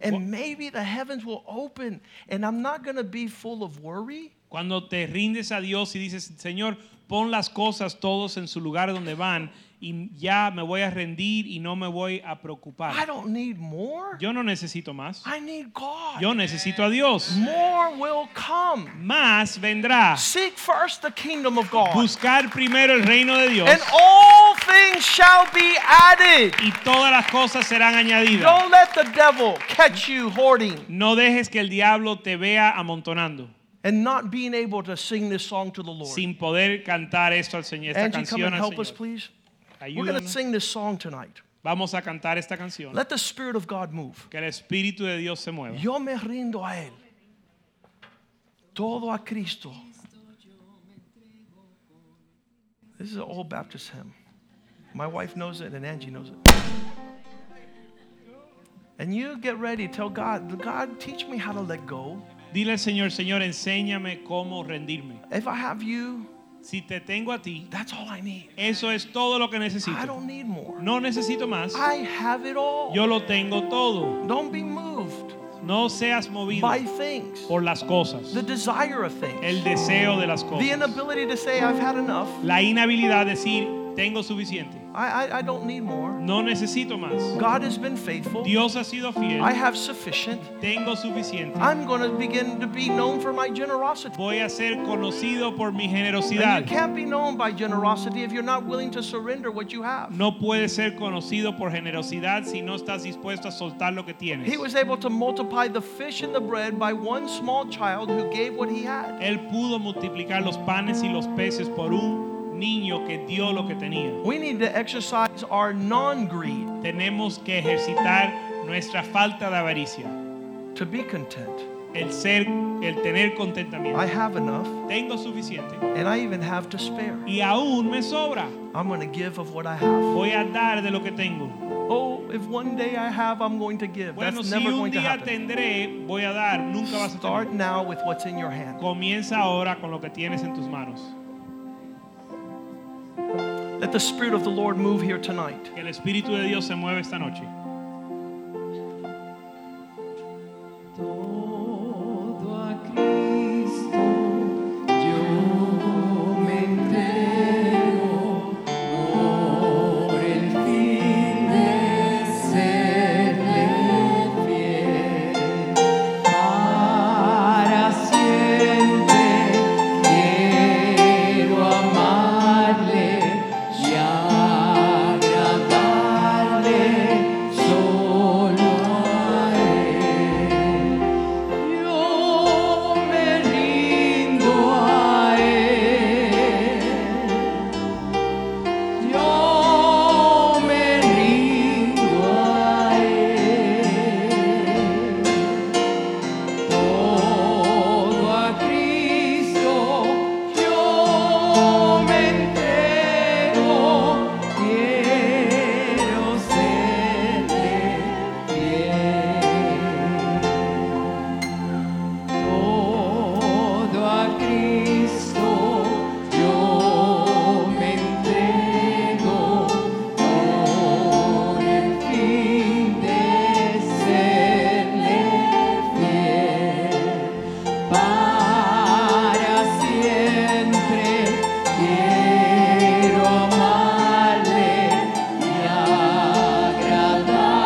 Speaker 1: and maybe the heavens will open, and I'm not going to be full of worry.
Speaker 2: cuando te rindes a Dios y dices, Señor, pon las cosas todos en su lugar donde van y ya me voy a rendir y no me voy a
Speaker 1: I
Speaker 2: preocupar.
Speaker 1: don't need more.
Speaker 2: Yo no necesito más.
Speaker 1: I need God.
Speaker 2: Yo necesito a Dios.
Speaker 1: More will come.
Speaker 2: Más vendrá.
Speaker 1: Seek first the kingdom of God,
Speaker 2: Buscar primero el reino de Dios
Speaker 1: and all things shall be added.
Speaker 2: y todas las cosas serán añadidas.
Speaker 1: Don't let the devil catch you hoarding
Speaker 2: No dejes que el diablo te vea amontonando
Speaker 1: and not being able to sing this song to the Lord.
Speaker 2: sin poder cantar esto al Señor. Esta
Speaker 1: Angie, come
Speaker 2: canción
Speaker 1: and
Speaker 2: al
Speaker 1: help us,
Speaker 2: Señor.
Speaker 1: please. We're going to
Speaker 2: Ayúdanos.
Speaker 1: sing this song tonight.
Speaker 2: Vamos a cantar esta canción.
Speaker 1: Let the Spirit of God move.
Speaker 2: Que el Espíritu de Dios se mueva.
Speaker 1: Yo me rindo a Él. Todo a Cristo. This is an old Baptist hymn. My wife knows it and Angie knows it. And you get ready, tell God, God, teach me how to let go.
Speaker 2: Dile al Señor, Señor, enséñame cómo rendirme.
Speaker 1: If I have you,
Speaker 2: Si te tengo a ti,
Speaker 1: that's all I need.
Speaker 2: eso es todo lo que
Speaker 1: I
Speaker 2: necesito.
Speaker 1: don't need more.
Speaker 2: No necesito más.
Speaker 1: I have it all.
Speaker 2: Yo lo tengo todo.
Speaker 1: Don't be moved
Speaker 2: No seas movido
Speaker 1: by things,
Speaker 2: por las cosas,
Speaker 1: the desire of
Speaker 2: el
Speaker 1: things,
Speaker 2: deseo de las
Speaker 1: the
Speaker 2: cosas,
Speaker 1: inability to say, I've had enough.
Speaker 2: la inhabilidad de decir, tengo suficiente.
Speaker 1: I, I, I don't need more.
Speaker 2: No necesito más.
Speaker 1: God has been faithful.
Speaker 2: Dios ha sido fiel.
Speaker 1: I have sufficient.
Speaker 2: Tengo suficiente.
Speaker 1: I'm going to begin to be known for my generosity.
Speaker 2: Voy a ser conocido por mi
Speaker 1: And
Speaker 2: generosidad.
Speaker 1: you can't be known by generosity if you're not willing to surrender what you have.
Speaker 2: No puedes ser conocido por generosidad si no estás dispuesto a soltar lo que tienes.
Speaker 1: He was able to multiply the fish and the bread by one small child who gave what he had.
Speaker 2: Él pudo multiplicar los panes y los peces por un niño que dio lo que tenía.
Speaker 1: We need to exercise our non greed
Speaker 2: Tenemos que ejercitar nuestra falta de avaricia,
Speaker 1: to be content.
Speaker 2: el ser, el tener contentamiento.
Speaker 1: I have enough,
Speaker 2: Tengo suficiente
Speaker 1: and I even have to spare.
Speaker 2: y aún me sobra.
Speaker 1: I'm going to give of what I have.
Speaker 2: Voy a dar de lo que tengo.
Speaker 1: Oh, if one day I have, I'm going to give.
Speaker 2: Bueno,
Speaker 1: That's
Speaker 2: si
Speaker 1: never
Speaker 2: un
Speaker 1: going to
Speaker 2: día
Speaker 1: happen.
Speaker 2: tendré, voy a dar. Nunca vas a
Speaker 1: Start
Speaker 2: tener.
Speaker 1: now with what's in your hand.
Speaker 2: Comienza ahora con lo que tienes en tus manos.
Speaker 1: Let the Spirit of the Lord move here tonight.
Speaker 2: Que el Espíritu de Dios se mueve esta noche.
Speaker 3: Todo a Cristo yo me entrego por el fin de serle fiel. Para siempre quiero amarle y agradarle. Oh,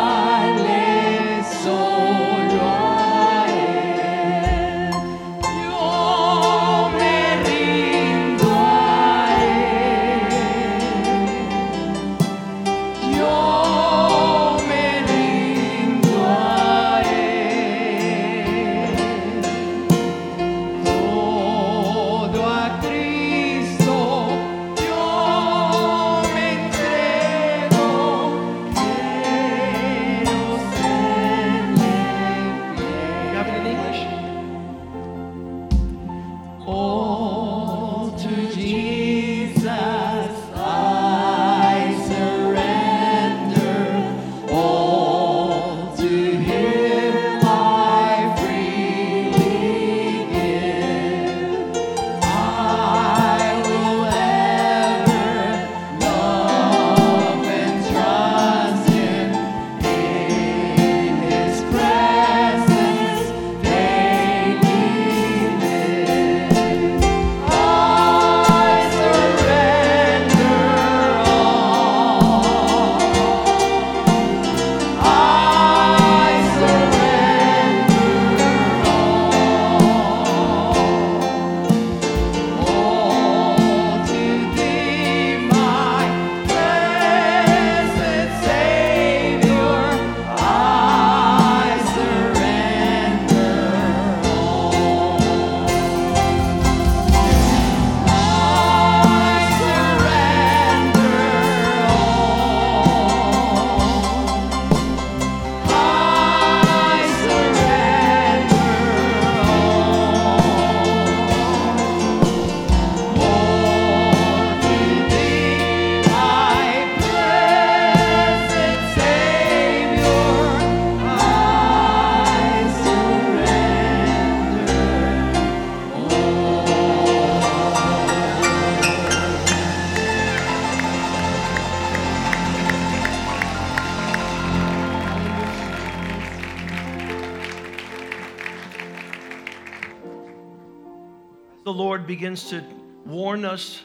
Speaker 1: the Lord begins to warn us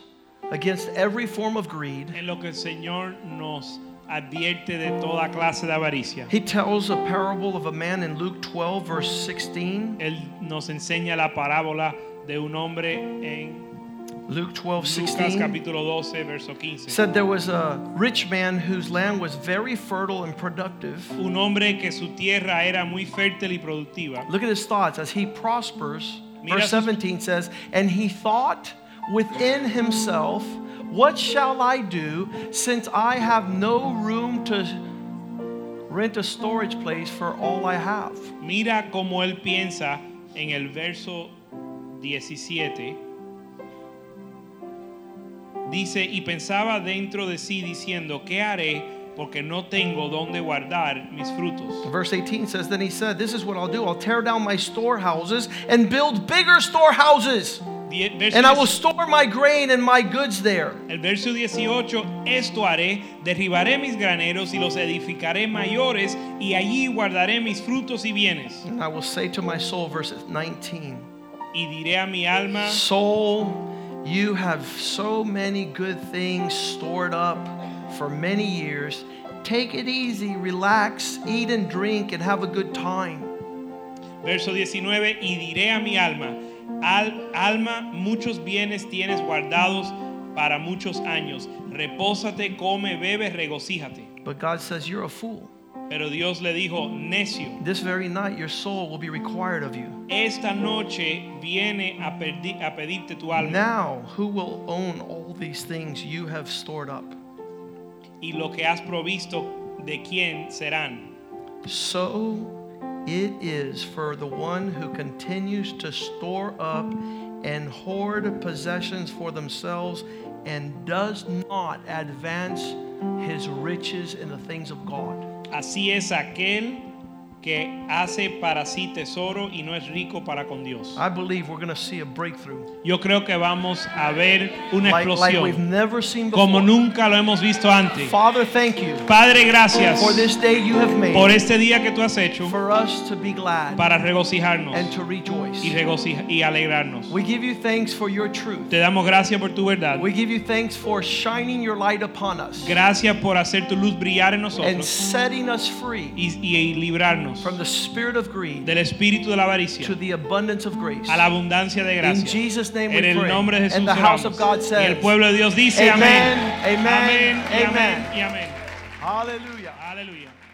Speaker 1: against every form of greed,
Speaker 2: En lo que el Señor nos advierte de toda clase de avaricia.
Speaker 1: he tells a parable of a man in Luke 12, verse 16.
Speaker 2: Él nos enseña la parábola de un hombre en
Speaker 1: Luke 12,
Speaker 2: Lucas
Speaker 1: 16.
Speaker 2: capítulo 12, verso 15.
Speaker 1: Said there was a rich man whose land was very fertile and productive.
Speaker 2: Un hombre que su tierra era muy fértil y productiva.
Speaker 1: Look at his thoughts as he prospers.
Speaker 2: Mira
Speaker 1: Verse
Speaker 2: sus-
Speaker 1: 17 says, And he thought within himself, What shall I do since I have no room to rent a storage place for all I have?
Speaker 2: Mira cómo él piensa en el verso 17. Dice, y pensaba dentro de sí diciendo, ¿qué haré? Porque no tengo dónde guardar mis frutos.
Speaker 1: Verse 18 says, Then he said, This is what I'll do. I'll tear down my storehouses and build bigger storehouses,
Speaker 2: Die- verso
Speaker 1: and I will
Speaker 2: 10
Speaker 1: store my grain and my goods there.
Speaker 2: el verso 18, esto haré, derribaré mis graneros y los edificaré mayores y allí guardaré mis frutos y bienes.
Speaker 1: And I will say to my soul, verse 19,
Speaker 2: Y diré a mi alma,
Speaker 1: Soul, you have so many good things stored up for many years. Take it easy, relax, eat and drink, and have a good time.
Speaker 2: Verso 19, y diré a mi alma, "Al- alma, muchos bienes tienes guardados para muchos años. Repósate, come, bebe, regocíjate.
Speaker 1: But God says, You're a fool.
Speaker 2: Pero Dios le dijo, necio,
Speaker 1: This very night, your soul will be required of you.
Speaker 2: esta noche viene a, perdi- a pedirte tu alma
Speaker 1: Now, who will own all these things you have stored up?
Speaker 2: y lo que has provisto, ¿de quién serán?
Speaker 1: So it is for the one who continues to store up and hoard possessions for themselves and does not advance his riches in the things of God.
Speaker 2: Así es aquel que hace para sí tesoro y no es rico para con Dios.
Speaker 1: I believe we're going to see a breakthrough
Speaker 2: Yo creo que vamos a ver una
Speaker 1: like, like we've
Speaker 2: explosión
Speaker 1: never seen
Speaker 2: como
Speaker 1: before.
Speaker 2: nunca lo hemos visto antes.
Speaker 1: Father, thank you
Speaker 2: Padre, gracias
Speaker 1: for this day you have
Speaker 2: por
Speaker 1: made
Speaker 2: este día que tú has hecho
Speaker 1: for us to be glad
Speaker 2: para regocijarnos
Speaker 1: and to
Speaker 2: y,
Speaker 1: rejoice.
Speaker 2: regocija- y alegrarnos.
Speaker 1: We give you thanks for your truth.
Speaker 2: Te damos gracias por tu verdad.
Speaker 1: We give you thanks for shining your light upon us.
Speaker 2: Gracias por hacer tu luz brillar en
Speaker 1: and
Speaker 2: nosotros
Speaker 1: setting us free
Speaker 2: y, y librarnos
Speaker 1: from the spirit of greed
Speaker 2: del espíritu de la
Speaker 1: to
Speaker 2: avaricia
Speaker 1: the abundance of grace.
Speaker 2: a la abundancia de
Speaker 1: In
Speaker 2: gracia.
Speaker 1: Jesus' name
Speaker 2: En
Speaker 1: we
Speaker 2: el
Speaker 1: pray.
Speaker 2: nombre de Jesús.
Speaker 1: And the house of God
Speaker 2: oramos. Y
Speaker 1: says,
Speaker 2: el pueblo de Dios dice amén.
Speaker 1: Amen, amen,
Speaker 2: Amén, y amén,
Speaker 1: amen.
Speaker 2: y amén.
Speaker 1: Hallelujah.
Speaker 2: Aleluya.